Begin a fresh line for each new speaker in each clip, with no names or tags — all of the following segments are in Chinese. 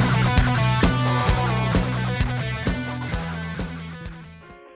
频。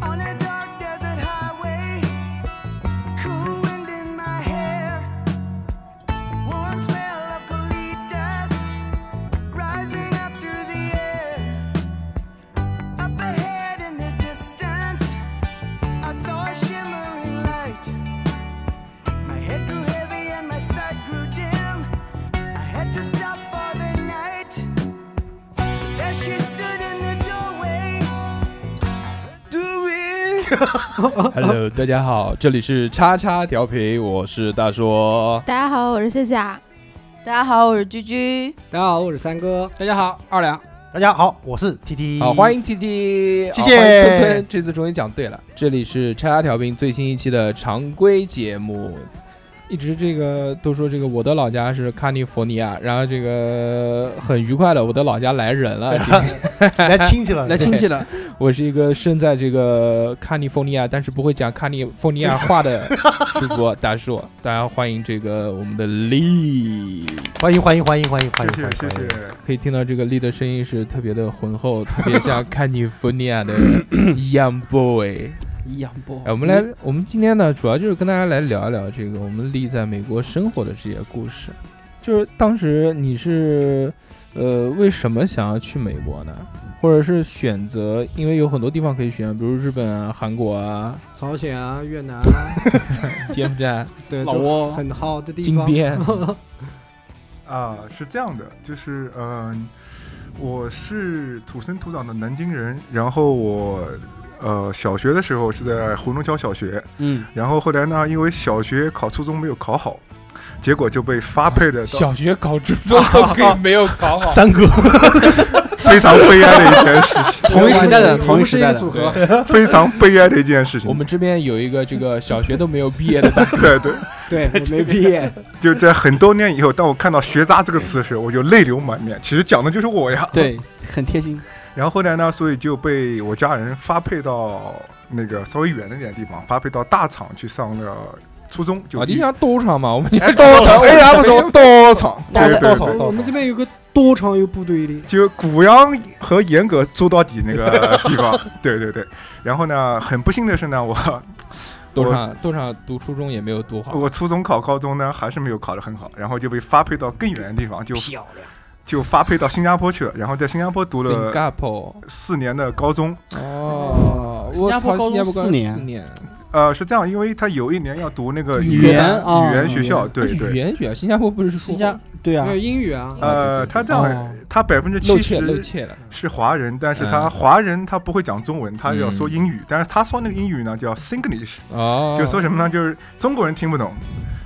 On a dark desert highway, cool wind in my hair, warm smell of colitas rising up through the air. Up ahead in the distance, I saw a shimmering light. My head grew heavy and my sight grew dim. I had to stop for the night. There she stood in the doorway. Do it.
Hello，大家好，这里是叉叉调频，我是大硕。
大家好，我是夏夏。
大家好，我是居居。
大家好，我是三哥。
大家好，二两。大家好，我是 T T。
好，欢迎 T T，
嗯谢谢
吞吞，这次终于讲对了。这里是叉叉调频最新一期的常规节目。一直这个都说这个我的老家是卡利佛尼亚，然后这个很愉快的，我的老家来人 了。今天
来 亲戚了，
来
呃
来
亲
亲
戚
戚了，
我是一个身在这个卡利佛尼亚，但是不会讲卡利佛尼亚话的主播大树。大家欢迎这个我们的丽，
欢迎欢迎欢迎欢迎欢迎，
谢谢谢
欢迎。
谢。
可以听到这个丽的声音是特别的浑厚，特别 像卡利佛尼亚的 young boy。
一样不？
哎，我们来，我们今天呢，主要就是跟大家来聊一聊这个我们丽在美国生活的这些故事。就是当时你是，呃，为什么想要去美国呢？或者是选择，因为有很多地方可以选，比如日本啊、韩国啊、
朝鲜啊，越南啊，
柬埔寨、
对，
老
都
挝
很好的地
金
方。
边。
啊，是这样的，就是嗯、我是土生土长的南京人，然后我呃小学的时候是在胡龙桥小学，
嗯，
然后后来呢，因为小学考初中没有考好，结果就被发配的到
小学考初中都可以没有考好，
三哥，
非常悲哀的一件事 情，
同一时代的
我们是
同一时代的
我们是一个组合。
对
非常悲哀的一件事 情
我。们这边有一个这个小学都没有毕业的大哥，
对对，
对我没毕业，
就在很多年以后，当我看到“学渣”这个词的时候，我就泪流满面。其实讲的就是我呀。
对，很贴心。
然后后来呢，所以就被我家人发配到那个稍微远一点的地方，发配到大厂去上了初中。就
啊，你
一
想多长嘛？我们
哎，稻草，为啥不说稻草？
稻草
对
稻
对
草
对，
我
稻
们
草
这，边有个多长有部队的，
就古阳和严格做到底那个地方。对 对对。然后呢，很不幸的是呢，我
多长多长读初中也没有读好，
我初中考高中呢，还是没有考得很好，然后就被发配到更远的地方，就
漂亮。
就发配到新加坡去了。然后在新加坡读
新
了
加坡。
四年的高中。
哦，我
新加
操，
坡高
新加
中
坡高
四年
四年，
呃，是这样，因为他有一年要读那个
语言啊
语言哎学校，对
语
对。
言学，嗯新加坡不是说
新加对啊
还有，英语啊，
呃，他这样
哦，
他百分之
露
七
怯露
十
怯了，
是华人，但是
嗯
他华人他不会讲中文，他要说
嗯
英语，但是他说那个英语呢叫 Singlish，
哦，
就说什么呢？就是中国人听不懂，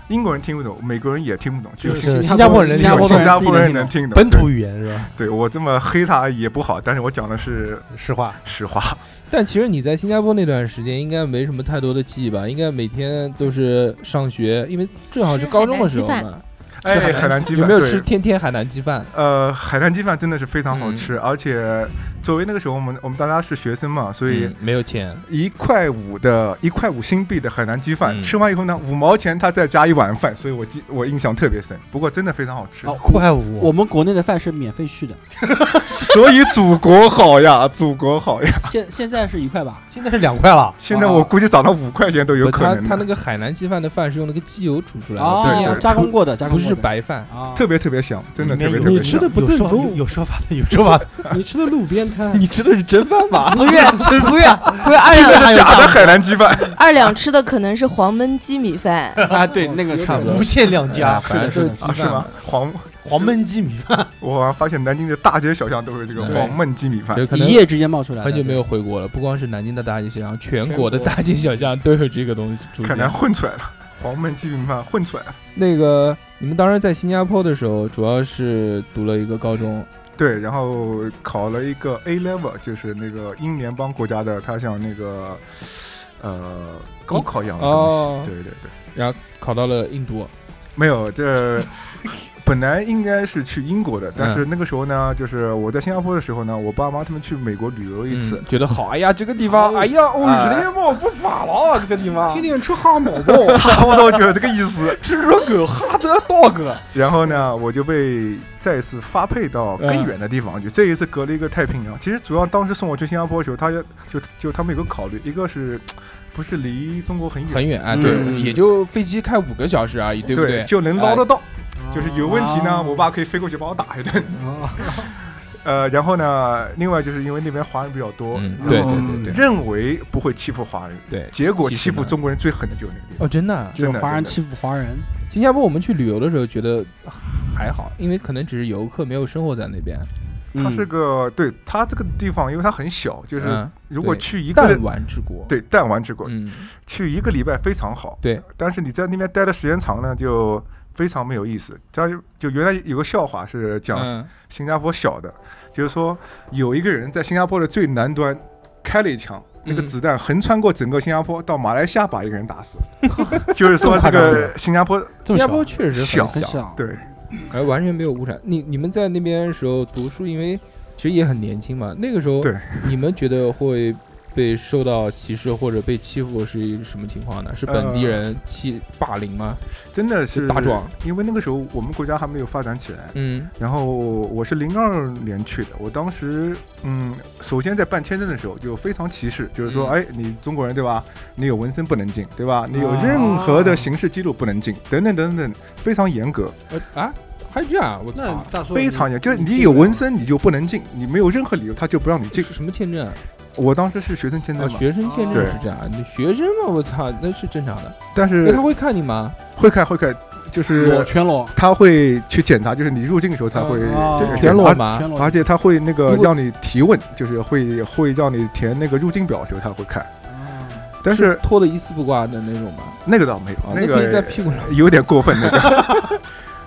英国人听不懂，美国人也听不懂，只有
就
是
是
新
新
新
加
加
坡
坡
人
人，
新加
人
坡
加
自己
坡人能
能
听懂。
本
对
土语言是吧？
对我这么黑他也不好，但是我讲的是
实话，
实话。
但其实你在新加坡那段时间应该没什么太多的记忆吧？应该每天都是上学，因为正好是高中的时候嘛。
哎，
吃
海南鸡
有
饭
没有
对
吃天天海南鸡饭？
呃，海南鸡饭真的是非常好
嗯
吃，而且作为那个时候我们我们大家是学生嘛，所以
嗯没有钱，
一块五的一块五新币的海南鸡饭，
嗯
吃完以后呢，五毛钱他再加一碗饭，所以我记我印象特别深。不过真的非常好吃，
哦
好
快舞，
我们国内的饭是免费续 的，
所以祖国好呀， 祖国好呀！
现现在是一块吧？
现在是两块了，
现在我估计涨到五块钱都有
哦不
可
他
能的
他那个海南鸡饭的饭是用那个鸡油煮出来的，不一
哦，
样，
加工过的，加工
不
过
是
的
白饭。
啊，
特别特别香，真的
里
特
面
别
有
你
特别
吃
香
的。不正
有说
宗
有有说法 的，有说法的，
你吃的路边摊，
你吃的是真饭吧？
不是不是不是二
真
两
的假的海南鸡饭，
二两吃的可能是黄焖鸡米饭，
啊，对，那个
差不多
无限量
啊
加，
反正
是的
都
是
鸡
的
啊是
饭
吗
嘛。？
黄
黄焖鸡米饭，
我好像发现南京的大街小巷都是这个
对
黄焖鸡米饭
这。可能
一夜之间冒出来的。
很久没
对
有回国了，不光是南京的大街小巷，全
全
国的
国
大街小巷都有这个东西出
可能
现。
混出来了，黄焖鸡米饭混出来了。
那个你们当时在新加坡的时候，主要是读了一个高中，
对，然后考了一个 A level，就是那个英联邦国家的，它像那个呃高考一样的
哦
东西。对对对，
然后考到了印度。
没有这。本来应该是去英国的，但是那个时候呢，就是我在新加坡的时候呢，我爸妈他们去美国旅游一次，
嗯觉得好，哎呀，这个地方，
哦
哎呀，我
哎
日天嘛不法了，啊这个地方
天，天吃哈姆包，
差不多就是这个意思。
吃热狗，哈德 dog，
然后呢，我就被再次发配到更远的地方去。这一次隔了一个太平洋。其实主要当时送我去新加坡的时候，他要就就他们有个考虑，一个是不是离中国很远，
很远，哎
嗯
对，
嗯
也就飞机开五个小时而已，对不对？哦
就能捞得到。就是有问题呢，
啊
我爸可以飞过去把我打一 顿。呃，然后呢，另外就是因为那边华人比较多，
嗯，
然
对
后
对对对
认为不会欺负华人，
对，
结果
其实
欺负
呢
中国人最狠的就是那个地方。
哦，真的啊，
就是
真的
华人
真的
欺负华人，
新加坡我们去旅游的时候觉得啊还好，因为可能只是游客，没有生活在那边。
它
嗯
是个对它这个地方，因为它很小，就是
嗯，
如果
对
去一个
弹丸之国，，
对弹丸之国，
嗯，
去一个礼拜非常好，
对。
但是你在那边待的时间长呢，就非常没有意思。他就就原来有个笑话是讲
嗯，
新加坡小的，就是说有一个人在新加坡的最南端开了一枪，那个
嗯
子弹横穿过整个新加坡，到马来西亚把一个 人打死。就是说这个新加坡
新加坡确实
小
很
很
小，啊
小，
对
而完全没有污染。你你们在那边的时候读书，因为其实也很年轻嘛，那个时候，
对，
你们觉得会被受到歧视或者被欺负是一个什么情况呢？是本地
呃
人欺霸凌吗？
真的是
大壮，
因为那个时候我们国家还没有发展起来，
嗯
然后我是零二年去的，我当时嗯，首先在办签证的时候就非常歧视，就是说，
嗯啊
哎，你中国人对吧？你有纹身不能进，对吧？你有任何的刑事记录不能进，等等等等，非常严格，
呃啊，还这样，我
那
操，
大叔
非常严，就是你有纹身你就不能进，你没有任何理由他就不让你
这
进。
什么签证啊？
我当时是学生签
啊
证嘛，
学生签证
对
是这样，你学生嘛，我操，那是正常的。
但
那
是
他会看你吗？
会看会看，就
裸
是
全裸，
他会去检查，就是你入境的时候他会
啊
这个
全
检
裸
查
吗？
全裸
而且他会那个
如果
让你提问，就是会会让你填那个入境表的时候他会看，
啊
但是
脱的一丝不挂的那种吗？
那个倒没有
啊，，
那
可以在
个
屁股上。
有点过分那个。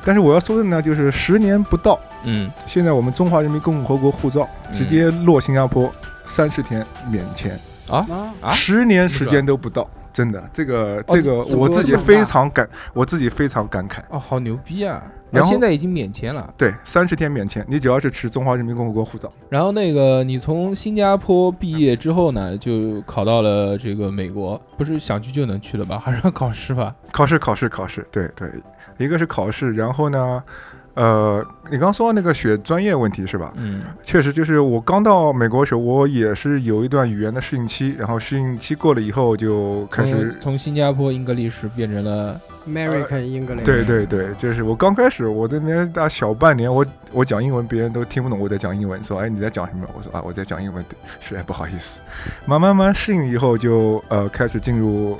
但是我要说的呢，就是十年不到，
嗯，
现在我们中华人民共和国护照直接落新加坡三十天免签，
啊，
啊
十年时间都不到，真的，这个
哦
这个
中
我
国
自己
这么大
非常感，我自己非常感慨。
哦，好牛逼啊！
然后
现在已经免签了。
对，三十天免签，你只要是持中华人民共和国护照，
然后那个，你从新加坡毕业之后呢，就考到了这个美国，不是想去就能去的吧？还是要考试吧？
考试，考试，考试，对对，一个是考试，然后呢，呃，你刚说到那个选专业问题是吧？
嗯
确实，就是我刚到美国的时候，我也是有一段语言的适应期，然后适应期过了以后就开始
从，从新加坡 English 变成了
American English，
对对对，就是我刚开始我在那边大小半年，我我讲英文，别人都听不懂我在讲英文，说哎你在讲什么？我说啊我在讲英文，对，实在不好意思。慢慢慢适应以后就呃开始进入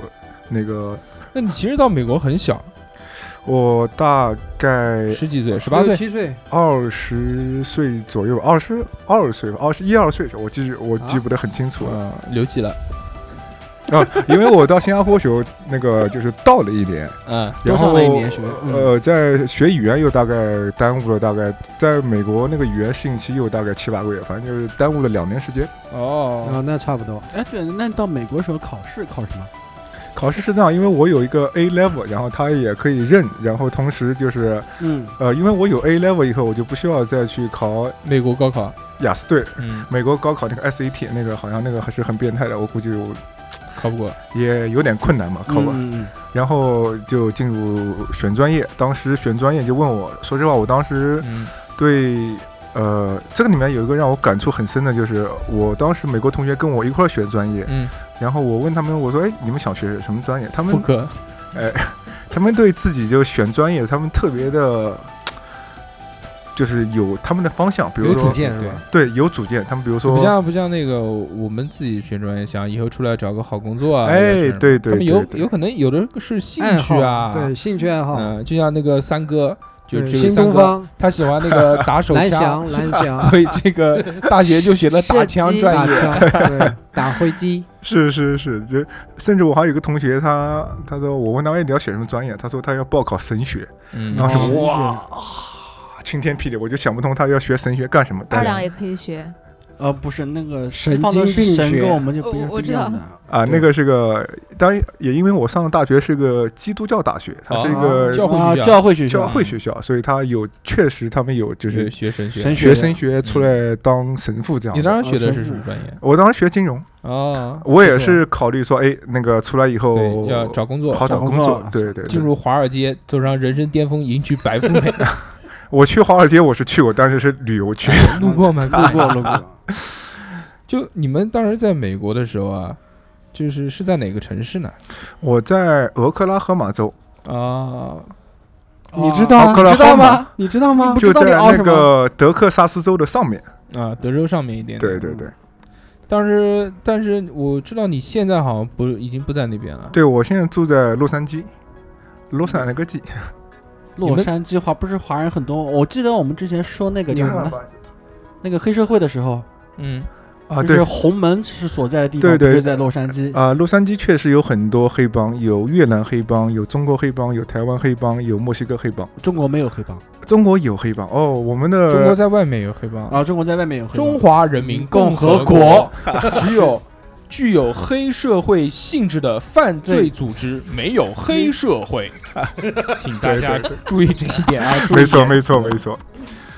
那个，
那你其实到美国很小，
我大概
十几岁，十八岁，
七岁，
二十岁左右，二十二岁吧，二十一二岁的时候，我记我记不得很清楚了。
嗯，留级了，
啊，因为我到新加坡时候，那个就是到了一年，
嗯，
多
然
上
后
了一年学，嗯，
呃，在学语言又大概耽误了大概，在美国那个语言适应期又大概七八个月，反正就是耽误了两年时间。
哦，
啊，那差不多。
哎，对，那你到美国时候考试考什么？
考试是这样，因为我有一个 A level，然后它也可以认，然后同时就是
嗯，
呃，因为我有 A level 以后，我就不需要再去考
美国高考，
雅思，对，
嗯，
美国高考那个 SAT 那个好像那个还是很变态的，我估计我
考不过，
也有点困难嘛，考完。
嗯，嗯
然后就进入选专业，当时选专业就问我，说实话，我当时
嗯
对，呃，这个里面有一个让我感触很深的，就是我当时美国同学跟我一块儿选专业，
嗯，
然后我问他们，我说，哎，你们想学什么专业？他
妇
们
科，
他们对自己就选专业，他们特别的，就是有他们的方向，比
有
如
主
说
见是
对
吧？
对有主见，他们比如
不
说，
像不像那个我们自己选专业，想以后出来找个好工作啊，
哎
这个事儿
对对
他们有
对对
有可能有的是兴
爱
趣
好
啊，
嗯
对，兴趣爱好，
嗯，就像那个三哥，就
嗯
这个
新
三
东
哥
方、
他喜欢那 个打手
蓝
枪，
翔、蓝翔、
所以这个大学就学了打枪专
打
业。
枪、对打灰机，
是是是，就甚至我还有一个同学，他他说我问他哎你要选什么专业，他说他要报考神学，
嗯
当时
哦
哇啊晴天霹雳，我就想不通他要学神学干什么。
二
但
两也可以学，
呃，不是那个
神
西方的
经病
神
学
跟我们就不
哦我
不
我
一
知道
样的。
啊，那个是个，当然也因为我上的大学是个基督教大学，它是一
哦
个
教会
啊
学校
教会学
教
校，
会学校，所以它有确实他们有就
就是
是
学神学。
神
学
学
神学出来当神父这样
你
的。
当哦时学的是什么专业？
我当时学金融，
哦，
我也是考虑说，哎，那个出来以后
对，要找工作，
好找
找工
工
作
作，对对。
进
对
入华尔街，走上人生巅峰，迎娶白富美。
我去华尔街，我是去过，但是是旅游去。
路过吗？
路过路过，
就你们当时在美国的时候啊，就是是在哪个城市呢？
我在俄克拉荷马州，
啊，
你知
奥
道
克
你
拉
知道
荷马
吗？哦你知道吗？
就在那个德克萨斯州的上面。
啊，德州上面一点。
对对对，
当时，但是我知道你现在好像不已经不在那边了。
对我现在住在洛杉矶，洛杉矶。
你
洛
们
杉矶华不是华人很多，我记得我们之前说那个叫什么呢？那个黑社会的时候，
嗯，
啊，
就
对
是红门是所在的地
对
方，不
对
就在洛杉矶？
啊，洛杉矶确实有很多黑帮，有越南黑帮，有中国黑帮，有台湾黑帮，有墨西哥黑帮。
中国没有黑帮
中国有黑帮哦，我们的
中国在外面有黑帮，
啊，中国在外面有黑帮
中。华人民共和国只有具有黑社会性质的犯罪组织，没有黑社 会，请大家注意这一点啊！注意
没错
这一点
没错没，错，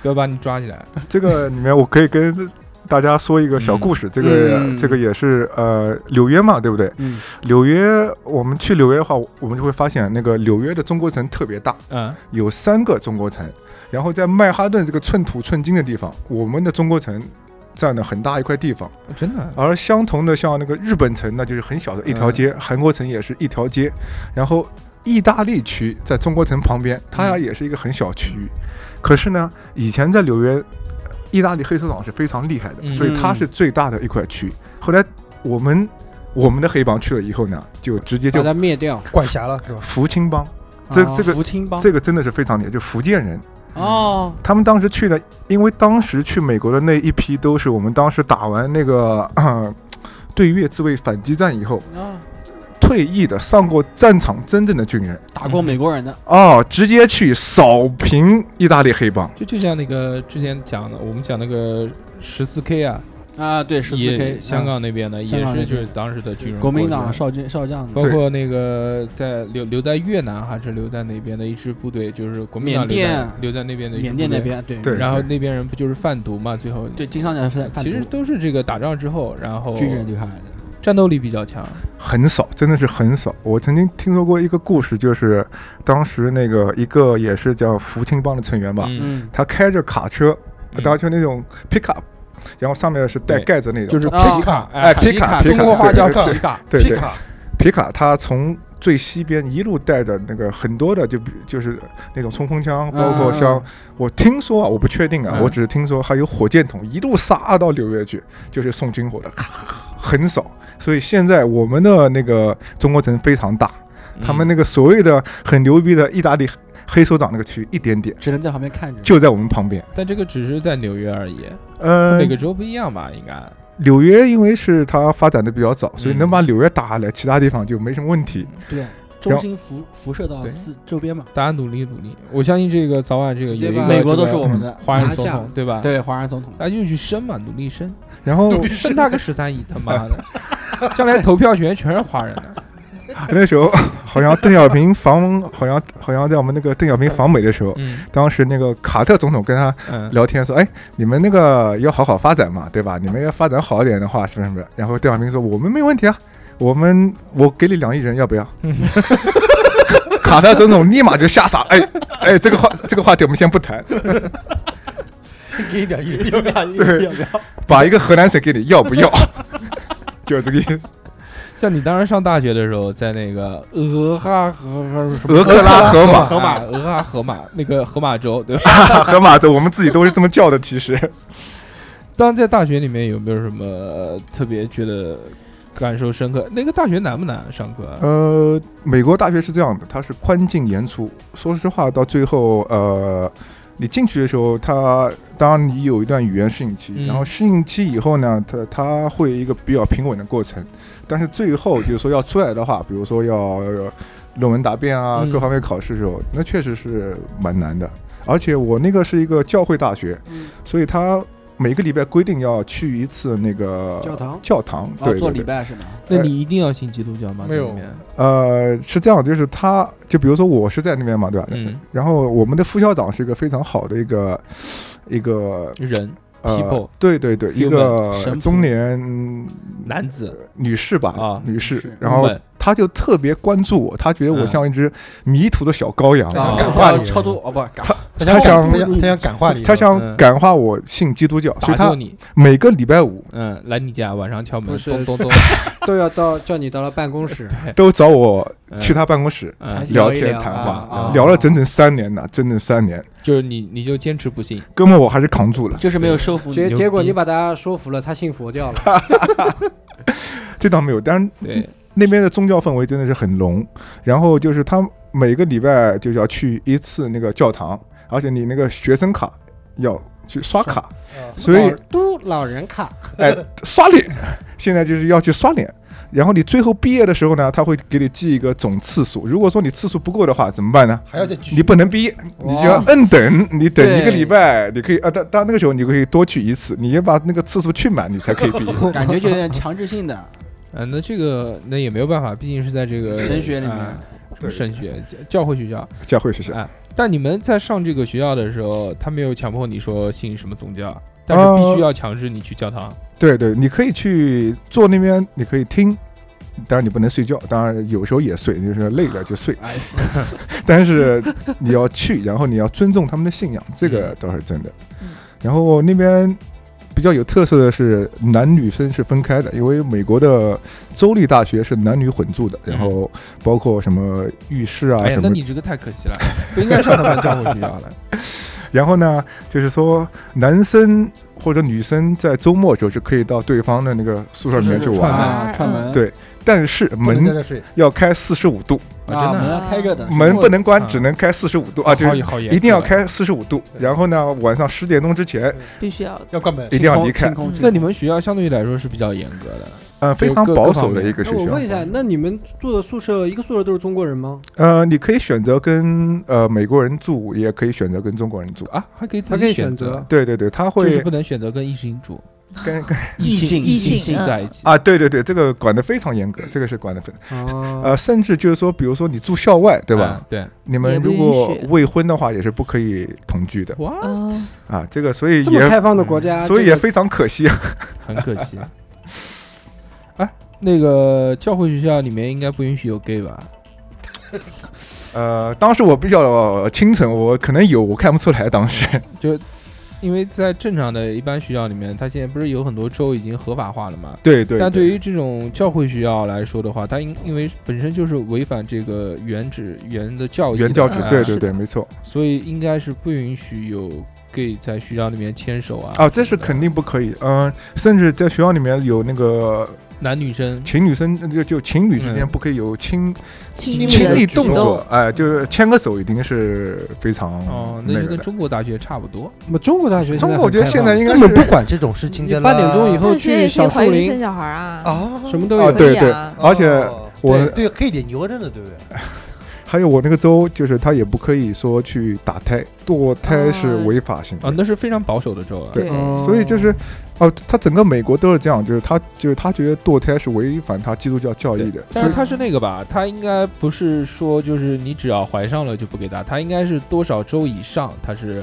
不要把你抓起来。
这个里面我可以跟。大家说一个小故事，这个、
嗯
这个也是呃，纽约嘛，对不对？
嗯，
纽约，我们去纽约的话，我们就会发现那个纽约的中国城特别大，
嗯，
有三个中国城，然后在曼哈顿这个寸土寸金的地方，我们的中国城占了很大一块地方，
真的，啊
哦
而相同的像那个日本城，那就是很小的
嗯
一条街，韩国城也是一条街，然后意大利区在中国城旁边，它
嗯
也是一个很小区域。可是呢，以前在纽约，意大利黑手党是非常厉害的，
嗯
所以它是最大的一块区。后来我们我们的黑帮去了以后呢，就直接
把
就
它灭掉。
管辖了是吧？
福清帮，这
啊
这个
福清帮
这个真的是非常厉害，就福建人。
哦，
他们当时去的，因为当时去美国的那一批都是我们当时打完那个、 呃、对越自卫反击战以后
啊
退役的、上过战场真正的军人
打过美国人的
哦，直接去扫平意大利黑帮。
就就像那个之前讲的，我们讲那个十四 K 啊，
啊，对，十四
也
K
香港那边的
香
也
港
是
那边
就是当时的军人
国民
过
党
去的
少将少将
包
的，
括那个在留留在越南还是留在哪边的一支部队，就是国民党
缅
留在
甸
留在那边的一支
缅甸那
部队
边对
对
然后那边人不就是贩毒嘛？最后
对金三角贩贩
其实
毒
都是这个打仗之后，然后
军人留下来的，
战斗力比较强。
很少，真的是很少。我曾经听说过一个故事，就是当时那个一个也是叫福清帮的成员吧，
嗯，
嗯，
他开着卡车，
嗯
他就那种 pickup，然后上面是带
对
盖子那种，
就是
啊
皮卡，
哎皮
皮
卡皮
中
卡
国话
对
叫
对
皮卡。
对
皮
对，
卡
皮卡他从最西边一路带着那个很多的就比就是那种冲锋枪，包括像我听说啊，我不确定啊，
嗯
我只是听说还有火箭筒一路杀到纽约去，就是送 军火的，咔很少。所以现在我们的那个中国城非常大，
嗯
他们那个所谓的很牛逼的意大利黑手党那个区一点点
只能在旁边看着。
就在我们旁边。
嗯但这个只是在纽约而已，
呃
每，个州不一样吧？应该。
纽约因为是它发展的比较早，所以
嗯
能把纽约打下来，其他地方就没什么问题。
对，中心辐辐射到
对
四周边嘛，
大家努力努力，我相信这个早晚这个
直接
有一
把
个
美国都是
这个
我们的，
华人总
拿下
统对吧？
对，华人总统。
大家就去升嘛，努力哦升，
然后
升他个十三亿，他妈的，将来投票权全是华人啊 的。
那时候好像邓小平访，好像好像在我们那个邓小平访美的时候，
嗯
当时那个卡特总统跟他
嗯，
聊天说：“哎，你们那个要好好发展嘛，对吧？你们要发展好一点的话，什么什么。”然后邓小平说：“我们没问题啊，我们我给你两亿人，要不 要？”卡特总统立马就吓傻，哎哎，这个话这个话题我们先不谈，
给你点意见，要不要？要不要？
把一个河南省给你，要不要？ 就这个意思。
像你当时上大学的时候，在那个俄哈河什么
俄克拉荷马，
河马，俄哈河马那个河马州，对吧？
河马 的，我们自己都是这么叫的，其实。
当时在大学里面有没有什么呃特别觉得感受深刻。那个大学难不难？上课？啊
呃，美国大学是这样的，它是宽进严出。说实话，到最后，呃，你进去的时候，它当然你有一段语言适应期，
嗯
然后适应期以后呢，它它会一个比较平稳的过程。但是最后就是说要出来的话，比如说要呃论文答辩啊，
嗯
各方面考试的时候，那确实是蛮难的。而且我那个是一个教会大学，
嗯
所以它每个礼拜规定要去一次那个
教堂
教堂啊
哦，
对
做礼
对对。
拜是吗？
那你一定要信基督教吗？
没
在
有
里面
呃，是这样，就是他，就比如说我是在那边嘛，对吧？
嗯，
然后我们的副校长是一个非常好的一个一个
人
呃
People
对对对，一
Human，
个
神仆
中年
男子
女士吧，
啊
女
女
士
士。
然后
woman
他就特别关注我，他觉得我像一只迷途的小羔羊，
啊
啊
感化
我
你
超度哦，不，感化
他
他想
他想他想感化你，
他想
嗯
感化我信基督教，所
打救
以他
你，
每个礼拜五
嗯，来你家晚上敲门，
不是
咚 咚咚，
都要到叫你到了办公室
都找我
嗯
去他办公室
嗯
谈心
聊
一
天
聊
谈
啊
话
啊，
聊了整整三年呢，整整三年，
就是你你就坚持不信，
哥们我还是扛住了。
就是没有收服
结
你。
牛
结果
逼
你把他说服了，他信佛教了，
这倒没有，但是
对，
那边的宗教氛围真的是很浓。然后就是他每个礼拜就是要去一次那个教堂，而且你那个学生卡要去刷卡，所以
老都老人卡，
哎刷脸，现在就是要去刷脸。然后你最后毕业的时候呢，他会给你记一个总次数。如果说你次数不够的话，怎么办呢？
还要再继续
你不能毕业，你就要摁等，你等一个礼拜，你可以啊，但但那个时候你可以多去一次，你要把那个次数去满，你才可以 毕业。
感觉就有点强制性的，
嗯，那这个那也没有办法，毕竟是在这个
神学里面
啊什么
对
神学教教会学校。
教会学校。
但你们在上这个学校的时候，他没有强迫你说信什么宗
啊
教，但是必须要强制你去教堂。
对对，你可以去坐那边，你可以听，当然你不能睡觉，当然有时候也睡，就是累了就睡。
哎
但是你要去，然后你要尊重他们的信仰，这个倒是真的。然后那边比较有特色的是男女生是分开的，因为美国的州立大学是男女混住的，然后包括什么浴室啊
哎呀
什，
那
么
你这个太可惜了，不应该上他们教会学校 了。
然后呢，就是说男生或者女生在周末的时候是可以到对方的那个宿舍里面去
串
玩
门
的，
啊，串门
对但是
不能在
门
这睡，
要开四十五度，
啊
啊，
真
门
的
要开着的，
门不能关
啊，
只能开四十五度啊，就
好
是
好严，
一定要。开四十五度。然后呢，晚上十点钟之前
必须要
要关门。
一定要离开
清，空。清空
那你们学校相对于来说是比较严格的，
呃，非常
各
保
各方
守的
面
一个啊
那
学
我问一
校。
下，那你们住的宿舍一个宿舍都是中国人吗？
呃，你可以选择跟呃美国人住，也可以选择跟中国人住。
啊，还可以自
还可
己
以选
择
择，
对对对，他
就是
会
不能选择跟异性住，
跟跟
异性
异
异
性
性在一起。
啊，对对对，这个管得非常严格，
嗯
这个是管得非
啊，
呃，甚至就是说，比如说你住校外，对吧
啊？？对，
你们
也不
如
允
果
许
未婚的话，也是不可以同居的
哇，
哦，
啊。这个所以
这么
也
开放的国家，
所以
这
也
个
非常可惜啊。
很可惜。 哎，那个教会学校里面应该不允许有 gay 吧？
呃，当时我比较呃清纯，我可能有，我看不出来。当时
因为在正常的一般学校里面，它现在不是有很多州已经合法化了嘛？
对对，
但对于这种教会学校来说的话，它因因为本身就是违反这个原旨原的教义的，
原教旨
啊，
对
是
对
的
对，没错
所以应该是不允许有 gay 在学校里面牵手啊
啊，这是肯定不可以。嗯，甚至在学校里面有那个
男女生
情侣生，就就情侣之间
嗯
不可以有亲
亲
亲
的
密
举
动作，哎，就是牵个手一定是非常
哦，那
那
就
个
跟
的。
中国大学差不多。
我们中国大学现在很开放，
中国我觉得现在应该
根本不
是
管这种事情的
你八点钟以
后
后
大学也
去
可以
小树
怀孕生
林，
小孩啊，
啊，
什么都
啊
有。
对
可以啊
而且
哦
我
对对黑点牛着呢，对不对？
还有我那个州，就是他也不可以说去打胎，堕胎是
哦
违法行为
啊，。那是非常保守的州了。啊
对
哦
所以就是，哦，他整个美国都是这样，就是他就是他觉得堕胎是违反他基督教教义的，
但
所
是
以
他是那个吧，他应该不是说就是你只要怀上了就不给打，他应该是多少周以上他是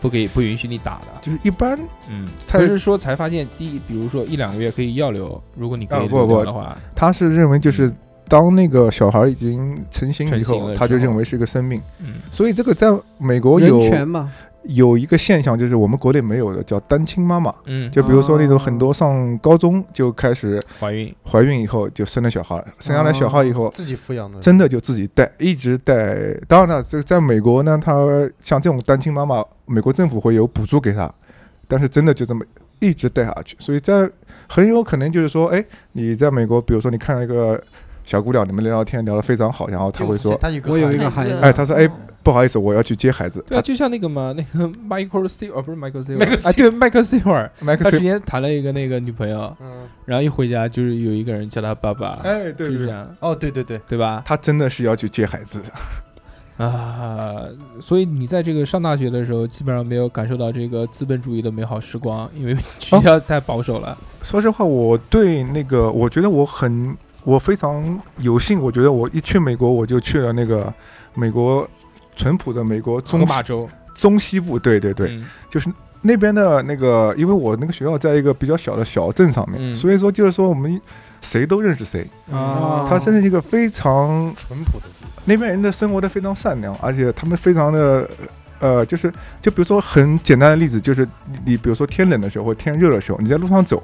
不给不允许你打的。啊
就是一般
嗯，
才
不是说才发现第一，比如说一两个月可以药流，如果你可以
啊不
流
不
掉的话，
他是认为就是当那个小孩已经成型以
成型
后，
了
他
之
就
后
认为是一个生命。
嗯，
所以这个在美国有
人权嘛，
有一个现象，就是我们国内没有的，叫单亲妈妈。
嗯，
就比如说那种
哦
很多上高中就开始
怀孕，
怀孕以后就生了小孩，生下来小孩以后。
自己抚养的，
真的就自己带，一直带。当然了，这个在美国呢，他像这种单亲妈妈，美国政府会有补助给她，但是真的就这么一直带下去，所以在很有可能就是说，哎，你在美国，比如说你看到一个小姑娘，你们聊聊天聊得非常好，然后她会说，
他有个
我有一个
孩子
孩子，
哎，
嗯
她说，
嗯
哎，不好意思，我要去接孩子，
对啊，就像那个嘛，那个 Michael C 哦，不是 Michael C
，Michael
啊，对 Michael C
麦克
他之
斯，
前谈了一个那个女朋友，
嗯，
然后一回家就是有一个人叫他爸爸，
哎，
就
对对
这
对，
样，
哦，对对对，
对吧？
她真的是要去接孩子，
啊，所以你在这个上大学的时候，基本上没有感受到这个资本主义的美好时光，因为
哦
学校太保守了。
说实话，我对那个，我觉得我很，我非常有幸，我觉得我一去美国，我就去了那个美国淳朴的美国
中
中
马州，
中西部，对对对，
嗯
就是那边的那个，因为我那个学校在一个比较小的小镇上面，
嗯
所以说就是说我们谁都认识谁，
啊，
它真是一个非常
淳朴的地
那边人的生活的非常善良，而且他们非常的。呃，就是就比如说很简单的例子，就是你你比如说天冷的时候或天热的时候，你在路上走，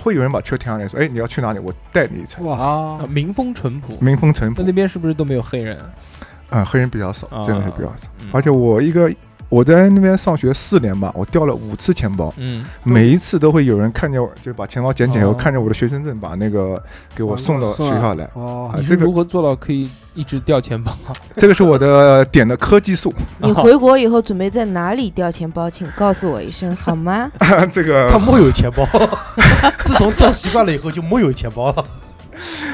会有人把车停下来说：“哎，你要去哪里？我带你一程。”
哇，
啊民风淳朴。
民风淳朴
那，那边是不是都没有黑人？
啊、黑人比较少
啊，
真的是比较少。
嗯
而且我一个我在那边上学四年吧，我掉了五次钱包，
嗯，
每一次都会有人看见我，就把钱包捡起来以后，
哦
看着我的学生证，把那个给我送到学校来。
哦
啊，
你是
这个
如何做到可以一直掉钱 包？
这个是我的点的科技树，
你回国以后准备在哪里掉钱包，请告诉我一声好 吗？
这
他
个
没有钱包，自从掉习惯了以后就没有钱包了。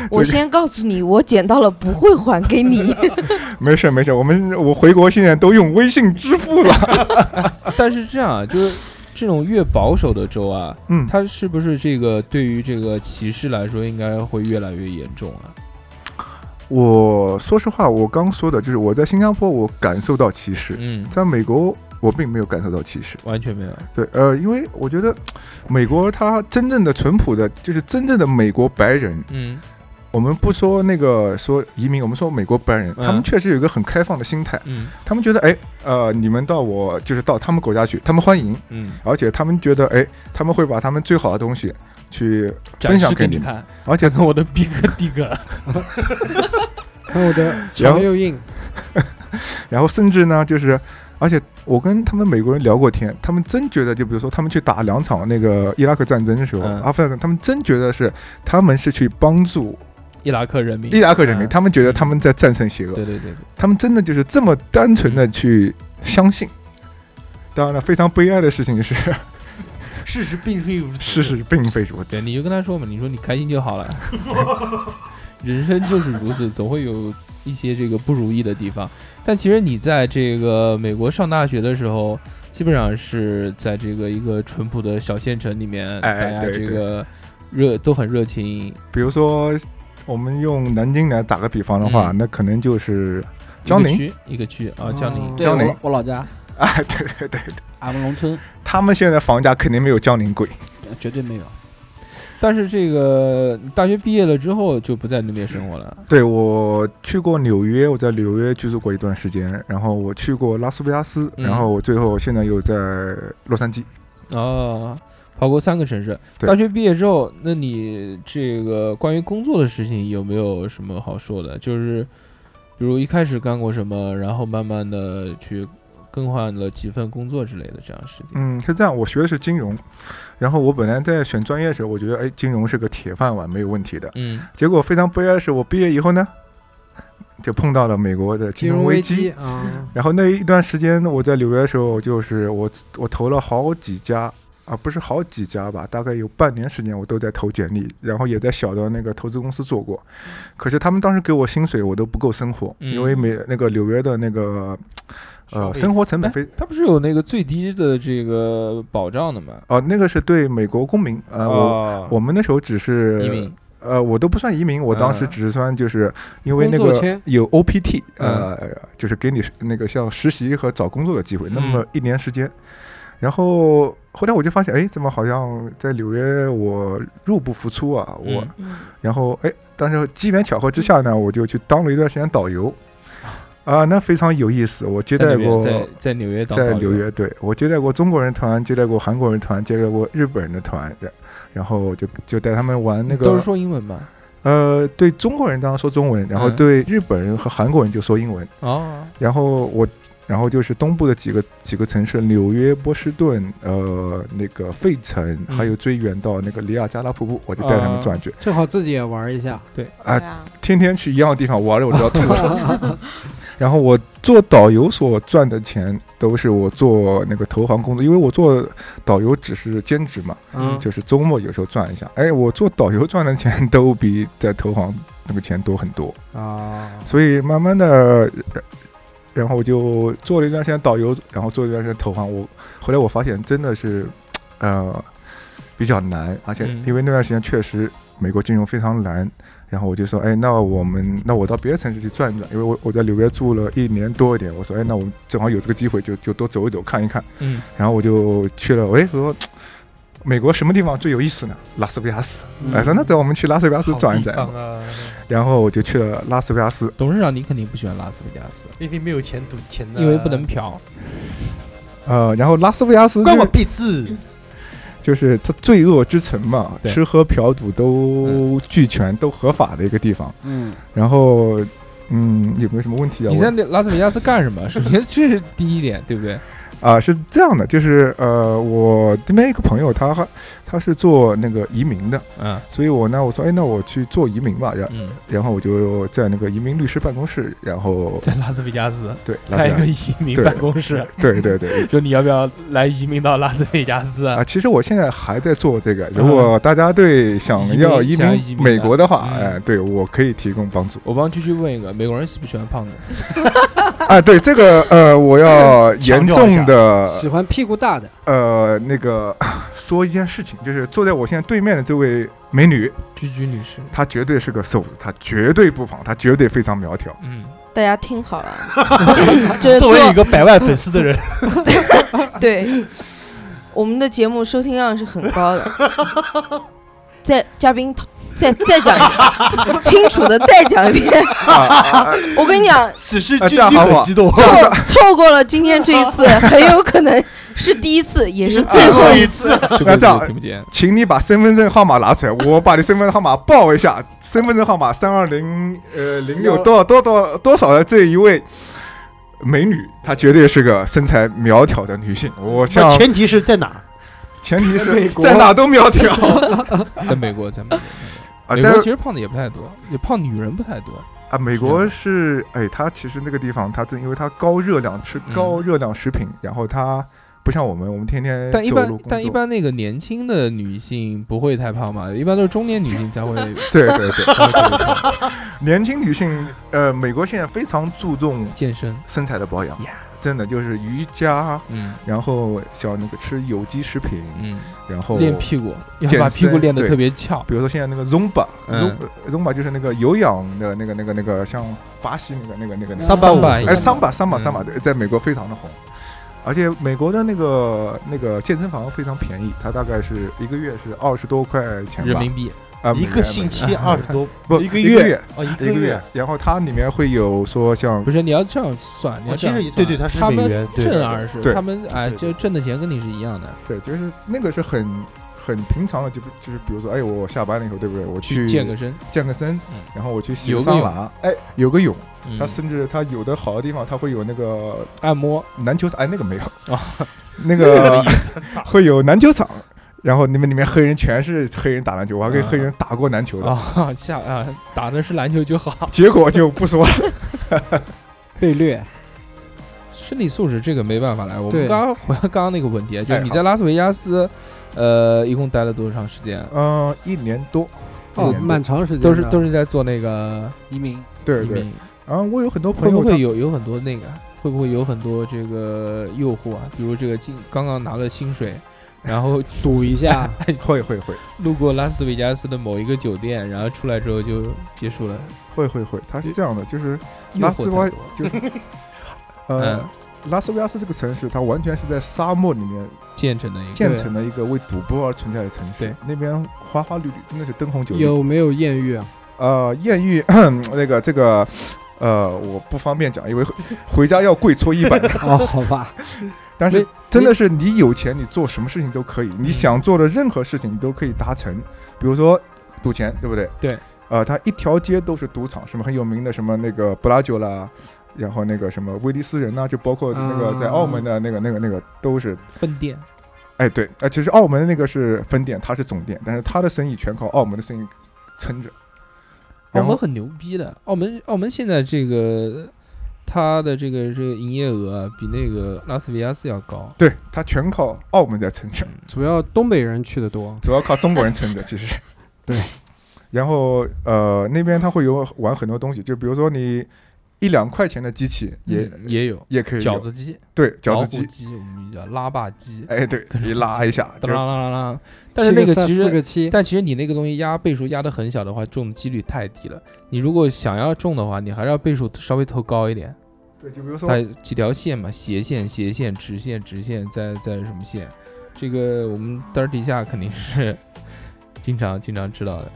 我先告诉你，我捡到了不会还给你。
没事没事，我们我回国现在都用微信支付了。
但是这样啊，就是这种越保守的州啊，
嗯，
它是不是这个对于这个歧视来说，应该会越来越严重啊？
我说实话，我刚说的就是我在新加坡我感受到歧视，
嗯，
在美国我并没有感受到歧视。
完全没有。
对，呃，因为我觉得美国它真正的淳朴的，就是真正的美国白人。
嗯
我们不说那个说移民，我们说美国白人，
嗯
他们确实有一个很开放的心态。
嗯
他们觉得，哎，呃，你们到我就是到他们国家去，他们欢迎，
嗯，
而且他们觉得，哎，他们会把他们最好的东西去
展
分享
示给
给
你
你，
看，
而且
看 看我的逼格逼格。
看我的长又硬，
然后甚至呢，就是，而且我跟他们美国人聊过天，他们真觉得，就比如说他们去打两场那个伊拉克战争的时候，
嗯
阿富汗战争，他们真觉得是他们是去帮助
伊拉克人民，
伊拉克人民，
嗯
他们觉得他们在战胜邪恶，
对对对，对
他们真的就是这么单纯的去相信。当然了，非常悲哀的事 情是，
事实并非如此。
事实并非如
对，
此。
你就跟他说嘛，你说你开心就好了。 人生就是如此，总会有一些这个不如意的地方。但其实你在这个美国上大学的时候，基本上是在这个一个淳朴的小县城里面，
哎
大家
对
这
对
个热都很热情。
比如说，我们用南京来打个比方的话，
嗯
那可能就是
一个
江宁
区一个区啊，江宁。
对
江
我
宁
老我老家
啊，对对对，
俺们农村
他们现在房价肯定没有江宁贵。
呃绝对没有。
但是这个你大学毕业了之后就不在那边生活了。
对我去过纽约，我在纽约居住过一段时间，然后我去过拉斯维加斯，
嗯
然后我最后现在又在洛杉矶。
哦，跑过三个城市。
对
大学毕业之后，那你这个关于工作的事情有没有什么好说的？就是比如一开始干过什么，然后慢慢的去更换了几份工作之类的这样的事情。
嗯，是这样，我学的是金融，然后我本来在选专业的时候，我觉得哎，金融是个铁饭碗，没有问题的。
嗯，
结果非常悲哀的是，我毕业以后呢，就碰到了美国的金
金
融
融
危
危
机。
机啊，
然后那一段时间我在纽约的时候，就是我我投了好几家啊，不是好几家吧，大概有半年时间我都在投简历，然后也在小的那个投资公司做过。可是他们当时给我薪水，我都不够生活，
嗯
因为美那个纽约的那个
消
呃
费
生活成本
哎
非。
他不是有那个最低的这个保障的吗？
哦、那个是对美国公民，呃，我
哦
我们那时候只
移
是
民，
呃，我都不算移民，我当时
嗯
只算就是因为那
工作
个
签
有 OPT，呃，就是给你那个像实习和找工作的机会，那么
嗯
一年时间。然后后来我就发现，哎，怎么好像在纽约我入不敷出啊？我
嗯
嗯
然后哎，但是机缘巧合之下呢，我就去当了一段时间导 游，啊，那非常有意思。我接
在
待
那边
过
在在纽约当
在
导游
纽约，对我接待过中国人团，接待过韩国人团，接待过日本人的团，然然后就就带他们玩那
都
个
是说英文吧？
呃，对中国人当然说中文，然后
嗯
对日本人和韩国人就说英文，
哦，
然后我然后就是东部的几个几个城市，纽约、波士顿，呃，那个费城，
嗯
还有最远到那个里亚加拉瀑布，我就带他们转去，
正好自己也玩一下。
啊
对啊，
天天去一样的地方玩着，我就要吐了。 然后我做导游所赚的钱都是我做那个投行工作，因为我做导游只是兼职嘛，
嗯，
就是周末有时候赚一下。哎，我做导游赚的钱 都比在投行那个钱多很多。
啊，
所以慢慢的，然然后我就做了一段时间导游，然后做了一段时间投行。我后来我发现真的是，呃，比较难，而且
嗯
因为那段时间确实美国金融非常难，然后我就说，哎，那我们那我到别的城市去转一转，因为我我在纽约住了一年多一点，我说，哎，那我们正好有这个机会就，就多走一走看一看。
嗯，
然后我就去了，哎，我说。美国什么地方最有意思呢？拉斯维加斯。
嗯
嗯
哎、说那走，我们去拉斯维加斯转一转。
啊，
然后我就去了拉斯维加斯，
董事长你肯定不喜欢拉斯维加斯，
因为没有钱赌钱的，
因为不能嫖。
呃，然后拉斯维加斯
关
就
我屁事。
就是它罪恶之城嘛，
对
吃喝嫖赌都俱全，都合法的一个地方。
嗯，
然后，嗯，有没有什么问题啊？
你
我
在那拉斯维加斯干什么？首先这是第一点，对不对？
啊、是这样的，就是呃，我那边一个朋友他，他是做那个移民的，
嗯
所以我呢，我说，哎，那我去做移民吧。然
嗯，
然后我就在那个移民律师办公室，然后
在拉斯维加斯
对拉斯
开一
维加
个
斯，
移民嗯
对
办公室，
对对对，
说你要不要来移民到拉斯维加斯
啊，其实我现在还在做这个。如果大家对想
嗯移民
要移
想要移
民
民
美
的
国的话，
嗯。
哎，对我可以提供帮助
我帮蛐蛐问一个，美国人喜不喜欢胖子？
啊，对这个呃，我要严
强调一下
重的
喜欢屁股大的，
呃那个 说一件事情，就是坐在我现在对面的这位美女，
蛐蛐女士，
她绝对是个瘦子，她绝对不胖，她绝对非常苗条。
嗯，
大家听好了，就是做
作为一个百万粉丝的人，
对，我们的节目收听量是很高的。再嘉宾再再讲一 清楚的再讲一遍，我跟你讲，
此时
啊
居
这样
居
好不好
很激动，
错错过了今天这一次，很有可能是第一次，也是最后一次。
这
那
个
这样
字听不见。
请你把身份证号码拿出来，我把你身份证号码报一下。身份证号码三二零呃零六多少多少多少的这一位美女，她绝对是个身材苗条的女性。我像
那前提是在哪儿？
前 提
在美
是
国
在哪都苗条
在美国，在美国，
啊，
美
在
国其实胖子也不太多，也胖女人不太多。
啊，美
是
国
的
是哎，它其实那个地方它正因为它高热量吃
嗯
高热量食品，然后它不像我们，我们天天
但一
走
般
路工
但一
作
般那个年轻的女性不会太胖嘛，一般都是中年女性才 会
对对对她会觉得胖，年轻女性呃，美国现在非常注重
健身。
身材的保养
Yeah
真的就是瑜伽，
嗯
然后像那个吃有机食品，
嗯，
然后
练屁股，要
健
把屁股
身
练得
对
特别翘。
比如说现在那个 Zumba，Zumba、
嗯
Zumba 就是那个有氧的那个那个那个，像巴西那个那个那个那个
桑巴舞
巴一样
哎，
的
桑巴桑巴
嗯
桑巴，在美国非常的红，而且美国的那个那个健身房非常便宜，它大概是一个月是二十多块钱
人
吧，
民币，
啊，
一
美
个
元
星
美元
期二十多，
不
一个
一
月
月
哦，一
一个月，，然后它里面会有说像
不是你要这样算，你
我
要这
哦其
样
实
啊
算
对对，它是
他
美
们
元，
挣
对，
二十，
对
他们哎，
对
就挣的钱跟你是一样的，
对，就是那个是很很平常的，就就是比如说，哎，我下班了以后，对不对？我去
健个身，
健个身
嗯，
然后我去洗
游
个
个
桑
泳
拿，哎，游个泳，
嗯
它甚至它有的好的地方，它会有那个
按摩，
篮球场，哎，那个没有
哦，
那个会有篮球场，然后你们里面黑人全是黑人打篮球，我还跟
啊
黑人打过篮球的，
啊，下啊，打的是篮球就好。
结果就不说了。
被虐，
身体素质这个没办法来。我们
对
刚刚回到刚刚那个问题啊，就是
哎
你
好
在拉斯维加斯，呃，一共待了多长时间？啊
嗯，一年多，一
哦，
年多
蛮长时间
都是都
是
是在做那个
移民，
对
移
对。
民，
然后我有很多朋
会不
友，
会有有很多那个？会不会有很多这个诱惑啊？比如这个进刚刚拿了薪水，然 后
赌一下，
他会会会
路过拉斯维加斯的某一个酒店，然后出来之后就结束了。
会会会，他是这样的，就是
诱
拉
惑太
斯维
多了
就是呃
嗯，
拉斯维加斯这个城市，它完全是在沙漠里面
建成的一个
建成的一个为赌博而存在的城市。
对，
那边花花绿绿，真的是灯红酒绿。
有没有艳遇啊？
呃，艳遇 那个这个。呃，我不方便讲，因为回回家要跪搓衣板。
哦，好吧，
但是
没
真的是你有钱，你做什么事情都可以，你想做的任何事情你都可以达成。比如说赌钱，对不对？
对。
呃，它一条街都是赌场，什么很有名的，什么那个布拉酒啦，然后那个什么威尼斯人呐、就包括那个在澳门的那个、那个、那个，都是
分店，
哎，对，呃，其实澳门的那个是分店，它是总店，但是它的生意全靠澳门的生意撑着。
澳
然
门
后
很牛逼的，澳门澳门现在这个它的这个这个营业额啊比那个拉斯维加斯要高，
对，它全靠澳门在撑着，
主要东北人去的多，
主要靠中国人撑着，其实。
对。
然后呃，那边他会有玩很多东西，就比如说你一两块钱的机器也、
嗯也有
也可以有
饺子哦机、
对
老
饺
虎
子机，
机，我们叫拉霸机，
哎，对，你拉一下，
当
就
啷啷啷啷。但是那
七
个
三
其
四
实，
个七，
但其实你那个东西压倍数压的很小的话，中的几率太低了。你如果想要中的话，你还是要倍数稍微投高一点。
对，就比如说
它几条线嘛，斜线、斜线、直线、直线，再再什么线，这个我们当时底下肯定是 经常经常知道的。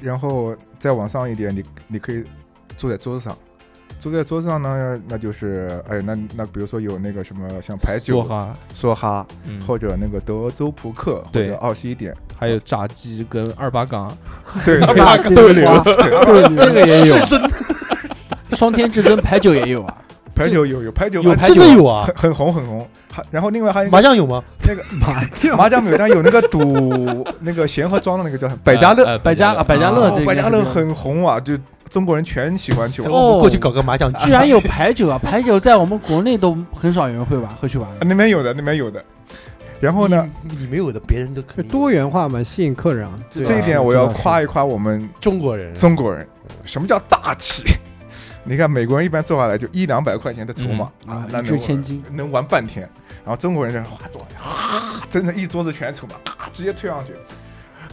然后再往上一点，你你可以坐在桌子上，坐在桌子上呢，那就是哎，那那比如说有那个什么像牌
梭
九、
哈，
梭哈，
嗯，
或者那个德州扑克，或
对
者二十 一点，
还有炸鸡跟二八
嗯
杠，
对，
大金
斗
花
牛，
这个也有，双天至尊牌九也有啊，
牌九有有牌九
有
很
牌
真
九
的有
很
啊，
很红很红，还然后另外还有一个
麻将有吗？
那个麻将 麻将没有，但有那个赌那个贤和庄的那个叫什 么百家乐，
呃
百家啊，百家乐
哦
这个
百家
是
乐
这样
很红啊，就中国人全喜欢去 玩
哦。
我们过去搞个麻将
居
机，
然有牌九啊！牌九在我们国内都很少有人会玩，会去玩
啊。那边有的，那边有的。然后
嗯
呢，
你你没有的，别人都肯定有
多元化嘛，吸引客人啊。
对
这一
啊
点我要
是
夸一夸我们
中国人
中国人，什么叫大气？ 你看美国人一般坐下来就一两百块钱的筹码、
嗯
啊
啊，
那
一
能
掷千金
能玩半天。然后中国人在哗坐下来，啊，真的一桌子全是筹码，啊，直接推上去。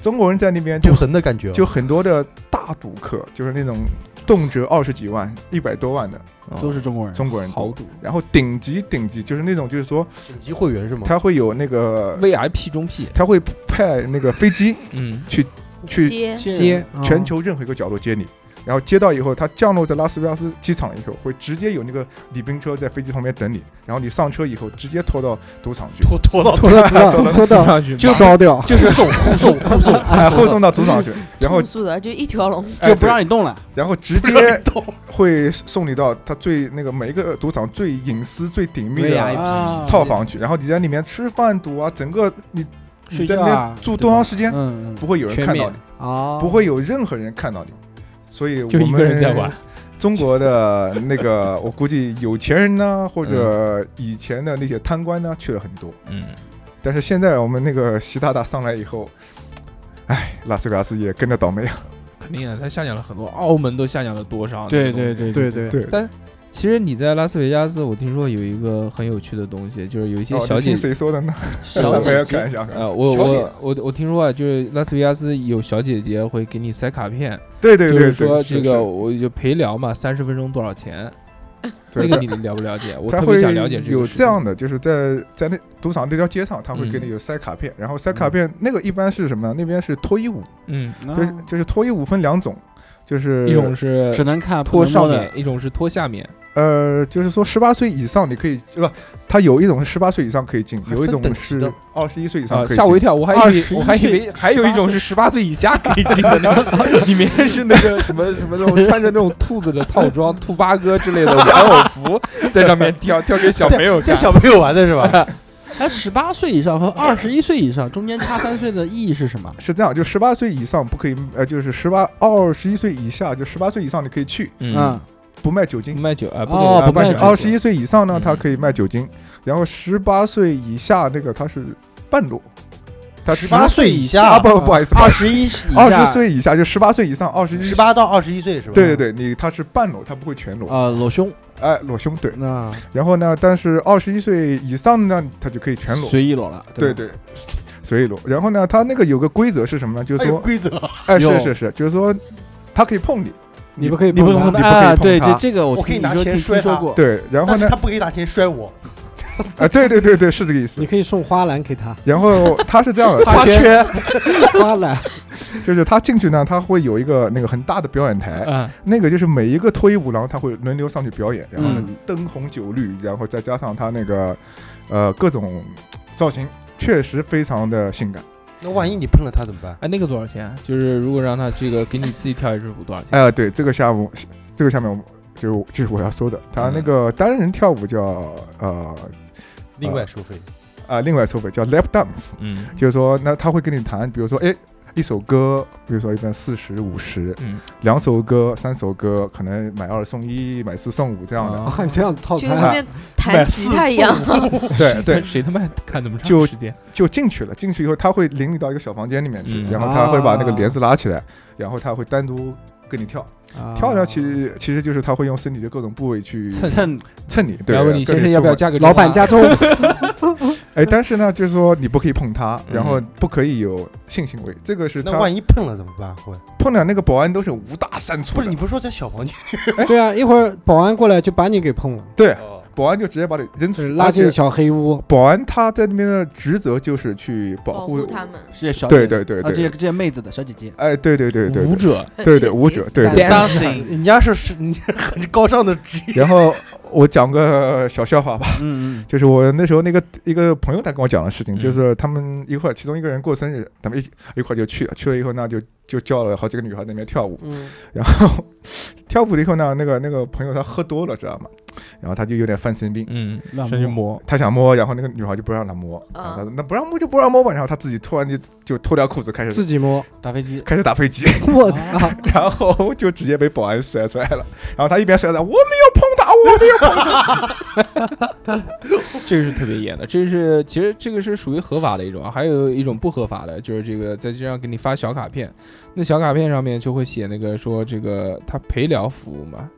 中国人在那
啊
边就
赌神的感觉哦，
就很多的大赌客，就是那种动辄二十几万、一百多万的
嗯
都是中国人，
中国人
豪
多。
赌
然后顶级顶级就是那种，就是说
顶级会员是吗？
他会有那个，
VIP 中 P，
他会派那个飞机
嗯，
去
接
接哦
全球任何一个角落接你，然后接到以后，他降落在拉斯维加斯机场以后，会直接有那个礼宾车在飞机旁边等你，然后你上车以后直接拖到赌场 去，
拖拖到
拖到拖到拖
冲
到
上去
就烧掉，
就是护送护送护送，
哎，后送到 赌场去，然后
通俗的就一条龙，
哎
就不
对
让你动了。
然后直接会送你到他最那个每一个赌场最隐私最顶密的
VIP 啊
哎套房去，然后你在里面吃饭赌啊，整个你
睡
你在
觉
那
啊
边住多长时间
嗯，
不会有人看到你，
啊，
不会有任何人看到你，所以
就
我
一个人在
们
玩。
中国的那个， 我估计有钱人呢，或者以前的那些贪官呢，去了很多。
嗯，
但是现在我们那个习大大上来以后，哎，拉斯维加斯也跟着倒霉啊。
肯定啊，它下降了很多，澳门都下降了多少？
对对对
对对，
对，
其实你在拉斯维加斯，我听说有一个很有趣的东西，就是有一些
哦
小
你
姐
听谁说的呢？
小
我
姐
要
姐
看一。下。看一下
呃，我
小姐
我我我听说啊，就是拉斯维加斯有小姐姐会给你塞卡片，
对对对，
就是说
对
这个我就陪聊嘛，三十分钟多少钱？那
对
个
他
你了不了解？我
他
特
会
别想了解这个。
有这样，的，就是在在那赌场那条街上，他会给
嗯
你有塞卡片，然后塞卡片那个一般是什么呢？那边是脱衣舞，
嗯，
就是
啊
就是脱衣舞分两种，就是
一种是
只能看
脱上
面
面，一种是脱下面。
呃，就是说十八岁以上你可以不，他有一种是十八岁以上可以进，
还
有一
分
种
等级
是
的
二十一岁以上
啊，
可以进。
吓我一跳，我还以为
21
我还以为还有一种是十八岁以下可以进的那个，里面是那个什么什么那种穿着那种兔子的套装、兔八哥之 类的玩偶服，在上面跳跳给小朋友
这
看。
小朋友玩的是吧？
哎，十八岁以上和二十一岁以上中间差三岁的意义是什么？
是这样，就十八岁以上不可以，呃，就是十八二十一岁以下，就十八岁以上你可以去，
嗯，，
不卖酒
不
精。
卖酒啊，不
哦
给
啊
不卖
卖
酒
二十一岁以上呢，
嗯
他可以卖酒精，然后十八岁以下那个他是半裸，他
十八岁以
啊
下，
不不好意思，
二十一以下
二十岁以下就十八岁以上，二十一
十，八到二十一岁是吧？
对对对，你他是半裸，他不会全裸，
啊，裸胸
哎，裸胸对，
那
然后呢，但是二十一岁以上呢，他就可以全裸，
随意裸了，
对
吧，
对， 随意裸。然后呢，他那个有个规则是什么呢？就
还
是
有
说，
规则，
哎，
有
是是是，就是说，他可以碰你，
你不可以
你不
碰
碰，你不
它
可以
啊，
碰他。
对，这这个我
我可以
听
拿
你说
钱
听
摔
听说
它
过，
对，然后
但是
呢
他，不可以拿钱摔我，
啊，对对对对，是这个意思
你。可以送花篮给他，
然后他是这样的，
花
他
圈， 花篮，
就是他进去呢，他会有一个那个很大的表演台，
啊
嗯，
那个就是每一个脱衣舞郎他会轮流上去表演，然后呢
嗯
灯红酒绿，然后再加上他那个呃各种造型，确实非常的性感。
那万一你碰了他怎么办？
哎，那个多
呃
少钱？就是如果让他这个给你自己跳一支舞多少钱？
哎、对这个项目，这个下面我们就是我这是我要搜的。他
嗯
那个单人跳舞叫呃
另外收费，
啊，另外收费叫 lap dance，
嗯
就是说那他会跟你谈，比如说哎。一首歌，比如说一般四十五十，
嗯，
两首歌、三首歌，可能买二送一，买四送五这样的。
啊
很像套
就跟
餐
那
啊，
边弹吉他一样，
对对，
谁他妈看那么长
就
时间？
就进去了。进去以后，他会领你到一个小房间里面去，
嗯
然后他会把那个帘子拉起来，然后他会单独跟你跳。 跳跳其实其实就是他会用身体的各种部位去
哦蹭
趁
蹭你，对，
然后
对
你
各
先
种
生要不要
触摸
加个啊
老板
加？
家中
哎，但是呢，就是说你不可以碰他，
嗯
然后不可以有性行为，这个是
那
他
万一碰了怎么办？会
碰到那个保安都是五大三粗
不
的，
是你不是说在小房间？
对啊，一会儿保安过来就把你给碰了，哦
对保安就直接把你扔
就
出
是
去
拉进
而且
小黑屋。
保安他在那边的职责就是去保
保护他们。
是小
对对对
啊，这
对，
些这些妹子的小姐姐，
哎，对对对对，
舞者
对，对对舞者，对对。对
dancing
人家是是 你很高尚的职业，
然后我讲个小笑话吧，
嗯嗯，
就是我那时候那个一个朋友他跟我讲的事情，
嗯
就是他们一块儿，其中一个人过生日，他们一起一块儿就去了，去了以后那就就叫了好几个女孩在那边跳舞，
嗯，
然后跳舞了以后呢，那个那个朋友他喝多了知道吗？然后他就有点犯神经。
嗯，
乱
上去
摸
摸，
他想摸，然后那个女孩就不让他摸，然后他说那不让摸就不让摸吧，然后他自己突然就就脱掉裤子开 始
自己摸，
打飞机
开始打飞机，
我
啊
操！
然后就直接被保安甩出来了。然后他一边甩着我没有碰他，我没有
这个是特别严的，这是其实这个是属于合法的一种啊，还有一种不合法的，就是这个在街上给你发小卡片，那小卡片上面就会写那个说这个他陪聊服务嘛，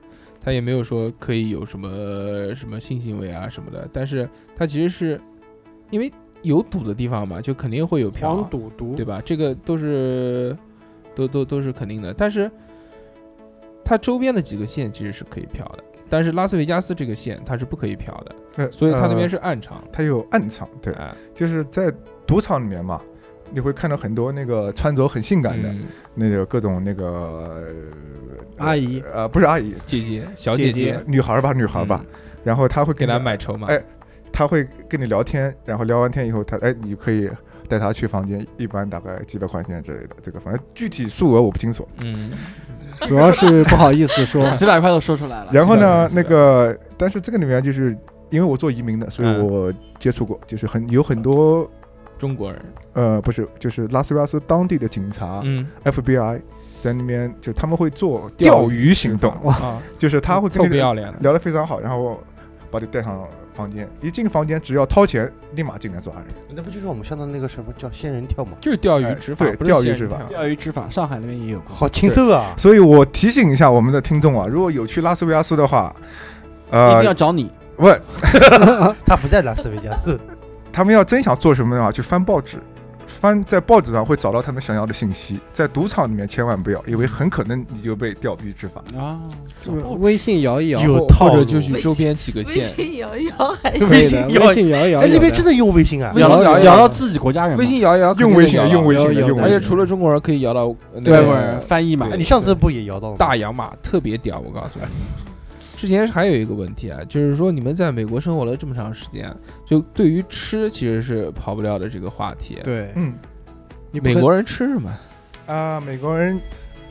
他也没有说可以有什么什么性行为啊什么的，但是他其实是因为有赌的地方嘛，就肯定会有嫖啊
黄赌
嗯
毒
对，吧？这个都是都都都是肯定的，但是它周边的几个县其实是可以嫖的，但是拉斯维加斯这个县它是不可以嫖的，
碰。
所以它那边
呃
是暗场。
他有暗场，对，
哎，
就是在赌场里面嘛，你会看到很多那个穿着很性感的、
嗯
那个各种那个呃
阿姨
呃不是阿姨，
姐姐小
姐
姐，
女孩儿吧女孩儿吧，
嗯，
然后他会
给
他
他买筹码。
哎他会跟你聊天，然后聊完天以后他哎你可以。带他去房间，一般大概几百块钱之类的，这个反正具体数额我不清楚。
嗯，
主要是不好意思说
几百块都说出来了，
然后呢，
啊几
那
百块
个，但是这个里面就是因为我做移民的，所以
嗯
我接触过，就是很有很多
中国人，
呃，不是，就是拉斯维加斯当地的警察，
嗯，
FBI 在那边，就他们会做
钓
钓鱼行动，
哇，
就是他会
臭
跟
不
你
啊要脸的，
聊得非常好，然后把你带上房间，一进房间只要掏钱，立马进来抓人。
那不就是我们上的那个什么叫仙 人跳吗？
就是钓鱼
哎
执法，
对
不是
钓鱼
仙人
执法
跳
钓鱼执法，上海那边也有。
好禽兽啊！
所以我提醒一下我们的听众啊，如果有去拉斯维加斯的话，
一定
呃
要，找你，
不，
他不在拉斯维加斯，
他们要真想做什么的话，去翻报纸。翻在报纸上会找到他们想要的信息，在赌场里面千万不要，因为很可能你就被钓鱼执法。
啊，
就是微信摇一摇，
有
或
套
者
路。
就去周边几个
微
嗯
县。
信摇一摇 还
可以的
微信摇
微，信摇一摇，
哎，那边
有的
真的用微信啊？
微信摇一摇
摇到自己国家人嘛，
微信摇一摇，
用微信啊，用微信啊，
有有
用
有
而
微
且
信啊。
除了中国人，可以摇到那个
对，翻译嘛
哎，，你上次不也摇到了吗？
大洋马特别屌，我告诉你。之前还有一个问题啊，就是说你们在美国生活了这么长时间，就对于吃其实是跑不了的这个话题。
对，
嗯
你不
美
可
国人吃什么？
啊、美国人，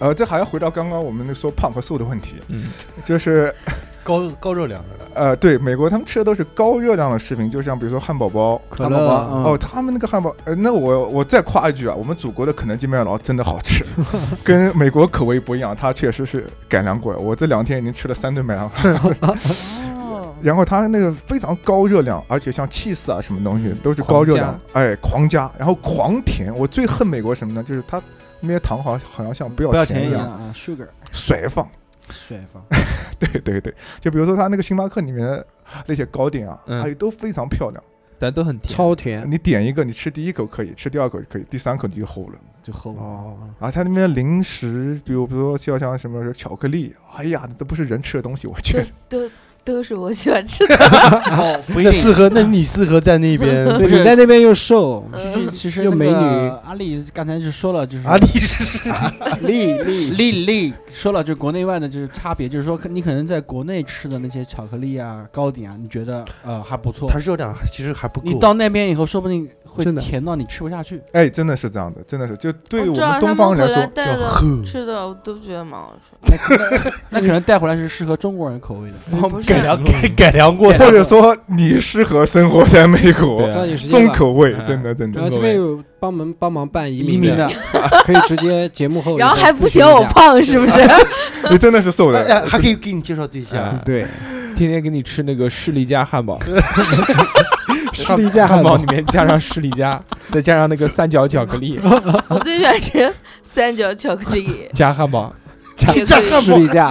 呃，这还要回到刚刚我们那说胖和瘦的问题，
嗯，
就是
高高热量的，
呃，对，美国他们吃的都是高热量的食品，就像比如说汉堡包。
可
汉堡
乐
包
嗯
哦，他们那个汉堡，呃，那我我再夸一句啊，我们祖国的肯德基、麦当劳真的好吃， 跟美国口味不一样，它确实是改良过了。我这两天已经吃了三顿麦当劳，
哦，
然后它那个非常高热量，而且像 cheese 啊什么东西
嗯
都是高热量，哎，狂加，然后狂甜。我最恨美国什么呢？就是它那些糖好像好像像不
不
要
要
钱
钱
一
一样
样
啊，sugar
甩放。
水放，
对对对，就比如说它那个星巴克里面的那些糕点啊，
嗯
哎，都非常漂亮。
但都很 甜。
超甜
你点一个，你吃第一口可以，吃第二口可以，第三口你就齁了。
就齁了。
哦，
然后它那边零食，比如比如说就像什么巧克力，哎呀，那都不是人吃的东西，我觉得。
都都是我喜欢吃的。
哦，不一
那
定。
适合，那你适合在那边。
不
不
是
是
你在那边又瘦，
其实其实
又
那
美
个
女
阿丽刚才就说了，就 是
啊，你是
丽丽丽丽说了，就是国内外的就是差别，就是说可你可能在国内吃的那些巧克力啊、糕点啊，你觉得呃还不错
它，热量其实还不够。
你到那边以后，说不定 会
真的
甜到你吃不下去。
哎，真的是这样的，真的是，就对于
我
我
知道他
们东
们
方
回
人
来
来说，
带
叫
的
呵
吃的，我都觉得蛮好吃。
那可能那可能带回来是适合中国人口味的。
不是
改良改改良过，
或者说你适合生活在美国
对，啊
抓紧时间
重
吧。
口味
哎，
真的真
然后
的。
这边有帮忙帮忙办移
移
民
民
的，
的，
可以直接节目后
然后
再
还
咨
不
询
嫌
一
我
下，
胖，是不是？
啊
你真的是瘦
哎
的，
哎还可以给你介绍对象。
嗯
哎
对，
天天给你吃那个士力架 汉堡，
士力架汉
汉
堡
堡里面加上士力 架，再加上那个三角巧克力
我最喜欢吃三角巧克力。
加汉堡。
这
这
个
士力架，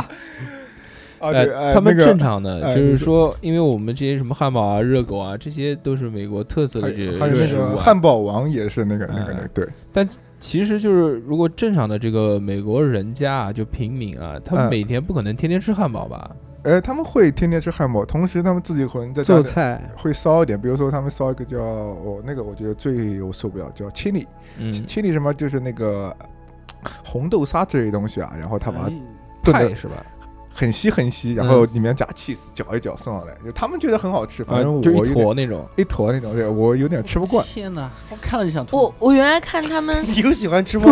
啊，对，
呃
哎
他们
那个
正常的，
哎
就
你
是
说
说，因为我们这些什么汉堡啊、热狗啊，这些都是美国特色
还
的这
还有
些
那
食物
个
啊。
汉堡王也是那个那个
哎
那个，对，
其实就是，如果正常的这个美国人家啊，就平民啊，他
嗯
们每天不可能天天吃汉堡吧？
哎，他们会天天吃汉堡，同时他们自己可能在家
做
里
菜，
会烧一点，比如说他们烧一个叫哦，那个我觉得最我受不了叫 chili，
嗯，
chili 什么就是那个呃红豆沙之类的东西啊，然后他
哎
把它
嗯
炖
派
的
是吧？
很稀很稀，然
嗯
后里面加 cheese 搅一搅送上来，就他们觉得很好吃，反
啊
正我
就
有
一
点
坨那种。
一坨那种，对我有点吃不惯。
天哪，我看了就想吐。
我我原来看他 们
你又喜欢吃吗？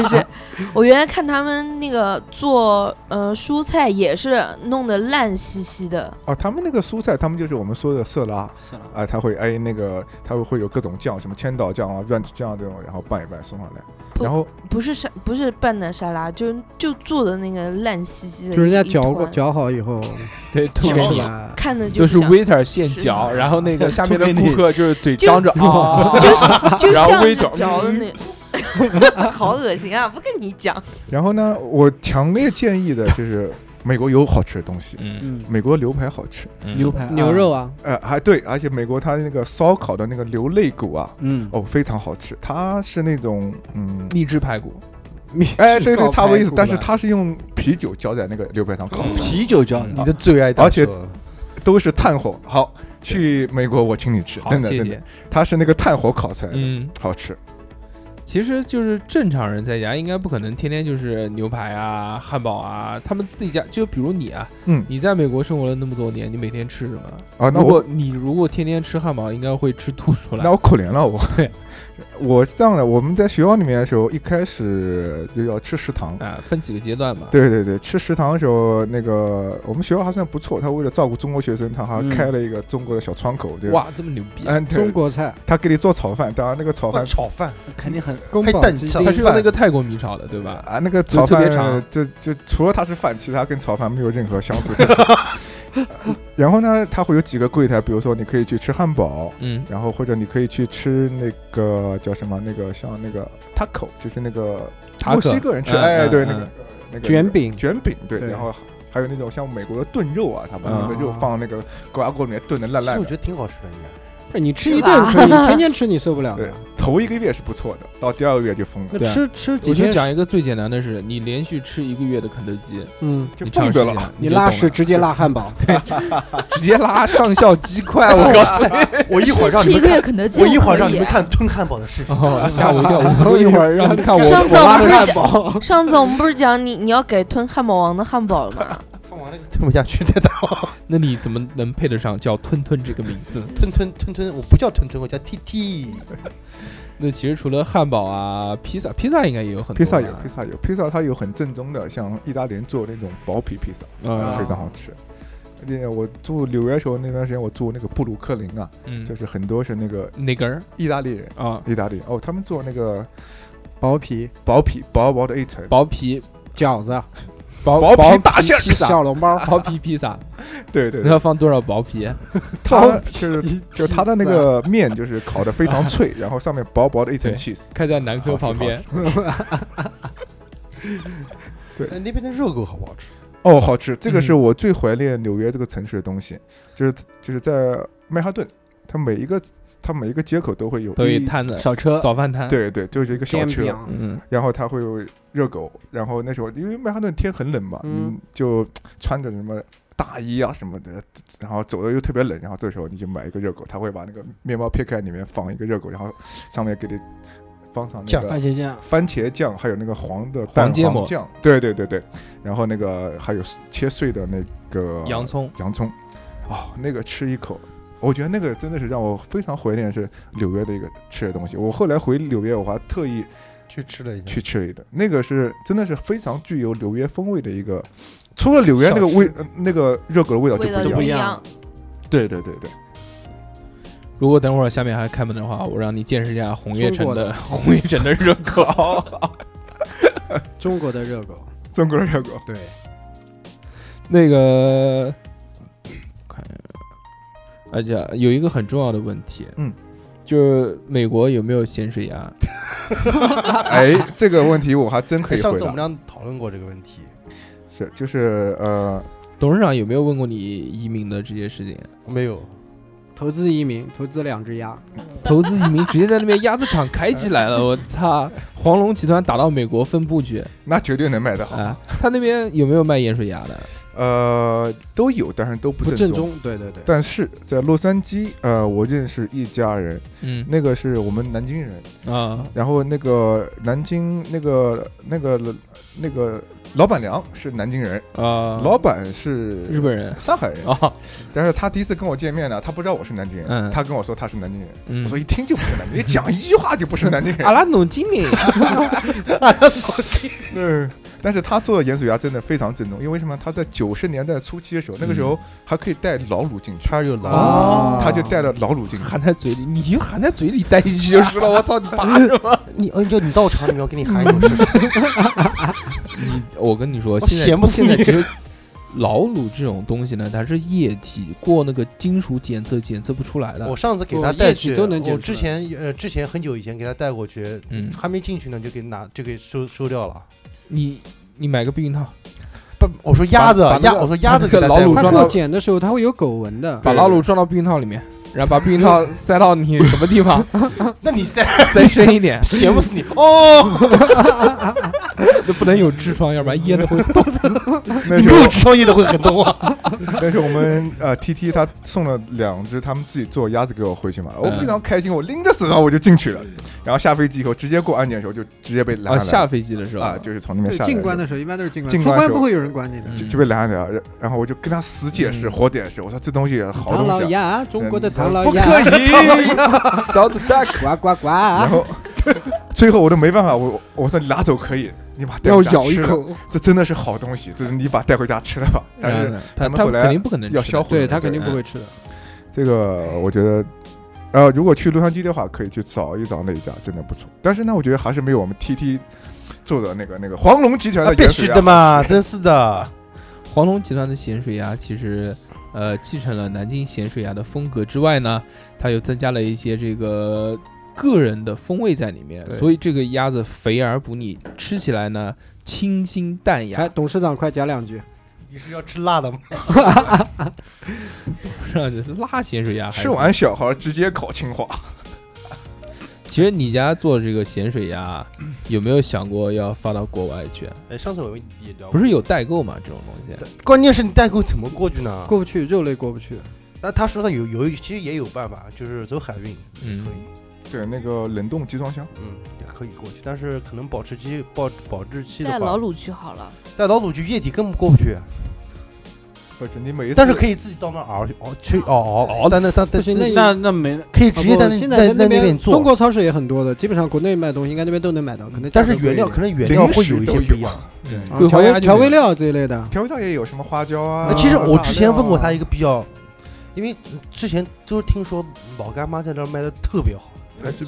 不是，我原来看他们那个做呃蔬菜也是弄得烂兮兮的，
哦，他们那个蔬菜，他们就是我们说的色拉。
是了，
啊，他会哎，那个他会会有各种酱，什么千岛酱啊、ranch 酱这种，然后拌一拌送上来。
不
然后
不是沙不是拌的沙拉，就就做的那个烂兮兮的一，
就是人家
一
搅过
团
搅好以后，
对，吐
搅
给
出
你，
来，
看的就
就是
不想
waiter 现
是
嚼，然后那个下面
吐
的
给
顾
你
客就是嘴
就
张着啊，
就就
然后嗯
像是
waiter
嚼的那， 好恶心啊！不跟你讲，
然后呢，我强烈建议的就是美国有好吃的东西，
嗯，
嗯，
美国牛排好吃，
嗯
牛排、
牛肉，啊，
呃，还对，而且美国它那个烧烤的那个牛肋骨啊，
嗯，
哦，非常好吃。它是那种 嗯，
秘制排骨，
哎，对对，差不多意思。
烤排骨
但是
了
它是用啤酒浇在那个牛排上烤的，
啤酒浇
嗯
你的最爱大
而且
叔，
都是炭火。好，去美国我请你吃，
好，
真的
谢
真
谢
的，。它是那个炭火烤出来的，
嗯，
好吃。
其实就是正常人在家应该不可能天天就是牛排啊、汉堡啊，他们自己家就比如你啊，
嗯，
你在美国生活了那么多年，你每天吃什么？
啊，那
如
我
果你如果天天吃汉堡，应该会吃吐出来
那。我可怜了我
对。
我是这样的，我们在学校里面的时候，一开始就要吃食堂。
啊，分几个阶段嘛。
对对对，吃食堂的时候，那个我们学校还算不错，他为了照顾中国学生，他还
嗯
开了一个中国的小窗口，对吧？
哇，这么牛逼！
嗯，
中
对，
国菜，
他给你做炒饭，当然那个炒饭
炒饭
嗯
肯定很宫
还
保
蛋
鸡
炒
丁
它是用那个泰国米炒的，对吧？
啊，那个
就
炒
特
饭
别长
就就除了它是饭，其他跟炒饭没有任何相似之处。 然后呢，它会有几个柜台，比如说你可以去吃汉堡，
嗯，
然后或者你可以去吃那个叫什么那个像那个 taco，就是那个
塔
墨
可
西哥人吃，
嗯
哎，
嗯
对，
嗯
那个那个
卷饼
卷饼，对，
对
然后还有那种像美国的炖肉啊，他把那个
哦
嗯
肉放那个高压锅里面炖的烂
其实
烂
我
的
觉，得挺好吃的，应该。
哎
不是你吃一顿可以，天天吃你受不
啊
了
对
的。，
头一个月是不错的，到第二个月就疯了
那。
对啊
吃吃几
我就
天，
讲一个最简单的事，你连续吃一个月的肯德基，
嗯，
就
你
蹦
尝
着
试
了，
你
就
拉
懂
屎
了
直接拉汉堡，
直接拉上校鸡 块，哎我告诉
哎我一会儿让
吃
你
一
们
个
看，
月肯德基
我
可以，
一会儿让你们看吞汉堡的视频。
你，哦吓我一 跳。我说一会儿让你看我
上次
我
我
拉
们不
的
是
汉
讲
堡，
上次我们不是讲你你要改吞汉堡王的汉堡了吗？
看完了吞不下去再打我。
那你怎么能配得上叫吞吞这个名字？
吞吞吞吞，我不叫吞吞，我叫 T T。
那其实除了汉堡啊、披萨，披萨应该也有很多吧。
披萨有，披萨有，披萨它有很正宗的，像意大利人做的那种薄皮披萨，
啊，
非常好吃。而且我住纽约的时候，那段时间我住那个布鲁克林啊，
嗯
就，是很多是那个
那根儿
意大利人，
啊，
意大利哦，他们做那个
薄皮、
薄皮薄薄的一层，
薄皮
饺子、
薄
薄皮
皮
大馅儿
披萨，
小笼包，
薄皮披萨，
对 对
那
对，
要放多少薄皮？
它就是就是
披
它的那
萨
个面就是烤的非常脆，然后上面薄薄的一层
对
cheese，
开在南科
好吃
旁边，
好吃
哎那边的热狗好不好吃？
哦，好吃，这个是我最怀念纽约这个城市的东西，就是就是在曼哈顿，它每一个它每一个街口都会有
都有
一
一摊子，
小车、
早饭摊。，
对对，就是一个小
煎
车，
饼，
嗯，
然后它会有热狗，然后那时候因为曼哈顿天很冷嘛，
嗯
嗯，就穿着什么大衣啊什么的，然后走的又特别冷，然后这时候你就买一个热狗，他会把那个面包撇开，里面放一个热狗，然后上面给你放上那
酱
个
番茄酱，
番茄酱，还有那个黄的蛋
芥末
黄酱，对对对对，然后那个还有切碎的那个
洋葱，
洋葱，哦，那个吃一口，我觉得那个真的是让我非常怀念是纽约的一个吃的东西。我后来回纽约，我还特意
去吃了一顿，
去吃了一顿，那个是真的是非常具有纽约风味的一个，除了纽约那个味、呃那个热狗的味道就
味道就
不
不
一
一
样。
样。
对对对对，
如果等会儿下面还开门的话，我让你见识一下红叶城的 红叶城的热 狗。
中国的热狗，
中国的热狗，
对，
那个，看一下，而且有一个很重要的问题，
嗯，
就是美国有没有咸水鸭？
哎，这个问题我还真可以
哎上
回
次我们
答。
俩讨论过这个问题，
是，就是呃，
董事长有没有问过你移民的这些事 情？
没有，
投资移民，投资两只鸭，
投资移民直接在那边鸭子厂开起来了， 我操！黄龙集团打到美国分部去
那绝对能卖得好。
啊，他那边有没有卖盐水鸭的？
呃，都有，但是都不
不
正
正宗，对对对，
但是在洛杉矶，呃，我认识一家人，
嗯
那个是我们南京人，
啊，
然后那个南京那个那个那个老板娘是南京人，
啊，
老板是
日本人
上海人，
啊，
但是他第一次跟我见面呢，他不知道我是南京人，
嗯
他跟我说他是南京人，
嗯啊
我说一听就不是南京人，你 讲一句话就不是 南京人。
阿拉努经理，
嗯，但是他做的盐水鸭真的非常正宗，因为为什么？他在九十年代初期的时候，那个时候还可以带老卤进去，
他有
啊
老
嗯哦啊
他就带了老卤进去。
含在嘴里，你就含在嘴里带进去就是了。我操你爸是吗？
你，呃就你到厂里面，我给你喊一首诗，
你我跟你说，
我
现在
闲不死
现
你
在其实老卤这种东西呢，它是液体，过那个金属检测检测不出来的
我。上次给
我
他带
夜曲
去，
都能剪
我
出
之
来
前呃之前很久以前给他带过去，
嗯，
还没进去呢就给拿就给收收掉了。
你你买个避孕套，
不，我说鸭子
把把那
鸭，
个
我说鸭子
把那个
给他
老
带
卤
过
它
装
去，
过
到
检的时候，它会有狗纹的，
把老卤装到避孕套里面，然后把避孕 套塞到你什么地 方，
那你塞，
塞深一点
闲不死你哦，
就不能有痔疮，要不然噎的会痛。
那
你
时
没有
候，
吃创业的会很多啊。
那时候我们呃 T T 他送了两只他们自己做鸭子给我回去嘛，我
嗯
非常开心，我拎着手上我就进去了，然后下飞机以后直接过安检的时候就直接被拦
啊，
下来
下
了
飞机的时候
啊，就是从那边
对，
下来
进关
时候
的时候一般都是进关，
进
出
关
关
的时候嗯
不会有人管你
嗯
的。
就就被拦下来了，然后我就跟他死解释，
嗯
活解释，我说这东西好
唐
东
老
西啊，嗯
鸭，中国的唐老
不
鸭，
可以。
烧的大口。
呱呱呱！
然后最后我都没办法，我我说拿走可以，你把带
要
回家
咬一
吃 了，
口，
这真的是好东西，这是你把带回家吃了吧。但
然后
是
呢他
他们
他
后来
肯定不可能
要
吃
销
嗯的
毁
对
的
他肯定
对
不会吃的。
这个我觉得，呃，如果去洛杉矶的话，可以去找一找那一家，真的不错。但是呢，我觉得还是没有我们 TT 做的那个那个啊黄龙集团的
啊必
盐
须
水
的
鸭。
嘛，真是的。
黄龙集团的咸水鸭其实，呃，继承了南京咸水鸭的风格之外呢，它又增加了一些这个个人的风味在里面，
对
所以这个鸭子肥而不腻，吃起来呢清新淡
哎，
雅。
董事长快讲两句。
你是要吃辣的吗？
让人辣咸水鸭还是
吃完小孩直接考清华，
其实你家做这个咸水鸭，有没有想过要发到国外去？啊
哎，上次我们也聊过，
不是有代购吗？这种东西，
关键是你代购怎么过去呢？
过不去，肉类过不去。
那他说他有有，其实也有办法，就是走海运，
嗯
可以，
对那个冷冻集装箱，
嗯，也可以过去，但是可能保质期保保质期的
带
话，
老卤去好了，
带老卤去液体根本过不去，
不是你每一次，
但是可以自己到那儿熬去熬去熬熬
熬
但那但
不
但
行，
是
那啊
那没
可以直接在
现
那在
在
在那
边
边做，
中国超市也很多的，基本上国内卖东西应该那边都能买到，可能价
嗯但
格
是
贵
原
一
料
点
可能原料会有一些不一样。
嗯
啊
桂
调
花鸭就
味调味
没有
料这一类的，
调味料也有什么花椒啊
呃？其实我之前问
啊
过他一
个，
个比较，因为之前都是听说老干妈在这儿卖的特别好，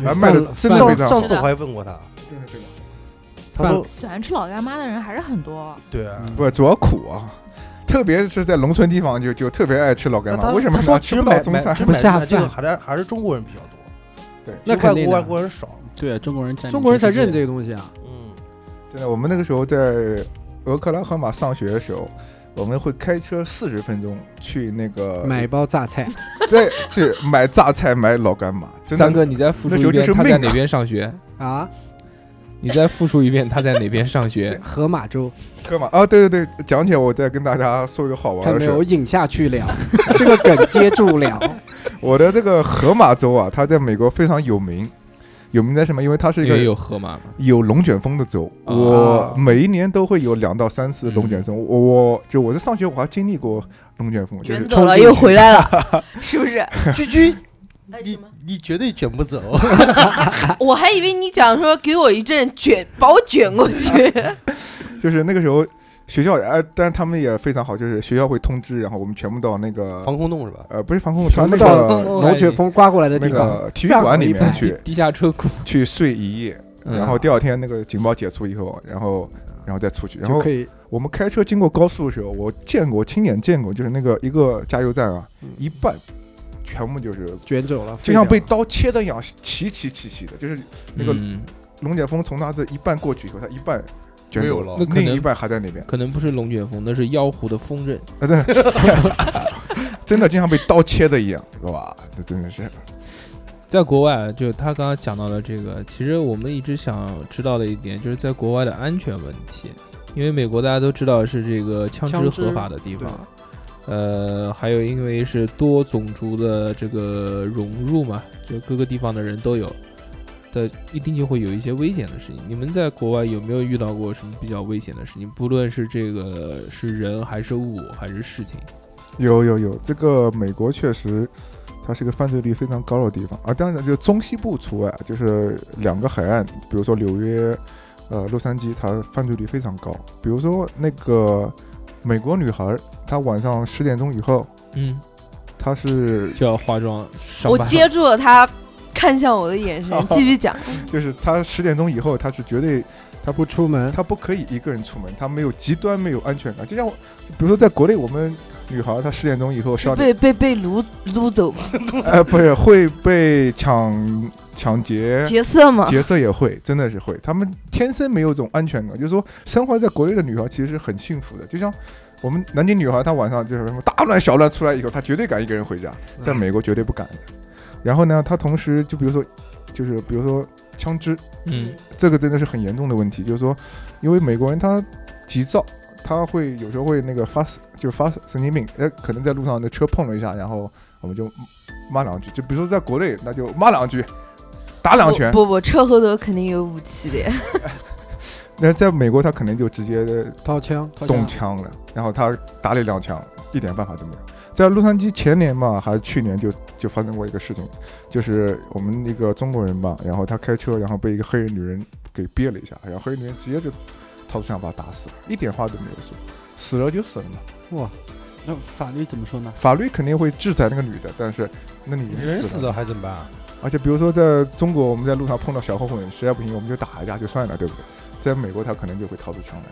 还卖的真的非
上
常
上
好，
次我还问过他，
真的非常好。
他说
喜欢吃老干妈的人还是很多。
对
嗯
啊，
不，主要苦啊，特别是在农村地方就就特别爱吃老干
那
妈。
啊他
为什么
他说
呢？
其
吃
实
不到
买
中
买
餐
其实
不
买
下
菜这个
饭
还是还是中国人比较多，
那
其实外
肯定
国外
的。
国人少，
对中国人占，
中国人才认这个东西啊！
嗯，
真的，我们那个时候在俄克拉荷马上学的时候，我们会开车四十分钟去那个
买一包榨菜，
对去买榨菜买老干妈。真的
三哥，你再复述
那
一
时候就
遍
是
他
命
在
啊
哪边上学？
啊，。
你再复述一遍他在哪边上学
河马洲，
干嘛？啊，对对对，讲起来我再跟大家说一个好玩
他
的
没
事
有。引下去了， 这个梗接 住了。
我的这个河马州啊，它在美国非常有名，有名在什么？因为它是一
因为
个
有河马嘛，
有龙卷风的州，
啊嗯
我每一年都会有两到三次龙卷风。我我就我在上学我还经历过龙卷风，就是
卷走了又回来了，是不是？
居居，
哎
你
什么
你绝对卷不走。
我还以为你讲说给我一阵卷，把我卷过去。
就是那个时候学校，呃，但是他们也非常好，就是学校会通知，然后我们全部到那个
防空洞是吧？
呃不是防空，他
全部
那
到
个
龙卷风刮过来的
那
地方，
个体育馆里面去
地下车库。
去睡一夜，
嗯
然后第二天那个警报解除以后，然后然后再出去，然
就
后
可以
我们开车经过高速的时候，我见过，亲眼见过，就是那个一个加油站啊，
嗯
一半全部就是
卷走了，
哦就像被刀切的一样，齐齐齐齐的，就是那个
嗯
龙卷风从它这一半过去以后，它一半卷走
没有了
那可能
另一半还在那边。
可能不是龙卷风，那是妖狐的风筝。
啊， 对，真的就 像被刀切的一样，哇，这真的是
在国外，就他刚刚讲到了这个，其实我们一直想知道的一点，就是在国外的安全问题，因为美国大家都知道是这个枪支
枪支
合法的地方，呃，还有因为是多种族的这个融入嘛，就各个地方的人都有的，一定就会有一些危险的事情。你们在国外有没有遇到过什么比较危险的事情？不论是这个是人还是物还是事情，
有有有，这个美国确实。它是个犯罪率非常高的地方啊，当然就中西部除外，就是两个海岸，比如说纽约、呃洛杉矶，它犯罪率非常高。比如说那个美国女孩，她晚上十点钟以后，
嗯，
她是
就要化妆上
我
班。
接住了他看向我的眼神，继续讲。
就是她十点钟以后，她是绝对
他不出门，
她不可以一个人出门，她没有极端没有安全感。就像我，就比如说在国内，我们女孩她十点钟以后十二点，
被被被掳掳走吗？
呃，不是会被抢抢劫，
劫色 吗？
角色也会，真的是会。他们天生没有一种安全感，就是说，生活在国内的女孩其实是很幸福的。就像我们南京女孩，她晚上就是什么大乱小乱出来以后，她绝对敢一个人回家，在美国绝对不敢的。然后呢，她同时就比如说，就是比如说枪支，
嗯，
这个真的是很严重的问题。就是说，因为美国人他急躁，他会有时候会那个发死就发神经病，呃，可能在路上的车碰了一下，然后我们就骂两句。就比如说在国内，那就骂两句，打两拳。
不不不，车后头肯定有武器的。
那在美国，他可能就直接
掏枪，掏
动
枪
枪了，然后他打了两枪，一点办法都没有。在洛杉矶前年吧，还是去年就就发生过一个事情，就是我们一个中国人吧，然后他开车，然后被一个黑人女人给憋了一下，然后黑人女人直接就掏出枪把他打死了，一点话都没有说，死了就死了嘛。
那法律怎么说呢？
法律肯定会制裁那个女的，但是那女
人
人
死
了，
了还怎么办啊？
而且比如说在中国，我们在路上碰到小混混，实在不行我们就打一架就算了，对不对？在美国，他可能就会掏出枪来。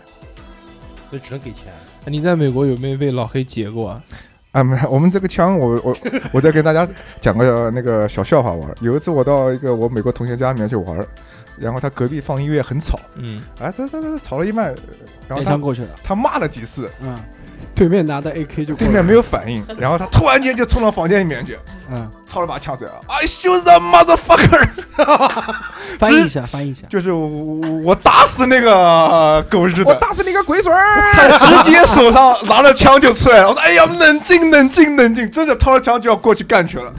那只能给钱。
哎你在美国有没有被老黑劫过啊？
啊，没有，我们这个枪，我我我再给大家讲个那个小笑话玩儿。有一次我到一个我美国同学家里面去玩儿，然后他隔壁放音乐很吵，
嗯，
啊，这这这吵了一半，然后
开枪
他
过去了，
他骂了几次，
嗯，对面拿的 AK 就过
对
来
面
了，
没有反应，然后他突然间就冲到房间里面去，
嗯，
操了把枪嘴，I 啊 shoot the motherfucker，
翻译一下，翻译一下，
就是我我我打死那个狗日的，
打死你个鬼水儿！
他直接手上拿着枪就出来了，我说哎呀，冷静冷静冷静，真的掏着枪就要过去干去了，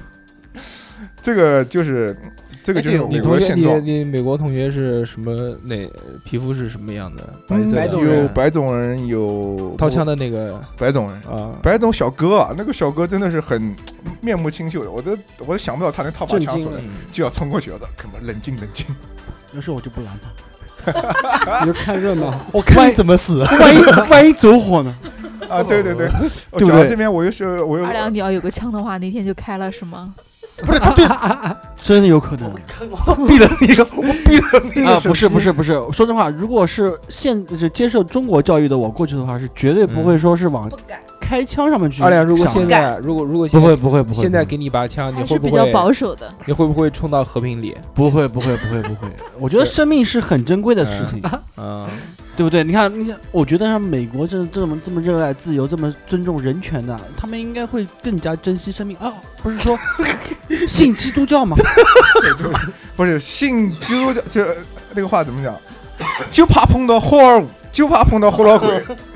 这个就是。这个
哎
就是
你
美国
同
的
学，
现
你
状。
你美国同学是什么？哪皮肤是什么样的？白
嗯
色
白
的，
种
有
人
白种人，有
掏枪的那个
白种人，
啊，
白种小哥啊，那个小哥真的是很面目清秀的，我都我都想不到他能掏把
震
枪
惊
出来
了，，
就要冲过去，我说哥们儿冷静冷静，
要是我就不拦他，你就看热闹，
我看你怎么死。啊
万一万一走火呢？
啊，对 对对，
哦
我
对不
讲到
对
这边我又是我又
二两，你要有个枪的话，那天就开了是吗？
不是他对，真有可能。
我毙了你个，我毙了你
啊，不是不是不是，说真话，如果是现就接受中国教育的我过去的话，是绝对不会说是往
不敢，
开枪上面去想
二
的。
亮，如果现在，如果如果
不
现
会
在
不会不会，
现在给你一把枪，你
还
会
是
不
比较
会
保守的。
你会不会冲到和平里？
不会不会不会不会，我觉得生命是很珍贵的事情，
啊，
对不对？你看你看，我觉得像美国这这么这么热爱自由、这么尊重人权的，他们应该会更加珍惜生命啊！不 是说信基督教吗？
不是信基督教，就那个话怎么讲？ 就怕碰到霍尔，就怕碰到后 老鬼，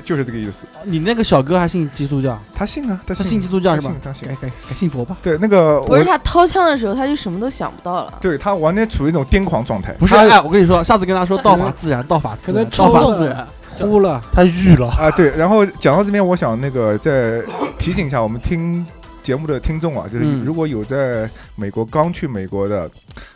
就是这个意思。
你那个小哥还信基督教，
他信啊，他
他
信
信基督教
他
是吧
信？他信
改改改信佛吧。
对，那个
不
我
是他掏枪的时候，他就什么都想不到了。
对他完全处于一种癫狂状态。
不是，
他
哎，我跟你说，下次跟他说道法自然，道法自
可
然，
能
道
抽
法自然。
了，呼了，
他遇了，
啊，对。然后讲到这边，我想那个再提醒一下我们听节目的听众啊，就是
嗯
如果有在美国刚去美国的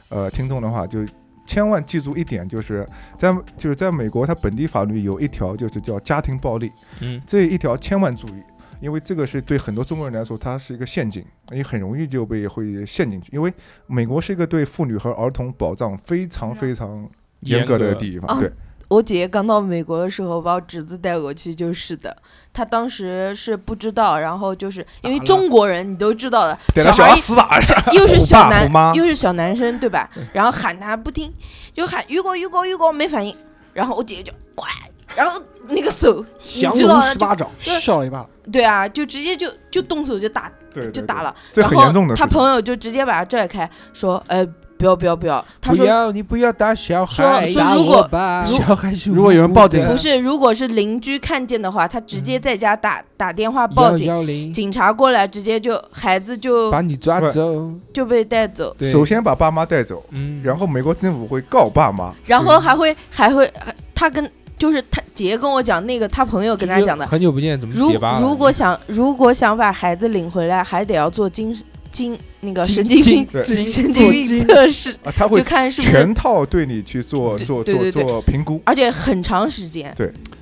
呃听众的话，就千万记住一点，就是在就是在美国，它本地法律有一条就是叫家庭暴力，
嗯，
这一条千万注意。因为这个是对很多中国人来说，它是一个陷阱，也很容易就被会陷进去。因为美国是一个对妇女和儿童保障非常非常严格的地方，
啊
对，
我姐姐刚到美国的时候，把我侄子带过去就是的。她当时是不知道，然后就是因为中国人，你都知道的，
逮到
小
小
孩
孩死打是吧？
又是小
虎爸虎妈
男又是小男生对吧？然后喊他不听，就喊雨果雨果雨果没反应，然后我姐姐就乖，然后那个手
降
你知道
龙
了
十八掌，
就
笑了一巴，
对啊，就直接就就动手就打
对，
就
对
打，了，
对这
然
很
后
严重的事
他
情。
朋友就直接把他拽开，说：“呃，不要不要不要。”他
不
说
要你不要打小孩，哎
说如果
小孩是
如果有人报警：“
不是，如果是邻居看见的话，他直接在家打、打电话报
幺
警，
幺零
警察过来直接就孩子就
把你抓
不是
走。
就被带走，
对
首，先把爸妈带走，
嗯，
然后美国政府会告 爸妈，
然后还会还会他跟就是他姐姐跟我讲那个他朋友跟他讲的，
很久不见，怎么
如
结巴了？
如果想如果想把孩子领回来，还得要做精精那个神经病
对
神经
做
病
精
测试，
啊，他
就
会
看是不是，
全套对你去做做
对
做
对对
做评估。
而且很长时间。”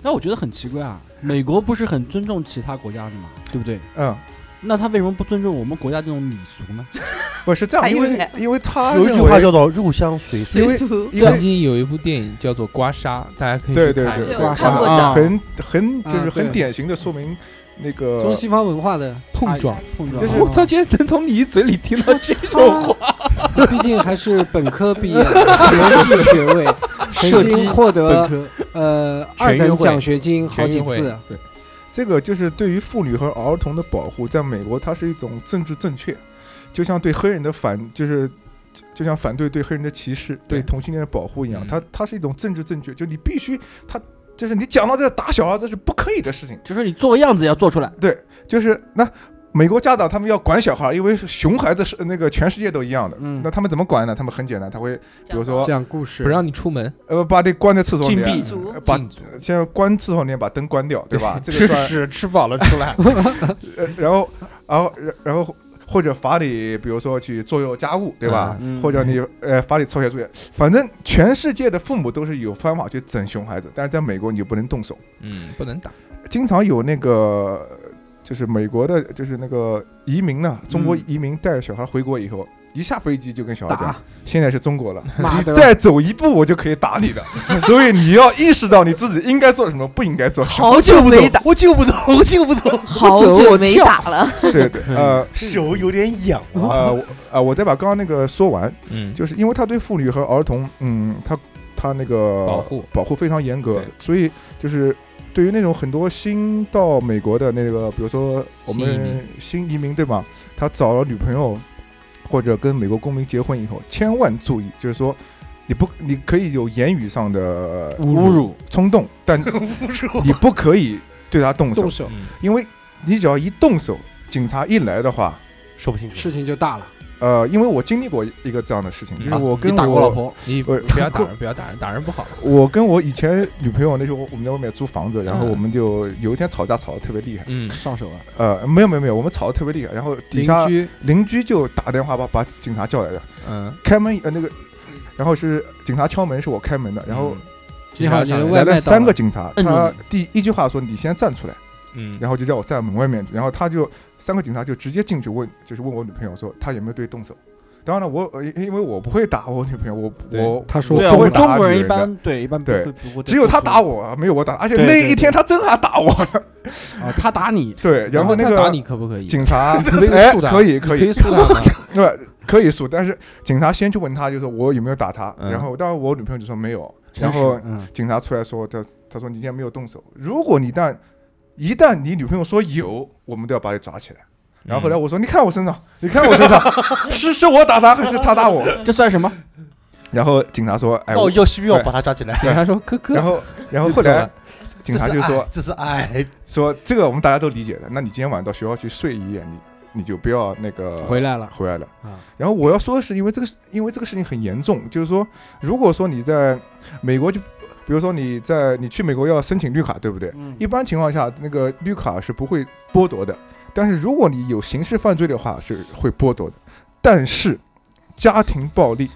那我觉得很奇怪啊，美国不是很尊重其他国家的嘛，对不对？
嗯，
那他为什么不尊重我们国家这种礼俗呢？
不是这
还
样，因
有
为
嘞
因为他
有一句
认为
话叫做“入乡随俗
因为
俗
因
曾
为
经有一部电影叫做《刮痧》，大家可以
对
去
对
看一
对
下
我
刮
看
痧
过
啊
的，
很很就是
啊
很
对
典型的说明那个
中西方文化 的
碰撞。
哎
碰撞，
啊
哎就是
我操！竟然能从你嘴里听到这种话，
毕竟还是本科毕业， 学士学位，
射
曾
击
经获
本
得
科
呃
全
二
运会
等奖学金好几
全运
次，
这个就是对于妇女和儿童的保护，在美国它是一种政治正确，就像对黑人的反，就是就像反对对黑人的歧视、
对
对同性恋的保护一样
嗯，
它它是一种政治正确，就你必须它就是你讲到这打小孩这是不可以的事情，
就是你做个样子也要做出来，
就是那美国家长他们要管小孩，因为熊孩子是那个全世界都一样的，
嗯
那他们怎么管呢？他们很简单，他会比如说
讲故事
不让你出门，
呃把你关在厕所里
禁闭
面，
足
呃把
禁足
现在关厕所里面把灯关掉，对 吧？这个算。
屎吃饱了出 来。
呃，然后，然后，然然后或者罚你，比如说去做做家务，对吧？
嗯嗯
或者你呃罚你抄写作业，反正全世界的父母都是有方法去整熊孩子，但是在美国你就不能动手。
嗯，不能打。
经常有那个就是美国的，就是那个移民呢，中国
嗯
移民带小孩回国以后。一下飞机就跟小孩讲
打，
现在是中国了，
妈
你
的
再走一步我就可以 打你了，所以你要意识到你自己应该做什么，不应该做什么。
好久没打，
我就不走，我就不走，
好久没打了。
对对， 呃
手有点痒
嗯
啊。
呃我呃，我再把刚刚那个说完，
嗯，
就是因为他对妇女和儿童，嗯，他他那个
保护
保护非常严格
对，
所以就是对于那种很多新到美国的那个，比如说我
新移
们
民
新移民对吧？他找了女朋友或者跟美国公民结婚以后，千万注意，就是说。你不，你可以有言语上的
侮辱
冲动，但你不可以对他动手
动，手
嗯
因为你只要一动手，警察一来的话，
说不清楚，
事情就大了。
呃，因为我经历过一个这样的事情，就是
啊
我
你
跟
打
我
过老婆，
你
我
不要打人，不要打人，打人不好。
我跟我以前女朋友那时候，我们在外面租房子，然后
嗯
我们就有一天吵架，吵得特别厉害。
嗯，
上手啊，
呃，没有没有没有，我们吵得特别厉害，然后底
邻
下
居
邻居就打电话把把警察叫来了，
嗯，
开门呃那个，然后是警察敲门是我开门的，然后
嗯
你好你的
来
外
了
卖
三
到
个
了，
警察，
摁住
他
你
第一句话说你先站出来，
嗯，
然后就叫我站门外面，然后他就三个警察就直接进去问，就是问我女朋友说她有没有对动手。当然了，我呃因为我不会打我女朋友，我
对
我
他说
我
对啊，
不
我
会
们
打
中国
女
人一
的
般对一般不
对
会不会，
只有他打
我
我，啊没有我打，而且
对
那
对
一天他真还打我。
啊，他打你，
对，然后那
他打
个
你可不可以？
警察，
以
哎
诉，他
可以可
可以
以，
诉他吗？
对，可以诉，但是警察先去问他，就说我有没有打他，
嗯
然后当然我女朋友就说没有，
真
然
是
后
嗯，
警察出来说他他说你今天没有动手，如果你一旦一旦你女朋友说有，我们都要把你抓起来。 然
嗯
后后来我说：“你看我身上，你看我身上，是是我打他还是他打我
这算什么？？”
然后警察说：“哎，
那我
我
要需要把他抓起 来。
警察说科科
然，后然后后来警
这
察
是
就说
爱这是爱，
说这个我们大家都理解的，那你今天晚上到学校去睡一夜，你你就不要那
嗯
个
回来了，
回来了
啊。
然后我要说的是，因为这个事因为这个事情很严重，就是说，如果说你在美国就。比如说你在你去美国要申请绿卡，对不对？
嗯
一般情况下，那个绿卡是不会剥夺的。但是如果你有刑事犯罪的话，是会剥夺的。但是家庭暴力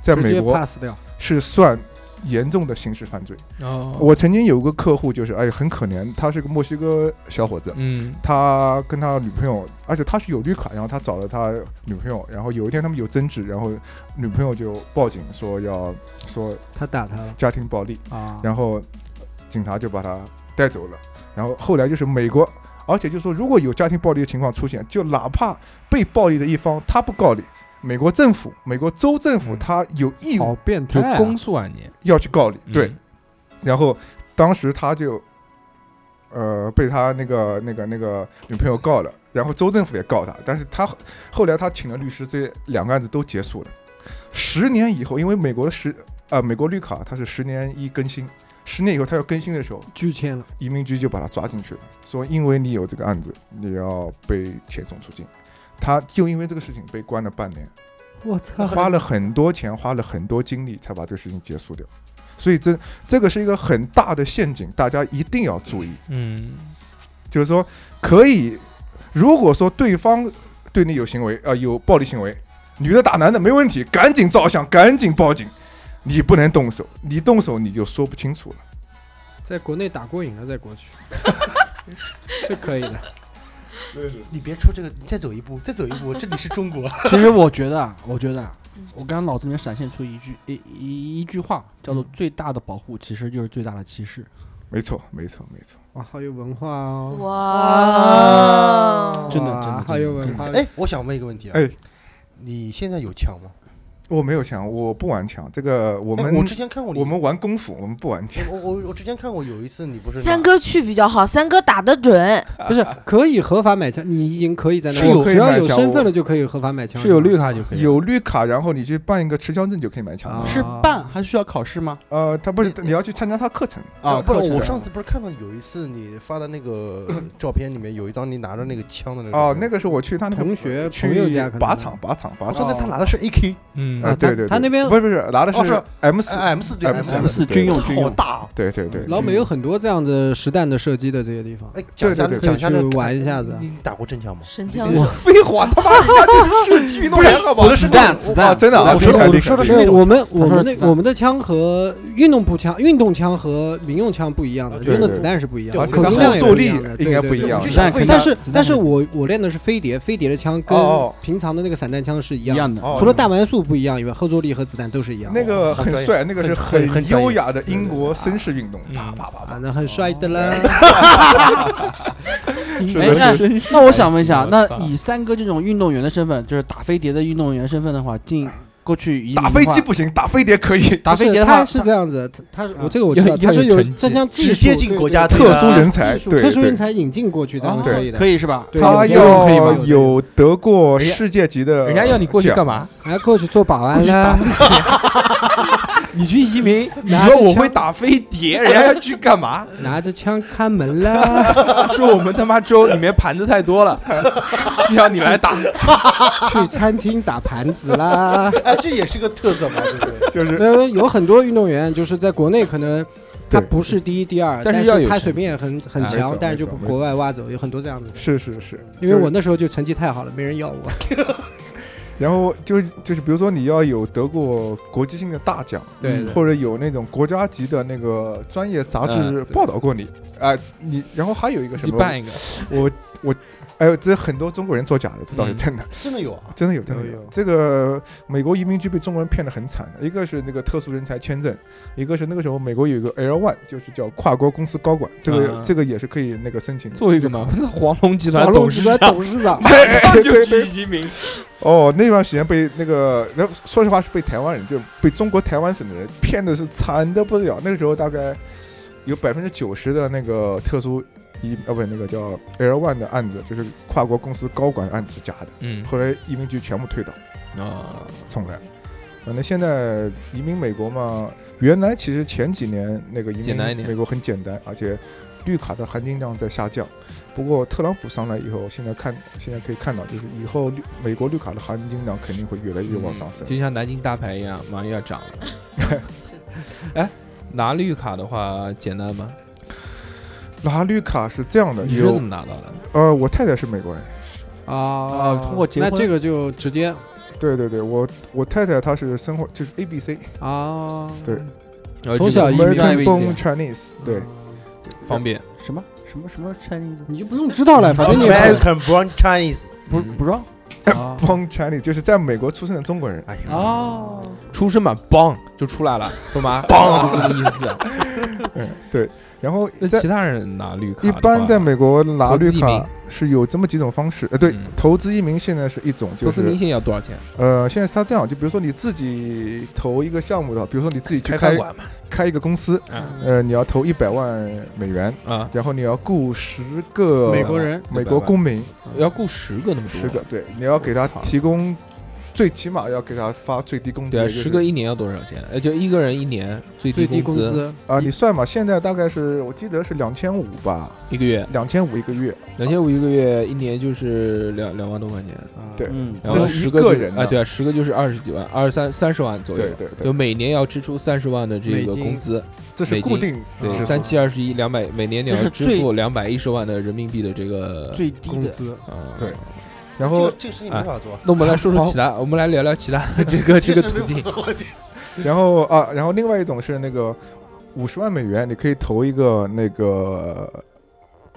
在
直
美
接
国
pass 掉，
是算严重的刑事犯罪。
哦，
我曾经有个客户，就是哎，很可怜，他是个墨西哥小伙子，
嗯，
他跟他女朋友，而且他是有绿卡，然后他找了他女朋友，然后有一天他们有争执，然后女朋友就报警说要说
他打他了
家庭暴力，
啊，
然后警察就把他带走了。然后后来就是美国，而且就是说，如果有家庭暴力的情况出现，就哪怕被暴力的一方他不告你，美国政府、美国州政府
嗯
他有义务
好变
就
态啊，
公诉啊你，
要去告你，对
嗯，，
然后当时他就，呃，被他那个那个那个女朋友告了，然后州政府也告他，但是他后来他请了律师，这两个案子都结束了。十年以后，因为美国的十啊、美国绿卡它是十年一更新，十年以后他要更新的时候，
拒签了，
移民局就把他抓进去了，说因为你有这个案子，你要被遣送出境。他就因为这个事情被关了半年。
我操，
花了很多钱，花了很多精力才把这个事情结束掉。所以这这个是一个很大的陷阱，大家一定要注意。
嗯，
就是说，可以，如果说对方对你有行为，呃，有暴力行为，女的打男的没问题，赶紧照相，赶紧报警。你不能动手，你动手你就说不清楚了。
在国内打过瘾了再过 去，这可以的。
你别出这个，你再走一步，再走一步，这里是中国。
其实我觉得，啊，我觉得，啊，我刚刚脑子里面闪现出一句一一一句话，叫
嗯
做“最大的保护其实就是最大的歧视
没错，没错，没错。
哇，好有文化哦！
哇，
真的
哇
真的
好有文化。
哎，，我想问一个问题啊，
哎，
你现在有枪吗？
我没有抢，我不玩抢。这个我
我
们、
哎我之前看过你，哎
我们玩功夫，我们不玩抢。
我我我之前看过有一次你不是
三
拿
哥去比较好，三哥打得准，
哎不是可以合法买枪，你已经可以在那
是
里，
有
只要
可以
有
买枪哦
身份了就可以合法买枪，
是有绿卡就可以了，
有绿卡，然后你去办一个持枪证就可以买枪
啊
了。
吗是
啊
办还需要考试吗？
呃，他不是，你要去参加他课程。
啊，
不
课
是
程
我上次不是看到有一次你发的那个照片里面有一张你拿着那个枪的那个
哦
照，片
那个是我去他那个
同学
去
朋友家可能
靶场，靶场，靶
我
场。
说那他拿哦的是 AK
嗯
呃，对对，对
他那边
不是不是拿的
哦
是
是
M 四，
M 四对
M4
M
四
四，
军
用
这好大哦。
对对对，
老美有很多这样的实弹的射击的这些地方，
哎，讲一下
对对对
讲一下
可以
那
去
个
玩一下子
你你打过真枪吗？
神枪
我
废话，他妈人家是运动员好不好？
我的是那种
子弹，真的啊，
我说的我
厉害
说的
厉
是
害
没有，
那种
我们我
他说
们的
子弹
我们的枪和运动步枪、运动枪和民用枪不一样的，
对
运动
对
子弹是不一样
对
的，
而且
口
它
径量
后
也
坐
不一
力
样的，
应该不一样
对对对
的。
子弹可以
但
拿
是
子弹
但
可
是
以
我我练的是飞碟，飞碟的枪跟
哦哦
平常的那个散弹枪是一
一
样的，
样的。
哦
除了弹丸数不一样以外，后坐力和子弹都是一样的。
那个很帅，那个是
很很很专业
优雅的英国绅士运动，
嗯
啪啪啪
啊
啪，，
那很帅的啦。
哎，
是
那那我想问一下，那
我操
以三哥这种运动员的身份，就是打飞碟的运动员身份的话，进过去移民的
打
话
飞机不行， 打飞碟可以，
打
不
飞
是
碟的话
他是这样子，他他是我这个我知
要
道，他是
要有
有
成绩
这项技术
直接进国家
对
特
对
殊人才，
技术
对
特殊人
对。
才引进过去这样
哦
可以的，
嗯可以是吧？
对
他
有这种可以
要
吗
有得过世界级 的，
人家要你过去干？嘛？
哎，过去做把
过
玩
呃去打
啦，
你去移 民，你
拿
说
着
我
枪
会打飞碟， 人家要去干嘛？
拿着枪看门啦，
说我们他妈州里面盘子太多 了，需要你来打。
去餐厅打盘子啦。
哎，这也是个特色嘛，对不对？
就是
呃，有很多运动员就是在国内可能他
对
不是第一、第二，
但
但
是要有
他
成
水平也很很
哎
没
强
错，
但是就
没
被
错
国外挖走，有很多这样的。
是是是，
因为
就是
我那时候就成绩太好了，没人要我。
然后就就是比如说你要有得过国际性的大奖，
对对
或者有那种国家级的那个专业杂志
嗯
报道过你，啊、你然后还有一个
自
什
己
么，
办一个，
我我，哎呦，这很多中国人作假的，这倒是
嗯
真的，
真的有啊，
真的有，真的
有
有
有。
这个美国移民局被中国人骗得很惨的，一个是那个特殊人才签证，一个是那个时候美国有一个 L one，就是叫跨国公司高管，这个、
啊
这个也是可以那个申请。
做一个 嘛，黄龙集团
网
董
络
事
集
长哎
团董事 长，
就去移民。
哦，那段时间被那个，然后说实话是被台湾人，就被中国台湾省的人骗的是惨的不得了。那个时候大概有百分之九十的那个特殊移啊，不是那个叫 L one 的案子，就是跨国公司高管案子是假的，
嗯
后来移民局全部推倒，
啊，
重来。反正现在移民美国嘛，原来其实前几年那个移
简
民
单一点
美国很简单，而且绿卡的含金量在下降。不过特朗普上来以后，现在看现在可以看到，就是以后绿美国绿卡的含金量肯定会越
哎
来
嗯
越往上升。
就像南京大牌一样，马上要 涨了。哎，拿绿卡的话简单吗？
拿绿卡是这样的，
你是
有
怎么拿到的？
呃，我太太是美国人，
啊
啊，通过结
那
婚
这个就直接
对对对，我我太太她是生活就是 A B C
啊，
对
呃个
从小移民
American Born
ABC
Chinese，对，
嗯方便，
什么什么什么 Chinese，
嗯
你就不用知道了，反正你
American born Chinese，
不
嗯
不让啊
Born Chinese 就是在美国出生的中国人。
哎呀，
啊，
出生嘛，梆就出来了，懂 吗？梆就这个意思。
嗯，对。然后
那
在
其他人拿绿卡
一
的话，
般在美国拿
投资
绿
移民
卡是有这么几种方式，呃，对
嗯，
投资移民现在是一种，
投
就
资明
是
星要多少钱？
呃，现在是他这样，就比如说你自己投一个项目的话，比如说你自己去
开
开
饭馆嘛。
开一个公司，
啊
呃，你要投一百万美元，
啊，
然后你要雇十个
美国人
美国公民，
要雇十个那么多。
十个，对，你要给他提供，最起码要给他发最低工资，
对啊，
也就是
十个一年要多少钱？呃，就一个人一年最
最低
工
工
资
资
啊，你算嘛，现在大概是我记得是两千五吧，
一个月，
两千五一个月，
两千五一个月，一年就是两两万多块钱。
啊
对
嗯，
然后
这是
十
一个
就
人的
啊，对啊，十个就是二十几万，二三三十万左右
对。对对
就，每年要支出三十万的这
美
个
金啊
工资，
这是
美金
固定
对，
支出
三七二十一，两百，每年你要
这是
支
最
付两百一十万的人民币的这个
最低
工
的
资。
啊，
对
这
然后
个这个事情没法做，
那我们来说说其他，我们来聊聊其他的这哎个这个途径。
然后啊，然后另外一种是那个五十万美元，你可以投一个那个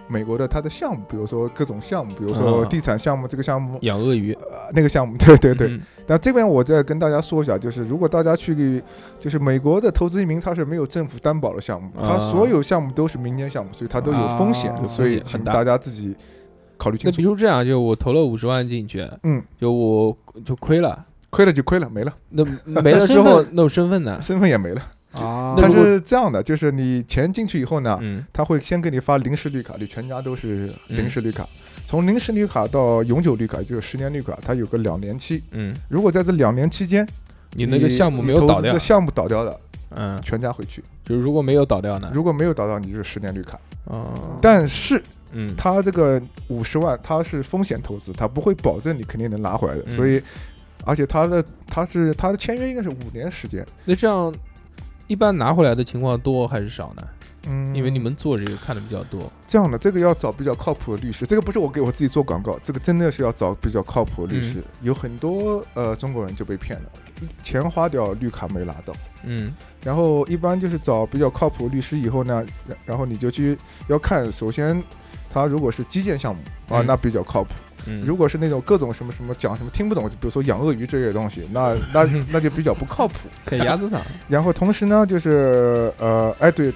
美国的它的项目，比如说各种项目，比如说
啊
地产项目、这个项目、
养鳄鱼，
呃、那个项目， 对对对。
嗯，
那这边我再跟大家说一下，就是如果大家去，就是美国的投资移民，它是没有政府担保的项目，它
啊
所有项目都是民间项目，所以它都有风险，
啊
所以
风险
请
很大
大家自己考虑
那
清
比
楚。
如这样，就我投了五十万进去，
嗯，
就我就亏了，
亏了就亏了，没了，
那没了之后，那我身份呢？
身份也没了。
啊，
那
它
如果
是这样的，就是你钱进去以后呢，
嗯，
他会先给你发临时绿卡，你全家都是临时绿卡。从临时绿卡到永久绿卡，就是十年绿卡，它有个两年期。
嗯，
如果在这两年期间，
你那个项目没有
你投
倒
资
掉
的，项目倒掉的，
嗯，
全家回去；
就是如果没有倒掉呢，
如果没有倒掉，你就是十年绿卡。
哦，
但是
嗯，
它这个五十万，它是风险投资，它不会保证你肯定能拿回来的。
嗯
所以，而且它的它是它的签约应该是五年时间。
那这样一般拿回来的情况多还是少呢？
嗯，
因为你们做这个看的比较多，
这样的，这个要找比较靠谱的律师。这个不是我给我自己做广告，这个真的是要找比较靠谱的律师。
嗯
有很多呃中国人就被骗了，钱花掉，绿卡没拿到。
嗯，
然后一般就是找比较靠谱的律师以后呢，然然后你就去要看，首先他如果是基建项目啊，
嗯
那比较靠谱；
嗯
如果是那种各种什么什么讲什么听不懂，就比如说养鳄鱼这些东西，那那那就比较不靠谱。
给鸭子厂，
然后同时呢，就是呃，哎，对，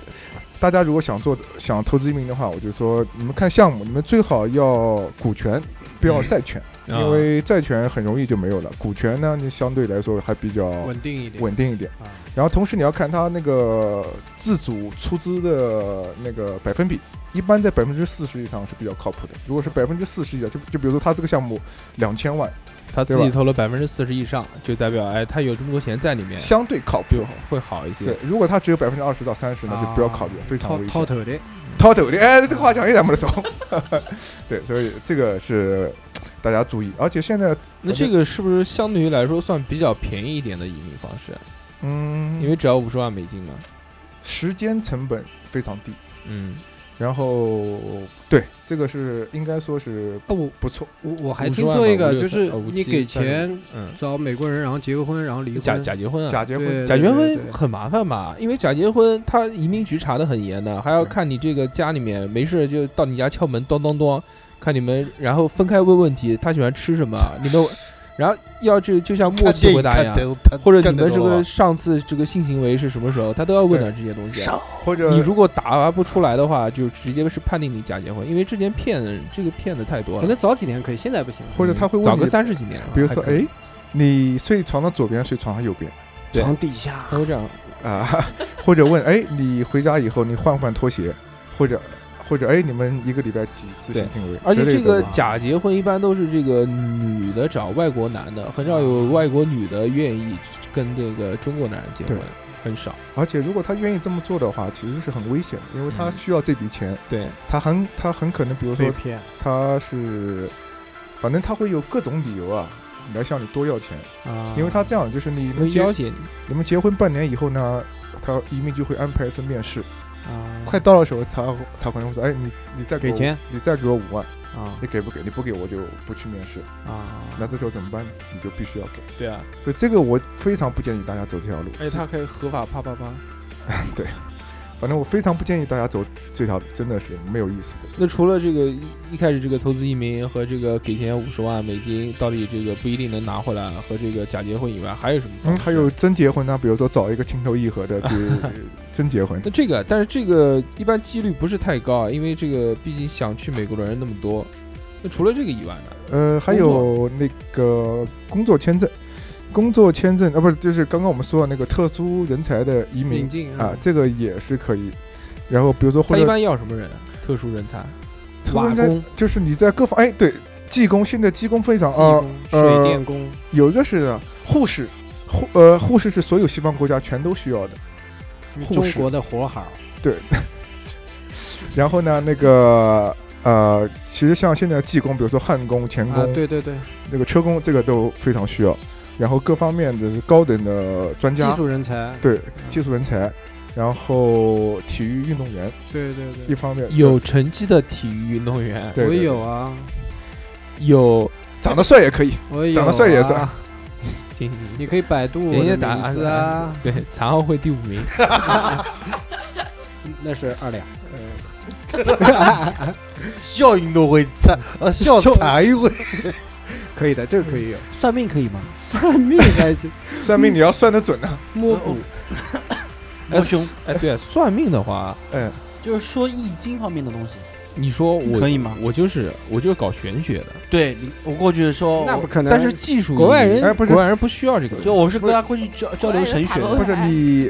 大家如果想做想投资移民的话，我就说你们看项目，你们最好要股权，不要债权，
嗯
啊
因为债权很容易就没有了，股权呢，你相对来说还比较
稳定一点，
稳定一点
啊。
然后同时你要看它那个自主出资的那个百分比。一般在百分之四十以上是比较靠谱的。如果是百分之四十以下，就就比如说他这个项目两千万，
他自
对
己
吧
投了百分之四十以上，就代表哎，他有这么多钱在里面，
相对靠谱
就。会好一些。
对，如果他只有百分之二十到三十，那就不要考虑了，非常
掏
危险
掏。头的，
掏头的，哎，这个话讲一点没得错。 对，所以这个是大家注意，而且现在，
那这个是不是相对于来说算比较便宜一点的移民方式？啊
嗯，
因为只要五十万美金嘛。
时间成本非常低，
嗯，
然后对这个是应该说是
哦，我
不错，
我我还
50
听
万
说
吧
一个，
56
就是
呃57
你给钱
嗯，
找美国人，然后结个婚，然后离婚，
假假结婚啊，
假结婚
对
假结婚
对
很麻烦嘛，因为假结婚他移民局查的很严的，还要看你这个家里面没事就到你家敲门，咚咚咚，看你们，然后分开问问题，他喜欢吃 什么，你们，然后要这就像 默契回答一样，或者你们这
啊
个上次这个性行为是什么时候，他都要问点这些东西。
或者
你如果答不出来的话，就直接是判定你假结婚，因为之前骗人这个骗的太多
可
了，
能早几年可以，现在不行了。
或者他会
早
问
个
你，
三十几年了，
比如说，
还可以
哎，你睡床的左边，睡床的右边
对
床底下
他会这样，
啊，或者问，哎，你回家以后你换不换拖鞋，或者或者哎你们一个礼拜几次性行为，
而且
之类
这
的
个
吧
假结婚一般都是这个女的找外国男的，很少有外国女的愿意跟这个中国男人结婚
对，
很少。
而且如果他愿意这么做的话，其实是很危险，的，因为他
嗯
需要这笔钱，
对，
他很他很可能，比如说
被骗，
他是，反正他会有各种理由啊，来向你多要钱，
啊
因为他这样就是你
会
们
要挟
结
你。
你们结婚半年以后呢，他移民就会安排一次面试，
啊
快到的时候他他可能会说，哎你你再给
给
我
钱，
你再给我五万，
啊
你给不给？你不给我就不去面试，
啊，
那这时候怎么办呢？你就必须要给，
对啊，
所以这个我非常不建议大家走这条路，
哎
而且他可以合法啪啪啪。
反正我非常不建议大家走这条，真的是没有意思的。
那除了这个一一开始这个投资移民和这个给钱五十万美金，到底这个不一定能拿回来和这个假结婚以外，还有什么方
嗯，
式？
还有真结婚呢，比如说找一个情投意合的 去真结婚
那，这个，但是这个一般几率不是太高啊，因为这个毕竟想去美国的人那么多。那除了这个以外呢？
呃，还有那个工作签证，工作签证啊，不是，就是刚刚我们说的那个特殊人才的移民
进
嗯
啊，，这个也是可以。然后比如说或
他一
者
般要什么人啊？特殊人才、
特殊
瓦
人才，
工、
就是你在各方哎，对，技工现在技工非常
技
啊，
工、
呃
水电工，
有一个是护士，护呃护士是所有西方国家全都需要的。护
中
士
国的活好，
然后呢，那个呃，其实像现在技工，比如说焊工、钳工、
啊，对对对，
那个车工，这个都非常需要。然后各方面的高等的专
技
家，
术人才，
对技术人才，然后体育运动员
对对对
一，方面
有成绩的体育运动员，
对
我
对
有啊，
有
长得帅也可以，
我有，啊
长得帅也是，
行，
你可以百度我
人家
的
打
名字啊，
对残奥会第五名，
那是二两，
校运动会残呃校
校
残运会，
可以的，这个可以有，
算命可以吗？
算命还行，
算命你要算得准啊呢、
摸骨
摸
胸，
哎，对，算命的话，
就是说易经方面的东西，
你说我
可以吗？
我就是我就是搞玄学的，
对，你我过去说，
那不
我
可能，
但是技术
国外人
哎不是
国外人不需要这个，
就我是跟他过去交交流神学
国外人塔罗
不
的，
是你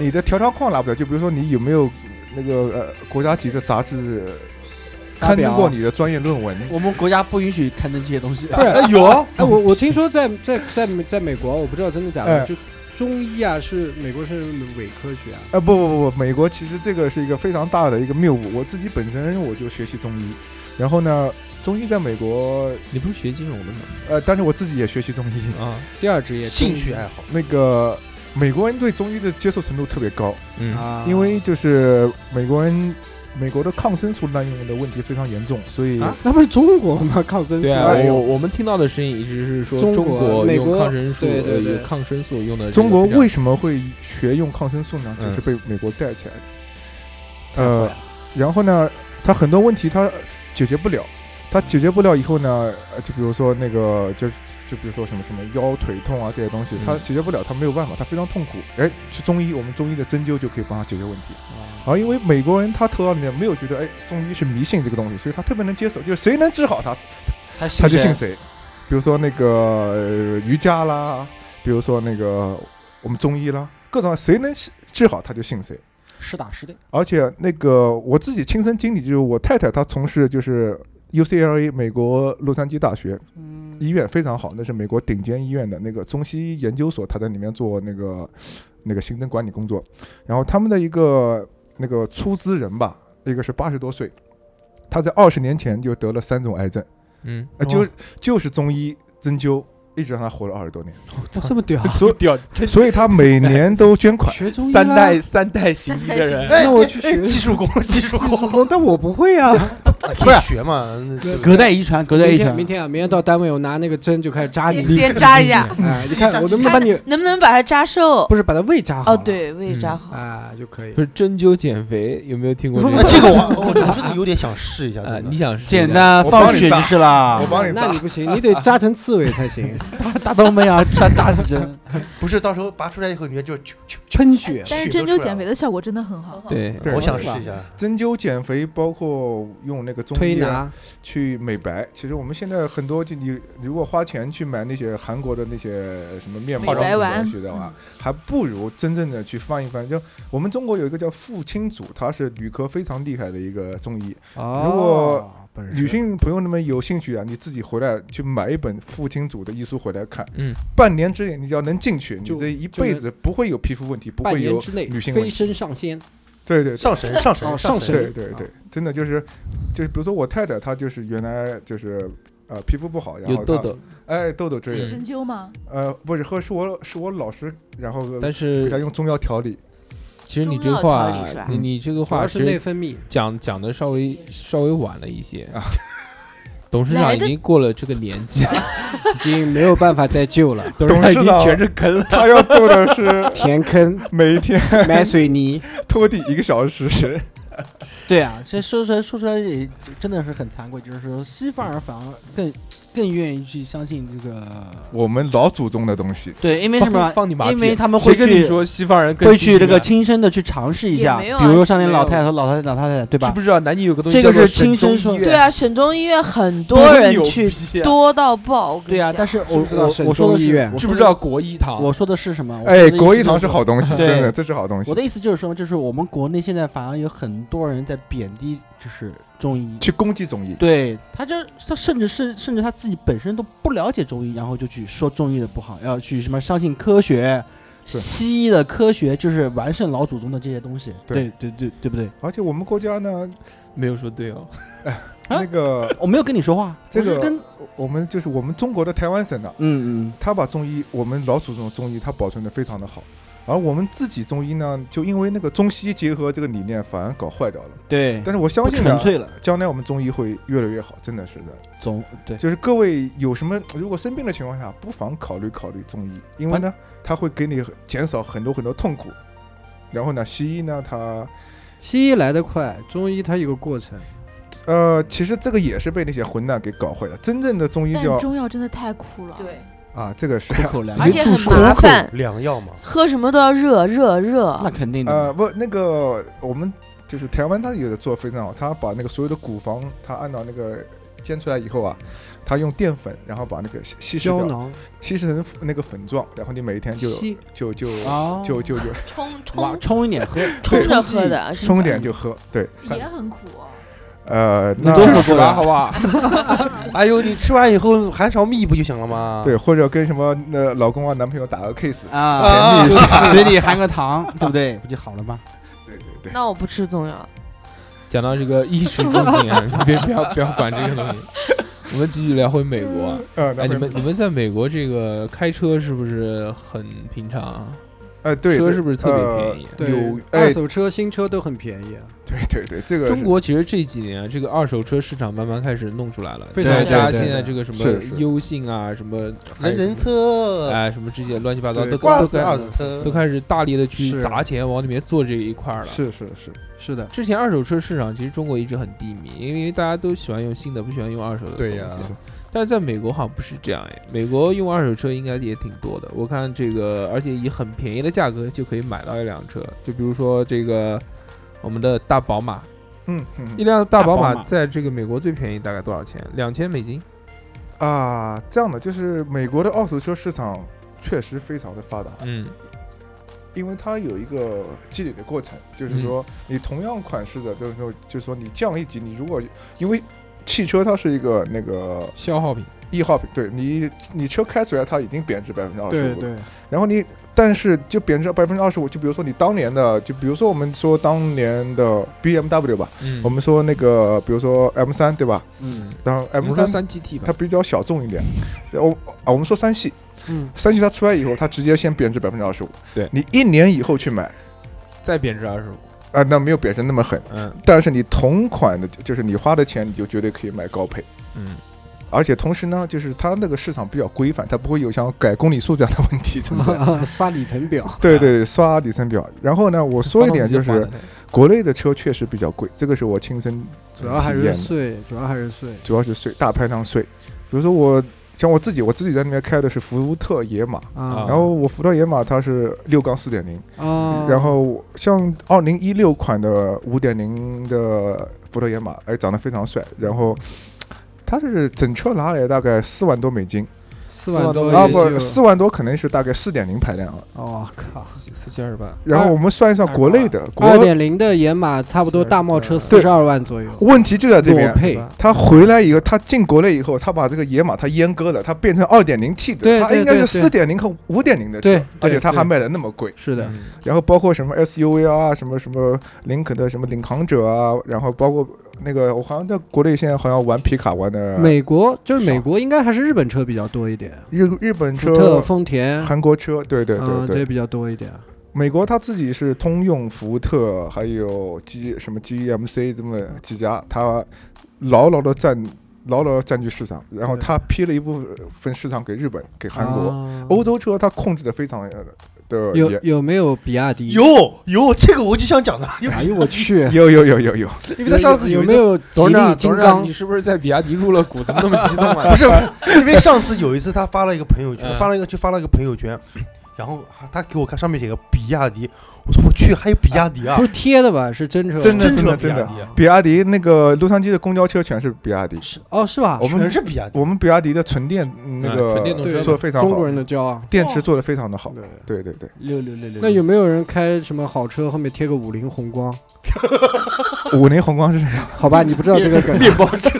你的条条框拉不了，就比如说你有没有那个呃国家级的杂志
发
刊
表
登过你的专业论文？
我们国家不允许刊登这些东西。
不是
哎有啊，
哎，我我听说在在在美在美国，我不知道真的假的，
哎
就中医啊是美国是伪科学啊，
啊、不不不不，美国其实这个是一个非常大的一个谬误。我自己本身我就学习中医，然后呢，中医在美国，
你不是学金融的吗？
呃，但是我自己也学习中医。
啊，
第二职业
兴
中
趣
医
爱好，
那个美国人对中医的接受程度特别高，
嗯，
啊，
因为就是美国人，美国的抗生素滥用的问题非常严重，所以、
啊，那不是中国吗？抗生素
对啊，
哎呦
我我们听到的声音一直是说
中
中
国
国
美
用
国
抗生素，
对对
呃
对
有抗生素用的这个
中国
非常
为什么会学用抗生素呢？
嗯
就是被美国带起来的。呃，然后呢，它很多问题它解决不了，它解决不了以后呢，呃就比如说那个就。就比如说什么什么腰腿痛啊这些东西，它
嗯
解决不了，它没有办法，它非常痛苦。哎，去中医，我们中医的针灸就可以帮他解决问题。
哦
啊，因为美国人他头脑里面没有觉得哎中医是迷信这个东西，所以他特别能接受，就是谁能治好他，
他信
他就信
谁
谁。比如说那个、呃瑜伽啦，比如说那个我们中医啦，各种啊谁能治好他就信谁。
是打是的，
而且那个我自己亲身经历，就是我太太她从事就是 UCLA 美国洛杉矶大学医院非常好，那是美国顶尖医院的那个中西研究所，她在里面做那个那个行政管理工作。然后他们的一个那个出资人吧，一个是八十多岁，他在二十年前就得了三种癌症，
嗯
呃
哦
就就是中医针灸。一直让他活了二十多年，
哦这么屌，。
所
掉
所以他每年都捐款
学中医
三
啦
代三代行医的人，
哎，
那我去
哎
学
技术工，技术工，
哦但我不会啊。
不是学嘛？那对不对
隔代遗传，隔代遗
明天
传
明。天啊，明天到单位我拿那个针就开始扎啊你
先，
先扎一下，
哎，你看我能不能把你
能不能把它扎瘦？
不是把它胃扎好？
哦，，对，胃扎好。
啊就可以
不。是针灸减肥，有没有听过呃这
那
个？
这个我
我我真的有点想试一下，
呃，
真
你
的。
想试一下
简单
我
放
帮你
血
扎
就是啦
我，帮你
那
扎
你不行，你得扎成刺猬才行。
大刀妹啊，扎扎是针，
不是，到时候拔出来以后，你就啾啾
喷血
但是针灸减肥的效果真的很好。
对，
对
我想试一下。
针灸减肥，包括用那个中
推
医啊
拿
去美白。其实我们现在很多，就你你如果花钱去买那些韩国的那些什么面膜
美白嗯
的
丸
东西的话，还不如真正的去翻一翻。就我们中国有一个叫傅青祖，他是女科非常厉害的一个中医。如
哦
果女性朋友们有兴趣啊，你自己回来去买一本傅青祖的医书回来看，
嗯，
半年之内你只要能进去，你
就
这一辈子不会有皮肤问题，不
半
会
年
有
之内
女性问
飞
题。
升上仙，
对对，对
上神，上神，
哦上神
对
嗯
对
啊
对，真的就是，就是比如说我太太，她就是原来就是呃皮肤不好，然后
有痘
她
痘，，
哎痘痘之
自
类
己
的，
针灸吗？
呃不是，和是我是我老师，然后
但
给
是
她用中药调理，
其实你
中
这
药
话
调理是吧，
你你这个
主
话
要
其
是内
实
分泌。
讲讲的稍微稍微晚了一些
啊。
董事长
来
已
得
经过了这个年纪，
已经没有办法再救了，
董
事长
已经全是坑了。
她要做的是
填坑、
每天
买水泥。
拖地一个小时，
对啊，这说出来说出来也真的是很惭愧，就是说西方人反而更更愿意去相信这个。
我们老祖宗的东西，
对，因为
放
什么？
放你妈
因为
屁啊
他们会
谁跟你
去
说西方人更
会
信
去这个
啊
亲身的去尝试一
也
下，
没有啊
比如说像那
没
老
有
太太和老太太、老太太，对
知
吧
不？知道南京有个东西
这个
叫做
是亲
神中
身说
医院
对啊，省中医院很多人去，
啊
多到爆。我跟你
对啊，
讲
但是我
知不知道
我
省
我说
中
的
医
是
院
我
知
说
不
的
知道国医堂？
我说的是什么？我
哎
说，的意
国
思
医堂
就是
好东西，
对
真的这是好东西
我。的意思就是什么？就是我们国内现在反而有很多人在贬低，就是中医。
去攻击中医，
对他这，他甚至是甚至他自己本身都不了解中医，然后就去说中医的不好，要去什么相信科学，
是
西医的科学就是完胜老祖宗的这些东西。
对
对对对对不对？
而且我们国家呢，
没有说对哦，
啊
那个
我没有跟你说话，
这个
我是跟
我们就是我们中国的台湾省呢，
嗯嗯
他把中医，我们老祖宗的中医，他保存的非常的好。而我们自己中医呢，就因为那个中西结合这个理念，反而搞坏掉了。
对，
但是我
嗯
相
不
信
纯
呢，
粹了，
将来我们中医会越来越好，真的是的。
总对。
就是各位有什么如果生病的情况下，不妨考虑考虑中医，因为呢，
嗯
它会给你减少很多很多痛苦。然后呢，西医呢，它
西医来得快，中医它有个过程。
呃，其实这个也是被那些混蛋给搞坏了。真正的中医
但
叫
中药真的太苦了。，
对，
啊，这个是
出口粮，
而且很
注
麻
口
烦，
良药嘛，
喝什么都要热热热。
那肯定的。
呃，不，那个我们就是台湾，他有的做得非常好，他把那个所有的古方，他按照那个煎出来以后啊，他用淀粉，然后把那个稀稀释
胶
掉，
囊
稀释成那个粉状，然后你每一天就
西
就就
哦
就就就
冲
哇，
嗯
冲
冲一点喝，
冲
对
着喝的，是
冲点就喝，对，
也很苦哦。
呃，
你
那
都喝
是
过
吧？
了
好，不好？
哎呦，你吃完以后含勺蜜不就行了吗？
对，，或者跟什么呃老公啊男朋友打个 kiss，
啊，嘴里含个糖，对不对？不就好了吗？
对对对，
那我不吃中药，
讲到这个意识中心啊，你别不要不要管这个东西。我们继续聊回美国啊。
呃，
哎，
男
你
朋友
们你们在美国这个开车是不是很平常啊？
呃对，
车
对
是不是特别便？宜？啊
对
有，哎
二手车、新车都很便宜啊，
呃对 对对，这个
中
是
国其实这几年啊，这个二手车市场慢慢开始弄出来了，
非
大
常
家
对
大家
对
现在
对
这个什么
是是
优信啊，什么还
人
有
人
什么
车，
哎，什么这些乱七八糟
对
都
挂
都
死二
开
手车
都，开始大力的去
是
砸钱往里面做这一块儿了。
是是是，
是的，
之前二手车市场其实中国一直很低迷，因为大家都喜欢用新的，不喜欢用二手的东西。
对呀
是
但是在美国好像不是这样哎，美国用二手车应该也挺多的。我看这个，而且以很便宜的价格就可以买到一辆车，就比如说这个我们的大宝马，
嗯嗯
一辆大宝
大宝
马
马
在这个美国最便宜大概多少钱？两千美金。
啊，这样的就是美国的二手车市场确实非常的发达，
嗯，
因为它有一个积累的过程，就是说
嗯
你同样款式的，就是说就是说你降一级，你如果因为汽车它是一个那个
消耗品。
易耗品，对你你车开出来它已经贬值百分之二十
对
五，
对，
然后你但是就贬值百分之二十五，就比如说你当年的，就比如说我们说当年的 BMW 吧，
嗯，
我们说那个比如说 M 三对吧，
嗯，
然后
我
M
们说
三
三 GT 吧
它，比较小众一点，然后啊我们说三系，
嗯，
三系它出来以后，它直接先贬值百分之二十五。
对
你一年以后去买，啊、啊
再贬值二十五。
那没有贬值那么狠，
嗯
但是你同款的，就是你花的钱，你就绝对可以买高配。
嗯，
而且同时呢，就是它那个市场比较规范，它不会有像改公里数这样的问 题存
哦
在。
刷里程表，
对对对，刷里程表。然后呢，我说一点就
发动
是
机，换的
国内的车确实比较贵，这个是我亲身
主要还
体验
是
的
税，主要还是税。
主要是税，大排量税。比如说我像我自己，我自己在那边开的是福特野马，
啊
然后我福特野马它是六缸四点零，
啊
然后像二零一六款的五点零的福特野马，哎，长得非常帅，然后它是整车拿来大概四万多美金，
四万多
啊
哎也
不
就
四万多可能是大概四点零排量了，
哦靠，
四千二百。
然
啊
后我们算一算国内的国
二点零的野马差不多大贸车四十二万左右，
问题就在这边
裸配，
他回来以后，他进国内以后，他把这个野马他阉割了，他变成二点零 T 的，
对
他
对
应该是
对
四点
对
零和五点零的车
对对，
而且他
对
还卖的那么贵。
是的，
嗯
然后包括什么 SUV 啊，什么什么林肯的什么领航者啊，然后包括那个我好像在国内现在好像玩皮卡玩的
美国就是美国应该还是日本车比较多一点，
日日本车
福特、丰田、
韩国车，对对对
嗯
对，
这比较多一点。
美国他自己是通用、福特，还有 G 什么 GMC 这么几家，他牢牢的占牢牢的占据市场，然后他批了一部分市场给日本、给韩国、
啊
欧洲车，他控制的非常的呃的
有
严。
有没有比亚迪？
有有，这个我就想讲的，因为
哎呦 我去！
有有有有有，
因为他上次
有
一
没
次
有吉
董
利
事长，
金
董事
刚
长，你？是不是在比亚迪入了股？怎么那么激动啊？
不是，不 是因为上次有一次他发了一个朋友圈，
嗯
发了一个就发了一个朋友圈，然后他给我看上面写个比亚迪，我说我去，还有比亚迪啊
不，是贴的吧？是真车？
真的
真
真
车
的
比
真
亚
的
迪，啊，
比亚迪那个洛杉矶的公交车全是比亚迪，
哦，是吧？
我们
全是比亚迪。啊
我们比亚迪的纯电嗯那
啊
个
纯电动
车
做的非常
中
好
国，人的骄傲。
电池做的非常的好，
对
对对对，
六六六六
那有没有人开什么好车后面贴个五菱宏光？
五菱宏光是 这样，
好吧，你不知道这个 梗。
面包车，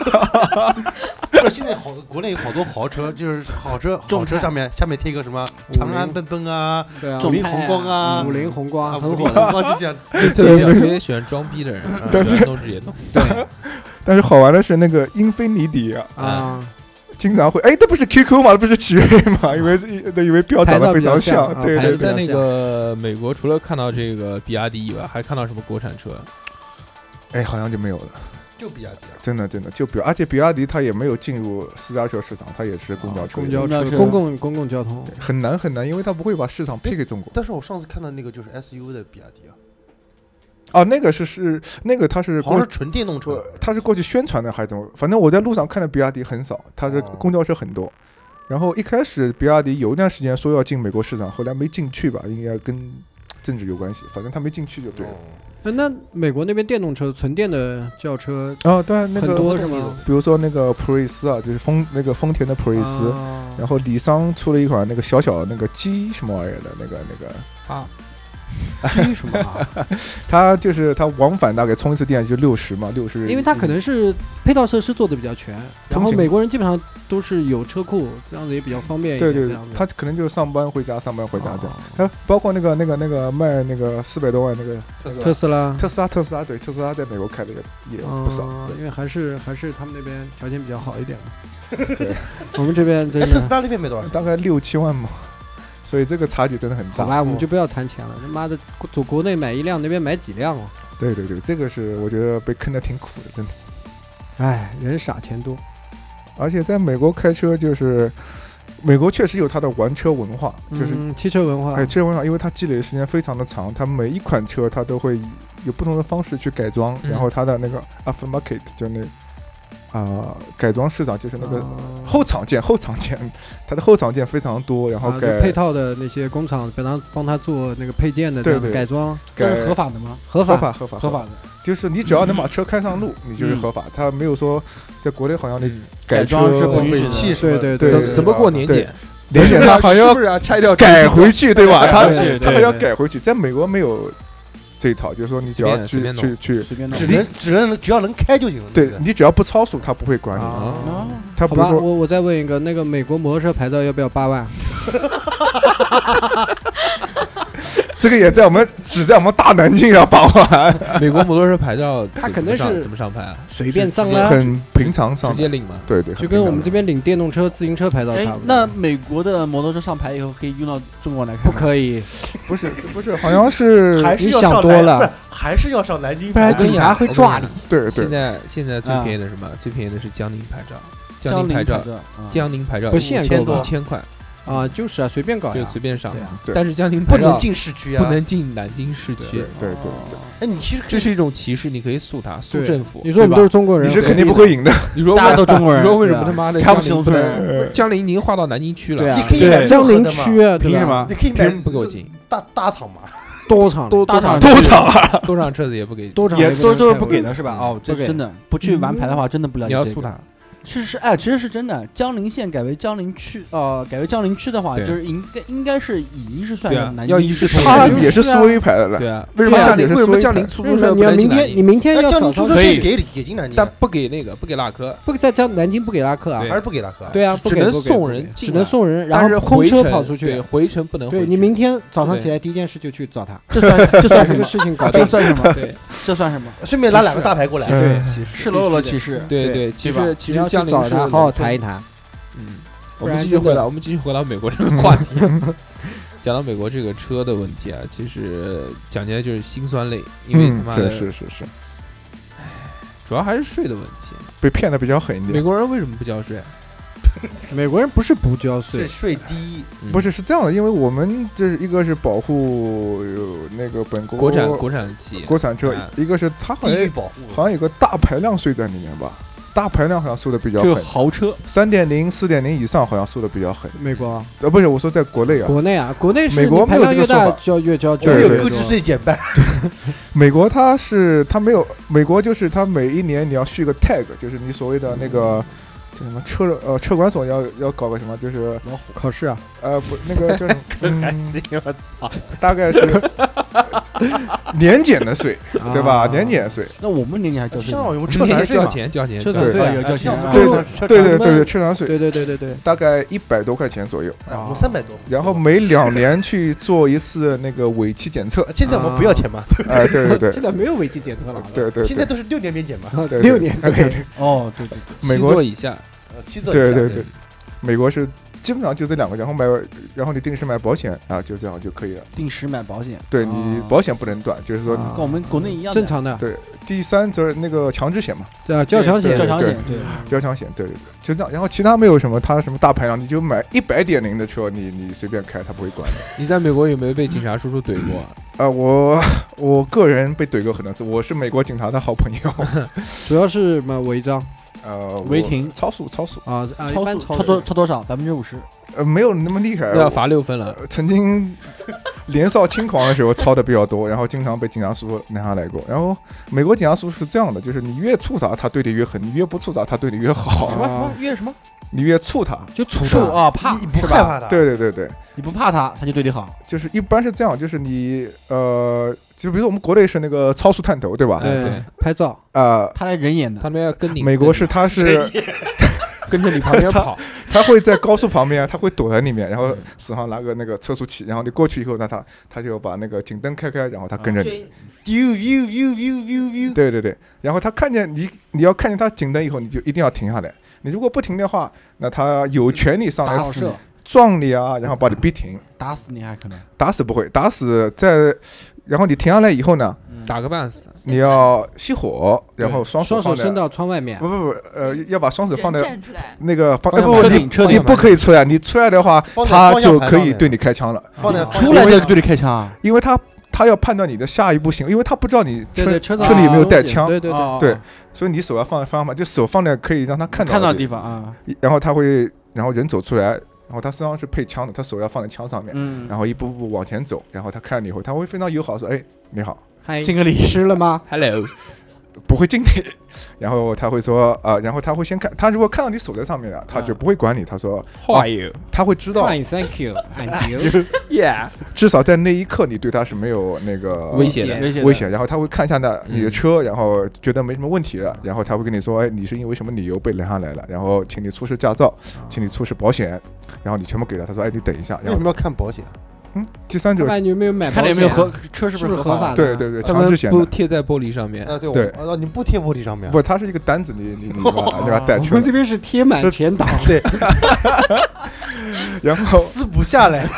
不是现在好国内好多豪车，就是好车好车上面下面贴一个什么长安奔奔啊，
对啊，
五菱宏光啊
五菱宏光
啊
很
五
火
菱
的。
宏光就这样，
特别特别喜欢装逼的人，啊喜欢弄这些东西。
但是好玩的是那个英菲尼迪啊，
啊，
经常会，哎，那不是 QQ 吗？那不是奇瑞吗？因为那因为标长得非常
牌照比较像啊
对
牌
还
照比较
有
对对
在那个美国，除了看到这个比亚迪以外，还看到什么国产 车？
哎，好像就没有了，
就比亚迪啊。
真的真的就比，而且比亚迪它也没有进入私家车市场，它也是啊 公交车，
公交
公交
车、
车
公共公共交通。
很难很难，因为它不会把市场配给中国。
但是我上次看到那个就是 SUV 的比亚迪啊，
哦，那个是是那个它是
好像
过
是纯电动车
呃，它是过去宣传的还是怎么？反正我在路上看的比亚迪很少，它是
哦
公交车很多。然后一开始比亚迪有一段时间说要进美国市场，后来没进去吧，应该跟政治有关系，反正它没进去就对了。
那那美国那边电动车、纯电的轿车
哦，对啊，那
很
个
多是吗？
比如说那个普锐斯啊，就是丰那个丰田的普锐斯，
啊
然后李桑出了一款那个小小的那个鸡什么玩意儿的那个那个，
G 什么 啊？
它就是它往返大概充一次电就六十嘛，六十，
因为它可能是配套设施做的比较全，然
通
后
勤
美国人基本上都是有车库，这样子也比较方便一
对
点。这
对对
样，子哦
它可能就是上班回家，上班回家这样。它包括那个那个那个卖那个四百多万那个特斯拉
特斯拉
特斯拉特斯拉对特斯拉在美国开的也也不少，
嗯
对
因为还是还是他们那边条件比较好一 点嘛。
对，
我们这边
哎，
真
特
是
斯拉那边没多少钱，
大概六七万嘛，所以这个差距真的很
好
大。
吧，我们就不要谈钱了。他妈的，走国内买一辆，那边买几辆啊？
对对对，这个是我觉得被坑的挺苦的，真的。
哎，人傻钱多。
而且在美国开车就是，美国确实有它的玩车文化，就是、
嗯，汽车文化
哎，，这文化因为它积累的时间非常的长，它每一款车它都会以有不同的方式去改装，
嗯
然后它的那个 aftermarket 就那啊、改装市场就是那个
啊
后厂件， 后厂件，它的后厂件非常多，然后
啊就
改、
配套的那些工厂帮他帮他做那个配件的这样
对对
改装，
这
改
是合法的吗？
合
合
法
法合法
合法的，
就是你只要能把车开上路，你就是
嗯
合法。它没有说在国内好像你
嗯
改装
车
是不
会
允许
尾气
的。
是吧
对对
对
怎
对
怎么过年检？
连检 它好像
是
要
不是要拆掉
改回去，对吧？它
对对
它
对
要改回去，在美国没有这一套，就是说你只要
随
去
便
去去，
随便弄
只。能只能只要能开就行了。
对
不
你只要不超速，他不会管你。
啊。
他
好
不是
吧，
说
我我再问一个，那个美国摩托车牌照要不要八万？
这个也在我们只在我们大南京要把玩，
美国摩托车牌照怎
他肯定
怎么上
是
怎么上牌啊？
随便上
啊
啦，
很平常上
直，接领吗？
对对，
就跟我们这
边
边领电动车、自行车牌照
哎
差不多。
那美国的摩托车上牌以后可以运到中国来看
不
吗？
可以，
不是不是，好像是
还是
你
要
想
上
多
南
了，
不是还是要上南京啊
不
牌
然
照，
警
啊
察会抓你。啊
对对
现，在现在最便宜的是什么？最便宜的是江宁牌照，江
江
宁
宁
牌照，
嗯
照，啊
江宁牌照
不限
一千
购吧
一千块，
啊，就是啊，随便搞呀，
就随便上
对啊。
但是江宁
不
牌照
能进市区啊
不能进南京市区。对
对对。
哎，你其实
这是一种歧视，你可以诉他，诉
对
政府。
你说我们
对吧
都是中国人你是啊肯定不会赢的
你 说
大家都中国人
你说为什么
对啊
他妈的
看不
江
起
宁不
农村
能
人
江宁已经划到南京去了？
对啊你可以对买任江宁何的嘛区啊对吧
凭什么？
你可以
凭
买
什么不给我进？
大大厂嘛，
多场
多
大厂
多
车
厂啊多厂车子也不给，
多厂也都都是不给的是吧？哦，这
不给
真的不去玩牌的话，真的不了解
你要
这个
诉他。
是是，哎，其实是真的。江陵县改为江陵区，呃，改为江陵区的话，
对
就是应该应该是以一是算
对啊
的南
要
京
一视
市
同
的
仁
就是
也是
啊
缩一排的了对啊为什么江陵为什么江陵出租车不能进南京
天要
哎江宁
早上
出租车
可
是
以
给给进南京
但
的，
不给那个，不给拉客，
不在江南京不给拉客啊，
对
对啊，不
只
给
能
不给
送
不给
人进
只能
来
送人，
但
然
是
后空
回
车
程
跑出去，
对回程不能
对
回
你明天早上
对
起来第一件事就去找他，
这算
把
这
这
算 什
个
么
事情搞定，
这算什么？
对，
这算 什么？
顺便拉两个大牌过来
对，
嗯
歧
歧视
赤裸裸歧视。
对
对，
其
对吧
实其
你
实
要去
江陵
找
是
他
农
好好
村
谈一谈
嗯，
不
我们
然
继续
真的
回来，我们继续回到美国这个话题。讲到美国这个车的问题啊，其实讲起来就是心酸泪，因为
嗯
他妈的、
这是是是，
主要还是税的问题。
被骗的比较狠一点。
美国人为什么不交税？
美国人不是不交税，
税低，
不是是这样的，因为我们这一个是保护呃那个本国
国产国产企业
国产车
啊，
一个是它好像
地域保护
好像有个大排量税在里面吧。大排量好像收的比较
就
狠，
豪车
三点零、四点零以上好像收的比较狠。
美国啊
呃，不是，我说在国内啊，
国内啊，国内是
美国
你排
没有
量
这个
越
说
大
法
交越交，
对对
越多
减半。
美国它是它没有，美国就是它每一年你要续个 tag，就是你所谓的那个叫什么车呃车管所要要搞个什么，就是老虎
考试啊，
呃不那个叫什么嗯
还行， 我操，
大概是年检的税，对吧？
啊
年检税。
那我们年年还交税吗，
像 我们
车船税嘛
交钱交钱
车船
对
税啊
对
交钱啊，
对
啊
对对对对，车船税，
对对对对对，
大概一百多块钱左右，
我啊们三百多。
然后每两年去做一次那个尾气 检测。
啊现在我们不要钱嘛对不对
哎，对对对，
现在没有违纪检测了，好吧
对对，
现在都是六年免 检嘛，
对
六年
对对对
哦，对对
对美国
七座以下，
呃七座以
对
下
对对，美国是基本上就这两个，然后买，然后你定时买保险啊，就这样就可以了。
定时买保险，啊
对你
哦
保险不能断，就是说你
跟我们国内一样的
啊正常的，
对，第三则那个强制险嘛，
对啊，交强险，
对
交强
对
险对
交强险，对对对，就这样。然后其他没有什么，它什么大排量，你就买一百点零的车，你你随便开，它不会管的。
你在美国有没有被警察叔叔怼过？
啊，我我个人被怼过很多次，我是美国警察的好朋友，
主要是嘛违章
呃，我
违停
超速超速
啊啊，一
超
般
速
超
超多超多少？百分之五十。
呃，没有那么厉害，
要
我
罚六分了。
曾经年少轻狂的时候抄的比较多，然后经常被警察叔叔拿下来过。然后美国警察叔叔是这样的，就是你越处他，他对你越狠；你越不处他，他对你越好。
什么什么越什么
你越处他，
就处
处啊怕
你不
是
害
吧？
怕的，
对对对对，
你不怕他，他就对你好。
就是一般是这样，就是你呃，就比如说我们国内是那个超速探啊头，对吧？
哎
对，拍照
啊、
他来人演的，
他们要跟你
美国是他是
跟着你旁 边跑，
他会在高速旁边，他会躲在里面，然后手上拿个那个测速器，然后你过去以后，那他他就把那个警灯开开，然后他跟着你。
，view view view view view view，
对对对，然后他看见你，你要看见他警灯以后，你就一定要停下来。你如果不停的话，那他有权利上来
打死你
撞你啊，然后把你逼停。
打死你还可能。
打死不会，打死在，然后你停下来以后呢，
打个半死。
你要熄火，然后双
双手
手
伸
放在，
到窗外面
不，不不，呃，要把双手放在
站出来，
那个方，
方
哎
向
不不，
盘
你
车顶
你
车顶
不可以出来，你出来的话，
放在
他
方向
就
盘
可
上
以
面
对你开枪了，
放在
出来就对你开枪啊！
因为他他要判断你的下一步行为，因为他不知道你
对
车
对，车子
车里有没有带
东西
枪，啊
对对对，
哦
对，所以你手要放在方向盘，就手放在可以让他看到
看到
地
地方啊，
然后他会，然后人走出来，然后他身上是配枪的，他手要放在枪上面，
嗯，
然后一步步往前走，然后他看你以后，他会非常友好地说：“哎，你好。
嗨，
敬个礼
吃了
啊
吗？
Hello，”
不会敬你，然后他会说：“啊、然后他会先看，他如果看到你手在上面了，他就不会管你。他说
How are you？：“
他会知道，
Fine，Thank you，and you。
Yeah，
至少在那一刻你对他是没有那个
危险的。
危险
危险。”然后他会看一下那你的
嗯
车，然后觉得没什么问题了，然后他会跟你说：“哎，你是因为什么理由被拦下来了？然后请你出示驾照，请你出示保险，然后你全部给他。”他说：“哎，你等一下。”
为
然
什
后
么要看保险？
嗯，第三者
看你有没有买保险啊，
看你有没有合车是
是
不
不是合
合
法
的？
的？
对对对，
他
强制
们
险
不
的。呃
贴在玻璃上面，
啊，对，
对
我啊，你不贴玻璃上面啊，
不，它是一个单子，你你你把你把它带
哦我
去了
们，这边是贴满前 挡，
然后
撕不下来，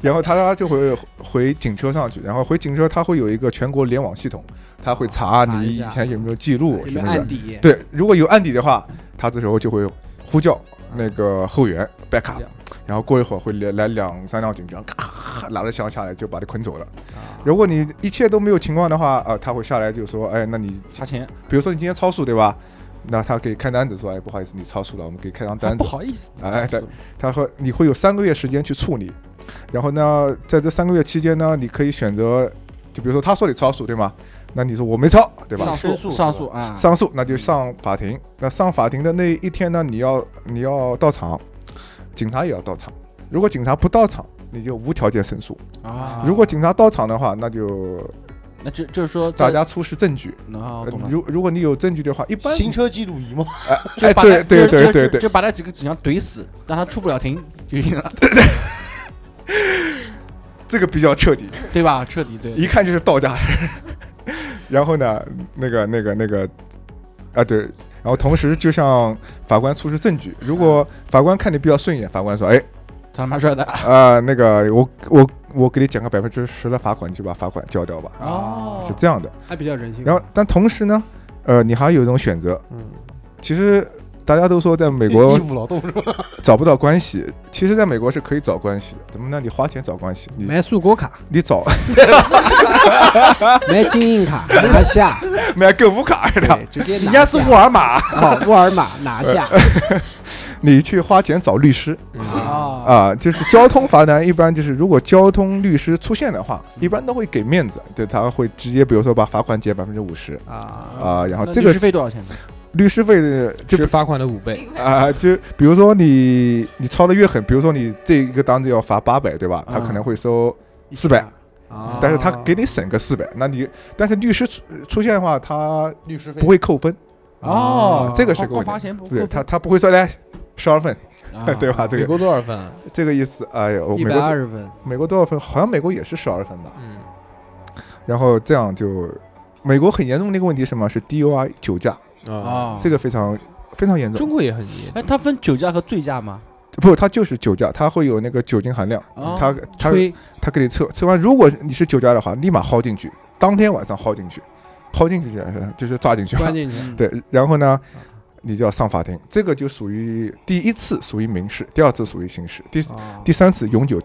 然后他就会回警车上去，然后回警车他会有一个全国联网系统，他会查
哦查
你
一
以
下
前有没有记录
有没
什
有
么
案
的。
底？
对，如果有案底的话，他这时候就会呼叫那个后援 back up，然后过一会儿会来来两三辆警车，咔拿着枪下来就把你捆走了。
啊
如果你一切都没有情况的话，呃，他会下来就说，哎，那你
差钱，
比如说你今天超速对吧？那他可以开单子说，哎，不好意思，你超速了，我们给开张单 子。
不好意思，
哎，对，他会你会有三个月时间去处理，然后呢，在这三个月期间呢，你可以选择，就比如说他说你超速对吗？那你说我没超，对吧？
上诉上诉啊，
上诉那就上法庭。那上法庭的那一天呢，你要你要到场，警察也要到场。如果警察不到场，你就无条件申诉；
啊，
如果警察到场的话，那就
那就就是说
大家出示证据。
啊，
呃
懂了，
如如果你有证据的话，一般
行车记录仪吗？
哎，
把
对
他
对
就
对
就
对
就
对，
就把那几个警察怼死，让他出不了庭就赢了，
这个比较彻底，
对吧？彻底对，
一看就是道家。 然后呢，那个那个那个，啊对，然后同时就向法官出示证据。如果法官看你比较顺眼，法官说，哎，
长得蛮帅的
啊，那个我我我给你减个百分之十的罚款，你就把罚款交掉吧，
哦
是这样的。
还比较人性化。
嗯
然后，但同时呢，呃，你还有一种选择，
嗯，
其实大家都说在美
义
国
务劳动是吧？
找不到关系，其实在美国是可以找关系的。怎么呢？你花钱找关系，你
买速果卡，
你找
买金印 卡，拿下，
买购物卡的，
直接
人家是沃尔玛，
哦，沃尔玛拿下。
你去花钱找律师
嗯
哦
啊，
啊、就是交通罚单，一般就是如果交通律师出现的话，一般都会给面子，对他会直接比如说把罚款减百分之五十
嗯
啊，然后
那
这
律
个
师费多少钱呢？
律师费的就是
罚款的五倍。
啊、就比如说你你抄的越狠，比如说你这一个单子要罚八百，对吧？他可能会收四百、
哦
啊，
但是他给你省个四百，那你但是律师出出现的话，他
律师费
不会扣分，
哦，
这个是个
光
问题
罚钱不
对他他不会说来十二分， 对吧？这
美
个
国多少分啊？
这个意思，哎呦，
哦一
美
百
国
二十分，
美国多少分？好像美国也是十二分吧？
嗯，
然后这样就，美国很严重的一个问题是什么？是 DUI 酒驾，
啊，
啊，
这个非常非常严
中
重。
国也很严。
哎，他分酒驾和醉驾吗？
不，它就是酒驾，它会有那个酒精含量，
哦
它它
吹
它给你测测完，如果你是酒驾的话，立马薅进去，当天晚上薅进去，薅进去就是就是抓进去。
关进去。
对，然后呢，你就要上法庭，这个就属于第一次属于民事，第二次属于刑事，第
哦
第三次永久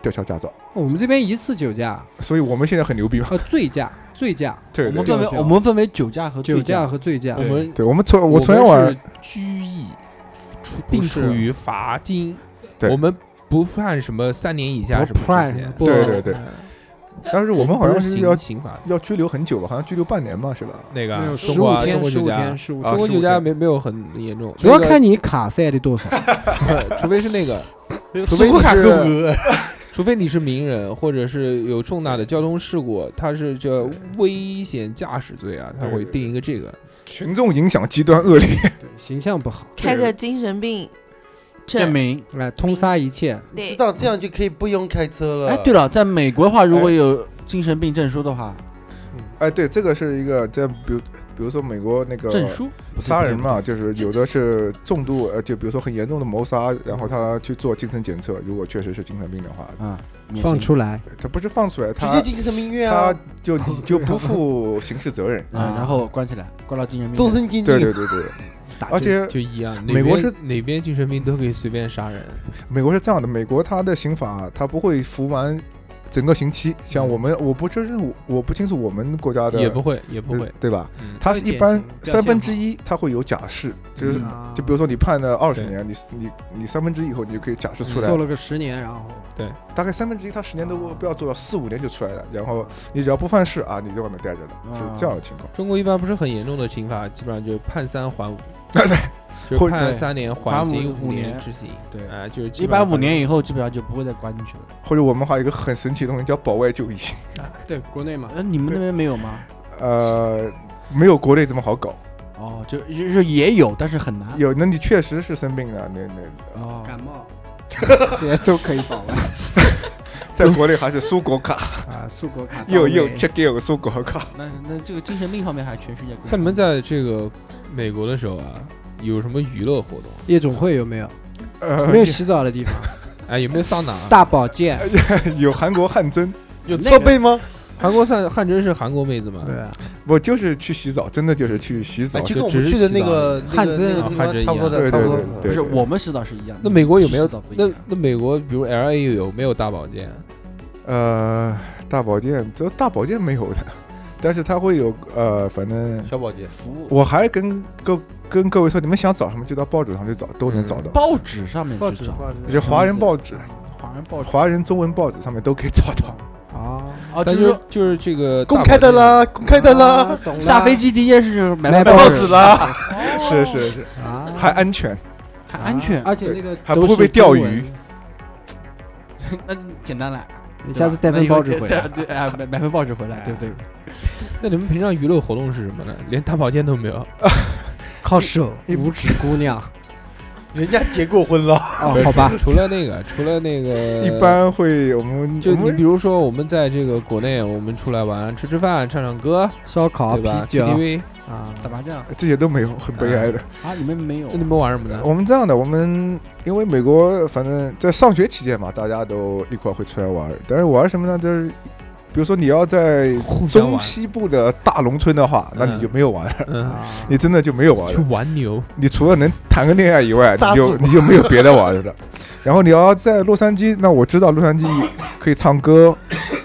吊销驾照。
我们这边一次酒驾
所以我们现在很牛逼嘛，
和醉驾，醉驾、
对
我们
对
这个
分为
需要
我们分为酒驾和醉
酒驾和醉驾
我。们
对，我们昨我
我
昨天晚上
们是拘役，处并
不是
处于罚金。
对
我们不判什么三年以下
不
什么
判
这些。
不
对对对
嗯，
但是我们好
不
像
是
是
刑
要
刑法
要拘留很久吧，好像拘留半年吧，是吧？
那个啊
没有
中
十
国
五
啊中
天，
国
十
酒
五
驾
天，十五
啊
中国
15
酒驾
天
没没有很严重，
主要
那个
看你卡塞的多 少。
除非是那个，除非
苏
你
格卡够
是
不够？
除非你是名人，或者是有重大的交通事故，他是叫危险驾驶罪啊，他
对
会
对
定一个这个。
群众影响极端恶劣，
对，形象不好，
开个精神病
证
证，
明。
来通杀一切。
对
知道这样就可以不用开车了。
哎，对了，在美国的话，如果有精神病证书的话，
哎，对，这个是一个在比如比如说美国那个
证书
杀人嘛，就是有的是重度呃，就比如说很严重的谋杀，然后他去做精神检测，如果确实是精神病的话，
啊，免
放
刑
出来，
他不是放出来，
直
他
接进精神病院
他
啊，
就你就不负刑事责任。
啊，然后关起来，关到精神病
终
院。
身监
对
禁
对。对对，
打
而且
就一样，
美国
哪边
是
哪边精神病都可以随便杀人，
美国是这样的，美国它的刑法它不会服完整个刑期，像我们我不这是我我不清楚我们国家的
也不会也不
呃
会，
对吧？
嗯，
它是一般
减刑
三分之一，它会有假释，就是
啊
嗯就比如说你判了二十
对
年，你你你三分之一以后你就可以假释出来
嗯做，了个十年，然后
大概三分之一，他十年都不要做到四五年就出来了，然后你只要不犯事啊，你在外面待着的，是这样的情况。
中国一般不是很严重的刑法，基本上就是判三还五，就
或
是
对
判三年
还
缓
五
刑
五
年
年
执行，
对
哎，就是基
一
本上
般五年以后基本上就不会再关进去了。
或者我们还有一个很神奇的东西叫保外就医，
对国内嘛，
呃，你们那边没有吗？
呃，没有国内这么好搞。
哦，就就是也有，但是很难。
有，那你确实是生病了，那那
哦，
感冒这些都可以保外
在国内还是苏国卡，
啊，速果卡到
又
位
又 check 又苏国卡。
那那这个精神病方面还是全世界公认。
像你们在这个美国的时候啊，有什么娱乐活动？啊
夜总会有没有？
呃，
没有洗澡的地 方，
哎，有没有桑拿？
大保健
有韩国汗蒸，
有设备吗？
韩国汉汉真是韩国妹子吗？对啊，
我就是去洗澡，真的就是去洗
啊
澡，
哎就跟我
只
们
是
去的
洗
那
澡
个那个汉字那个地方汉字一差不多的样差不多
对对
不
对
是
对
我们洗澡是一样的。
那美国有没有
洗澡不一
那
样
那美国比如 L A 有没有大保健？
呃，大保健，这大保健没有的， 但是它会有呃，反正
小保健服务
我还是跟各跟各位说，你们想找什么就到报纸上去找，都能找到。
报纸上面
报
去找，
就是华人报纸、
华人报纸
华人中文报纸上面都可以找到。
啊
哦
啊，
但
就是是
就是这个
公
大
开的
保健
啦
公开的啦
啊懂了下飞机第一件事就是买
买
报
报
纸
纸啦
哦
是是是
啊，
还安全，
还安全，
而且那个
对还不会被钓鱼。
那简单了，
你
对
下
吧
次带份报纸回来
那 你对啊，买买份报纸回来，对不对？
那你们平常娱乐活动是什么呢？连大保健都没有，
靠手五指姑 娘，
人家结过婚了。
哦，好吧，
除了那个，除了那个，
一般会我们
就
我
你
们
比如说我们在这个国内，我们出来玩，吃吃饭，唱唱歌，
烧烤、
对
啤
吧
酒
？KTV，
啊，
嗯
打麻将
这些都没有，很悲哀的。
啊，你们没有
那你们玩什么呢？
我们这样的，我们因为美国反正在上学期间嘛，大家都一块儿会出来玩儿，但是玩什么呢？就是比如说你要在
相玩
中西部的大农村的话，那你就没有玩儿，
嗯，
啊
你真的就没有玩儿
去
了。
玩牛，
你除了能谈个恋爱以外，
扎
你就
子
你就没有别的玩儿的。 然后你要在洛杉矶，那我知道洛杉矶可以唱歌，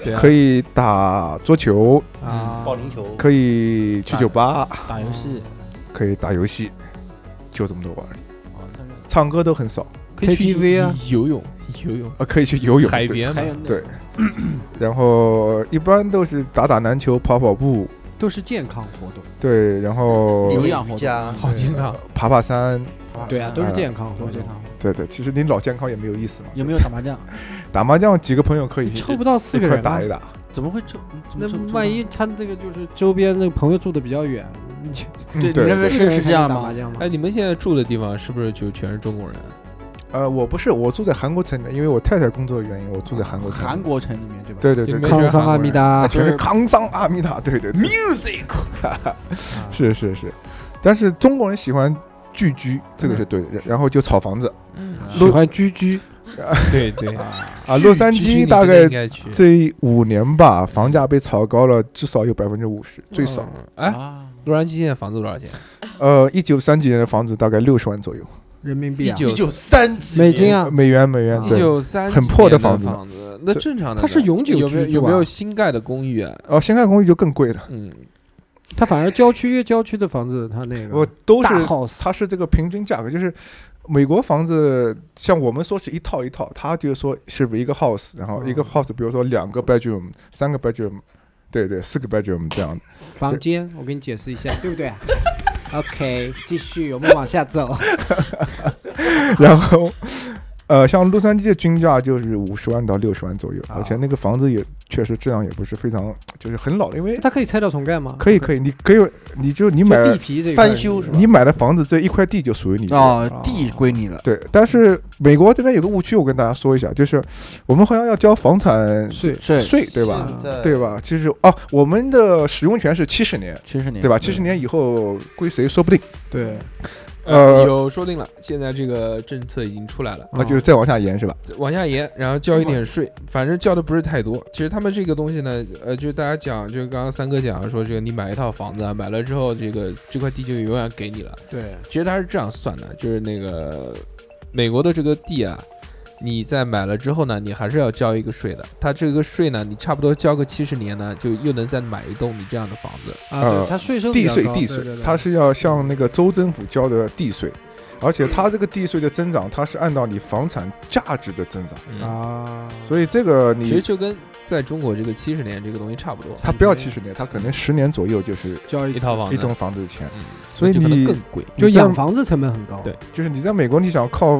对啊
可以打桌球，
啊，
保龄球
可以去酒吧，
打游戏，
可以打游戏，就这么多玩儿。
哦但是
唱歌都很少，
可以去
KTV 啊
游泳，游泳，
啊，可以去游泳，
海
对
边嘛
还，有那
对然后一般都是打打篮球、跑跑步，
都是健康活动。
对，然后
有
有
氧
氧
活
活
动
动，
好健康。
爬爬山，
对啊，都是健康活
多健
动。
康。
对对。其实你老健康也没有意思嘛。
有没有打麻将？
打麻将几个朋友可以
你抽不到四
一
个
块
人啊
打
吗
一？打，
怎么会抽？嗯怎么
那
抽不出
万
呢
一他这个就是周边那个朋友住的比较远，你
嗯
对你认
对。
四
为是
个人
是
才
这样
能打
吗
麻？将吗
哎，？你们现在住的地方是不是就全是中国人？啊
呃，我不是，我住在韩国城里面，因为我太太工作的原因，我住在韩国城。
韩，国城里面对吧？
对对
就没
对对，
人
康桑阿米达，
全
就是
是康桑阿米达，对对对，
Music，
是是是。但是中国人喜欢聚居，这个是对的。然后就炒房子
喜欢居居，
啊对对
啊，洛杉矶大概
应该去
这五年吧，房价被炒高了，至少有百分之五十，最少。。
嗯哎，
啊，
洛杉矶现在房子多少钱？
呃，一九三几年的房子大概六十万左右，
人民币啊，
一九三几
美金啊，
美元美元
啊
嗯一
对。
九三
很破的
房
房子嘛
子，那
对
正常的呢
它是永久
有没有
居住
有没
啊
有新盖的公寓啊？
哦，新盖公寓就更贵了，
嗯，
它反而郊区越郊区的房子，它那个
我都是
大 house，
它是这个平均价格，就是美国房子像我们说是一套一套，他就说是一个 house，然后一个
嗯
house，比如说两个 bedroom、三个 bedroom，对对，四个 bedroom 这样的。
房间，我给你解释一下，对不对 ？OK，继续，我们往下走。
然后，呃，像洛杉矶的均价就是五十万到六十万左右，
啊
而且那个房子也确实质量也不是非常，就是很老了，因为
它可以拆掉重盖吗？
可以可
以，
以，你可以，你就你
嗯就
买
地皮这一块
翻修是吧
你买的房子这一块地就属于你的。
哦，地归你了。
对，但是美国这边有个误区，我跟大家说一下，就是我们好像要交房产
是
税
税，对吧？
现
呃
在
对吧？其实哦，我们的使用权是七十年，
七十年
对吧？七十
嗯
年以后归谁说不定，
对，
呃
有说定了，现在这个政策已经出来了，
那就是再往下延是吧？
往下延，然后交一点税，
嗯
反正交的不是太多。其实他们这个东西呢，呃，就是大家讲，就是刚刚三哥讲说，这个你买一套房子啊，买了之后，这个这块地就永远给你了。
对，
其实他是这样算的，就是那个美国的这个地啊，你在买了之后呢，你还是要交一个税的。它这个税呢，你差不多交个七十年呢，就又能再买一栋你这样的房子。
啊，
呃
对它税
嗯
收比
地
较
税
高
地
对
税
对，对
它是要向那个州政府交的地税，而且它这个地税的增长，它是按照你房产价值的增长，
嗯，
啊，
所以这个
其实
你
就跟在中国这个七十年这个东西差不多，
它不要七十年，它可能十年左右就是
交易
一套房子
一栋房子的钱，
嗯
所以
就可能
你
更贵。
就
你在
养房子成本很高，
对
就是你在美国，你想靠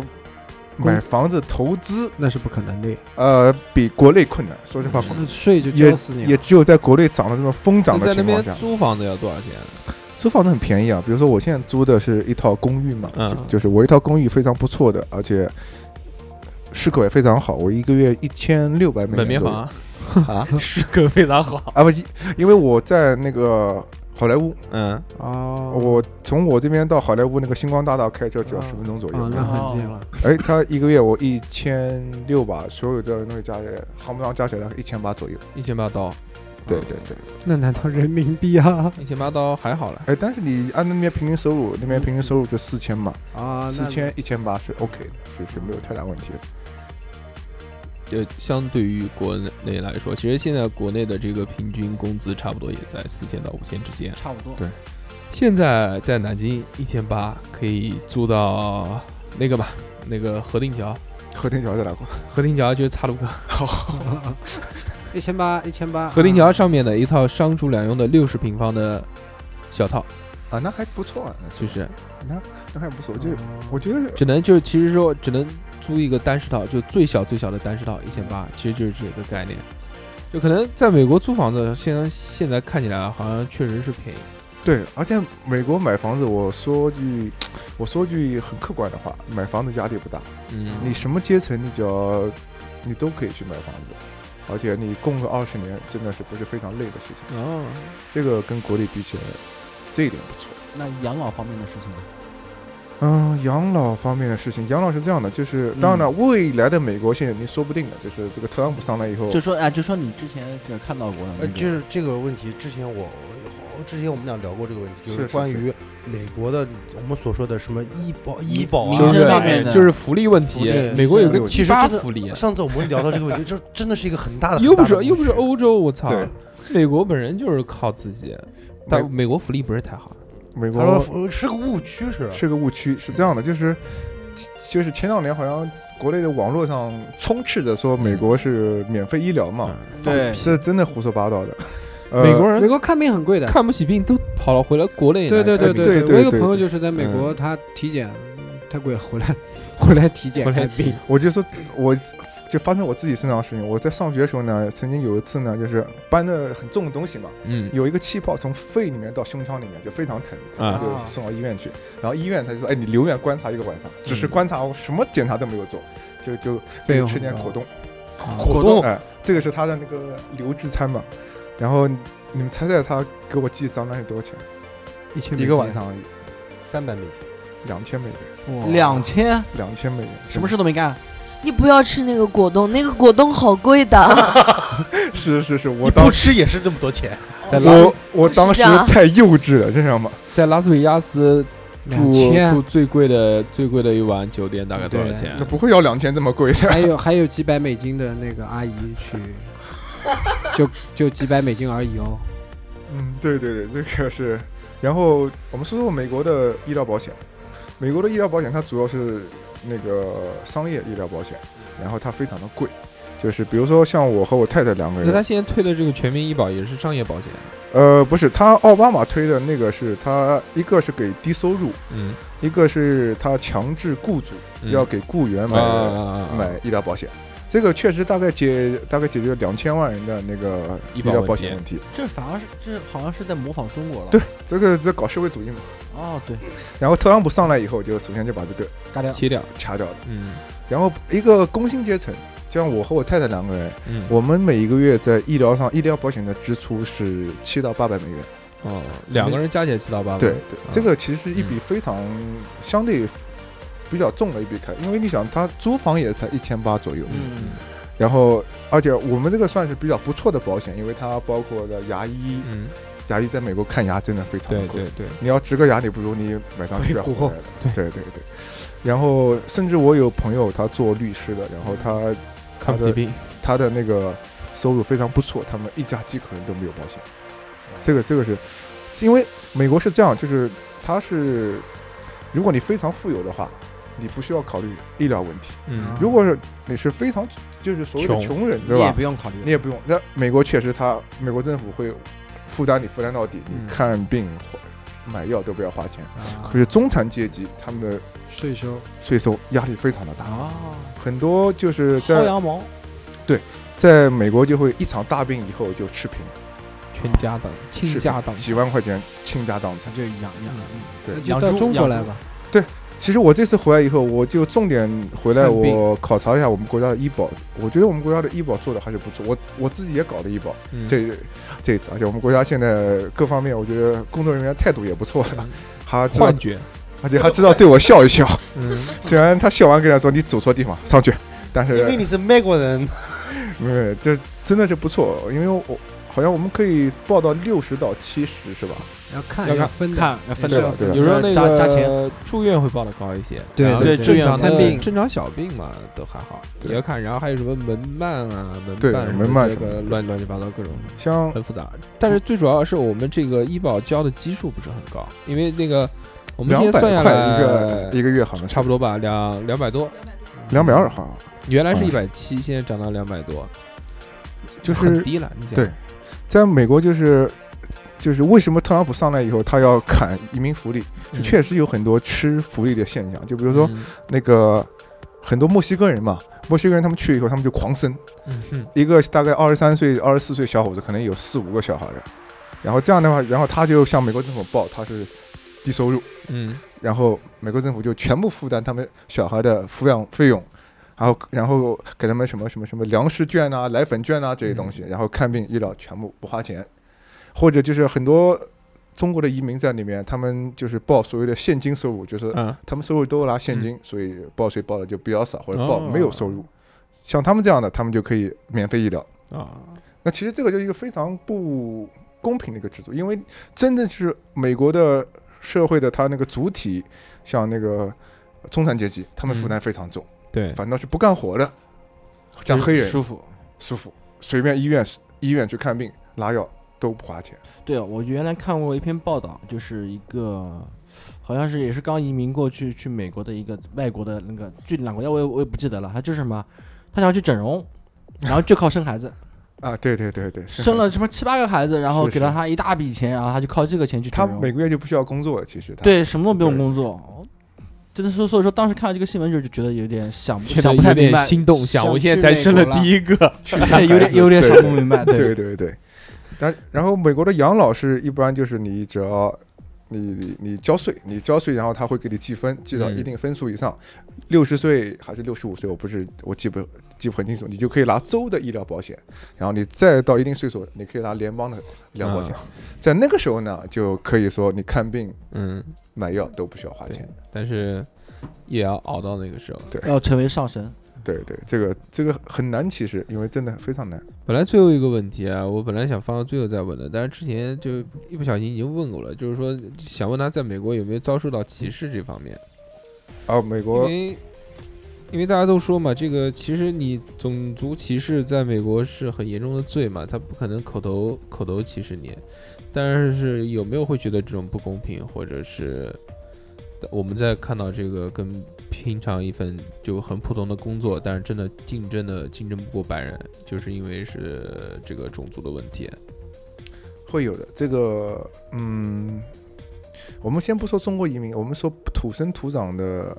买
公
房子投资，
那是不可能的，
呃，比国内困难。说实话，
嗯
税就
也
交死你
也
了。
只有在国内涨得这么疯
那
涨的
在那
情
边
况下，
租房子要多少钱？
租房子很便宜啊。比如说我现在租的是一套公寓嘛，
嗯
就就是我一套公寓非常不错的，而且市口也非常好，我一个月一千六百
门
美元
面
左
房
右
啊
啊
是个非常好。
啊不，因为我在那个好莱坞，
嗯，
哦，
我从我这边到好莱坞那个星光大道开车只要
哦
十分钟左
啊，
右。
那很近了，
哎，他一个月我一
哦
千六吧，所有的东西加起来，行不上加起来一千八左右。
一千八刀，
对对对。
那难道人民币啊？
一千八刀还好了，
哎，但是你按那边平均收入，那边平均收入就四千嘛，
啊，
四
那
千一千八是 OK 的，是是没有太大问题的。
就相对于国内来说，其实现在国内的这个平均工资差不多也在四千到五千之间。
差不多。
对
现在在南京一千八可以租到那个吧，那个河定桥，
和天桥在哪块？
河定桥就是岔路口，
一千八，一千八。
河定
啊
桥上面的一套商住两用的六十平方的小套，
啊，那还不错啊，
就是
那还不错，
哦
就我觉得
只能就是其实说只能租一个单室套，就最小最小的单室套一千八，其实就是这个概念。就可能在美国租房子，现在现在看起来好像确实是便宜，
对，而且美国买房子，我说句我说句很客观的话，买房子压力不大，
嗯，
你什么阶层，你只要你都可以去买房子，而且你供个二十年，真的是不是非常累的事情。
哦，
这个跟国内比起来，这一点不错。
那养老方面的事情呢？
嗯，养老方面的事情，养老是这样的，就是当然了，未来的美国现在你说不定的，就是这个特朗普上来以后，
就说啊，就说你之前给看到过的那
呃，
种，
就是这个问题，之前我好，之前我们俩聊过这个问题，就是
是
关
是
于美国的我们所说的什么医保、医保啊
民
就是哎
生方面的
就是福利问
福
题
利，
美国有
这
个
个
奇
其实
葩
真的
福利，啊
上次我们聊到这个问题，这真的是一个很大的，
又不是
很大的
又不是
误区
欧洲，我操
对！
美国本人就是靠自己，但美国福利不是太好。
美
他说
国
呃是个误区是吧？
是个误区，是这样的，就是就是前两年好像国内的网络上充斥着说美国是免费医疗嘛，
对
这真的胡说八道的。呃
嗯美国人
美国看病很贵的。
看不起病都跑了回来国内来
对对对
看病
对对
我有个
对
朋友
对
就是在美国，他体检嗯太贵了，回来 回来体检
回来
看病。
我就说，我就发生我自己身上的事情。我在上学的时候呢，曾经有一次呢，就是搬的很重的东西嘛，
嗯，
有一个气泡从肺里面到胸腔里面，就非常疼，
啊
就送到医院去。然后医院他就说：“哎，你留院观察一个晚上，只是
嗯
观察，我什么检查都没有做，就就
费
就
用
吃点
很高
啊
果冻。
果
啊
冻
哎，这个是他的那个留置餐嘛。然后你们猜猜他给我寄账单是多少钱？
一千
一个晚上而已，
三百美金，
两千美元，
两千，
两千美元，
什么事都没干，
你不要吃那个果冻，那个果冻好贵的。
是是是，
你
我当
不吃也是那么多钱，
在拉
我我
是
当时
这样啊
太幼稚了，真是吗？
在拉斯维加斯住
2000
住最贵的最贵的一晚酒店大概多少
对
钱
那？不会要两千这么贵的。
还有还有几百美金的那个阿姨去， 就就几百美金而已哦。
嗯，对对对，这个是。然后我们说说美国的医疗保险，美国的医疗保险它主要是那个商业医疗保险，然后它非常的贵，就是比如说像我和我太太两个
那他
人，
现在推的这个全民医保也是商业保险，
呃，不是，他奥巴马推的那个是他一个是给低收入，
嗯，
一个是他强制雇主
嗯
要给雇员买、
啊啊啊啊
买医疗保险。这个确实大概解大概解决两千万人的那个
医
医
保
疗
问
保
题
险问题。
这反而是这好像是在模仿中国了。
对，这个在搞社会主义嘛。
哦对，
然后特朗普上来以后，就首先就把这个
嘎掉。
切掉，
掐掉了。
嗯
然后一个工薪阶层，像我和我太太两个人，
嗯，
我们每一个月在医疗上医疗保险的支出是七到八百美元。
哦，两个人加起来七到八百，
对对
啊，
这个其实是一笔非常相对比较重的一笔开，因为你想，他租房也才一千八左右，
嗯，
然后而且我们这个算是比较不错的保险，因为它包括了牙医，
嗯，
牙医在美国看牙真的非常
对
贵，
对对，
你要植个牙，你不如你买 张机票
回
回来了。对对对。然后，甚至我有朋友他做律师的，然后他
看不起病，
他的那个收入非常不错，他们一家几口人都没有保险。这个这个是，是因为美国是这样，就是他是，如果你非常富有的话，你不需要考虑医疗问题；
嗯，
如果是你是非常就是所谓的
穷
穷人，对
你也
吧
不？用考虑，
你也不用。那美国确实他，美国政府会负担你负担到底，
嗯
你看病、买药都不要花钱。可是中产阶级他们的
啊税收
税收压力非常的大，
哦
啊，
很多就是
薅
在
羊毛。
在美国就会一场大病以后就吃平，
全家当倾
吃
家
平
荡
几万块钱倾家荡产
他。就养养，
对
那就
养
到
猪
中国
养
来
猪
吧。
其实我这次回来以后，我就重点回来，
看病
我考察了一下我们国家的医保，我觉得我们国家的医保做的还是不错。我我自己也搞了医保，
嗯
这这一次，而且我们国家现在各方面，我觉得工作人员态度也不错了
嗯，
还知道
幻，觉，
而且还知道对我笑一笑。
嗯，
虽然他笑完跟他说你走错地方，上去，但是
因为你是美国人，
没有，这真的是不错，因为我好像我们可以报到六十到七十是吧？
要看
要看
分
看要分的对吧对吧
有时候那
加加钱
个住院会报的高一些，
对
然后
对对
正常
看病
的正常小病嘛都还好，
对
也要看。然后还有什么门脉啊、门
对
脉、
门脉
这
什么
个
的
乱乱七八糟各种
像
很复杂。但是最主要的是我们这个医保交的基数不是很高，因为那个我们
两
现
百
在算下
块一
来
个一个月好像
差不多吧，两两百多，
两百二好像，
原来是
好
一
像
百七，现在涨到两百多，
嗯就是
很低了。你想
对，在美国就是就是为什么特朗普上来以后他要砍移民福利，就
嗯
确实有很多吃福利的现象，就比如说
嗯
那个很多墨西哥人嘛，墨西哥人他们去以后他们就狂生，
嗯哼
一个大概二十三岁、二十四岁小伙子，可能有四五个小孩儿，然后这样的话，然后他就向美国政府报他是低收入，
嗯，
然后美国政府就全部负担他们小孩的抚养费用，然后然后给他们什么什么什么粮食券啊、奶粉券啊这些东西，然后看病医疗全部不花钱，或者就是很多中国的移民在里面，他们就是报所谓的现金收入，就是
呃
嗯
他们收入都拿现金，所以报税报的就比较少，或者报
哦
没有收入。像他们这样的，他们就可以免费医疗。
啊，
那其实这个就是一个非常不公平的一个制度，因为真的是美国的社会的它那个主体，像那个呃中产阶级，他们负担非常重，
对，
反倒是不干活的，像黑人
舒服。
舒服，随便医院医院去看病拿药都不花钱。
对，我原来看过一篇报道，就是一个好像是也是刚移民过去去美国的一个外国的那个具体哪个国家我也我也不记得了，他就是什么，他想要去整容，然后就靠生孩子，
啊，对对对对，
生了什么七八个孩子，然后
是
给了
是
他一大笔钱，然后他就靠这个钱去
他
整容。
每个月就不需要工作了，其实他
对，什么都不用
对
工作。真的是，所以说当时看到这个新闻时候就觉得有点想不
现在
想不太
有
明
点
白，
心动，想我现在才生了第一个，
去
对
生孩
有点
子
有点
对
想不明白。
对对对。但然后美国的养老是一般就是你只要你你你交税，你交税，然后他会给你记分，记到
嗯
一定分数以上，六十岁还是六十五岁，我不是我记不记不很清楚，你就可以拿州的医疗保险，然后你再到一定岁数，你可以拿联邦的医疗保险。
啊
在那个时候呢，就可以说你看病
嗯，
买药都不需要花
对
钱。，
但是也要熬到那个时候。
要成为上神，
对对，这个这个很难，其实因为真的非常难。
本来最后一个问题啊，我本来想放到最后再问的，但是之前就一不小心已经问过了，就是说想问他在美国有没有遭受到歧视这方面，
啊，美
因
国
为因为大家都说嘛，这个其实你种族歧视在美国是很严重的罪嘛，他不可能口头口头歧视你，但是有没有会觉得这种不公平，或者是我们在看到这个跟平常一份就很普通的工作，但是真的竞争的竞争不过白人，就是因为是这个种族的问题。
会有的。这个，嗯，我们先不说中国移民，我们说土生土长的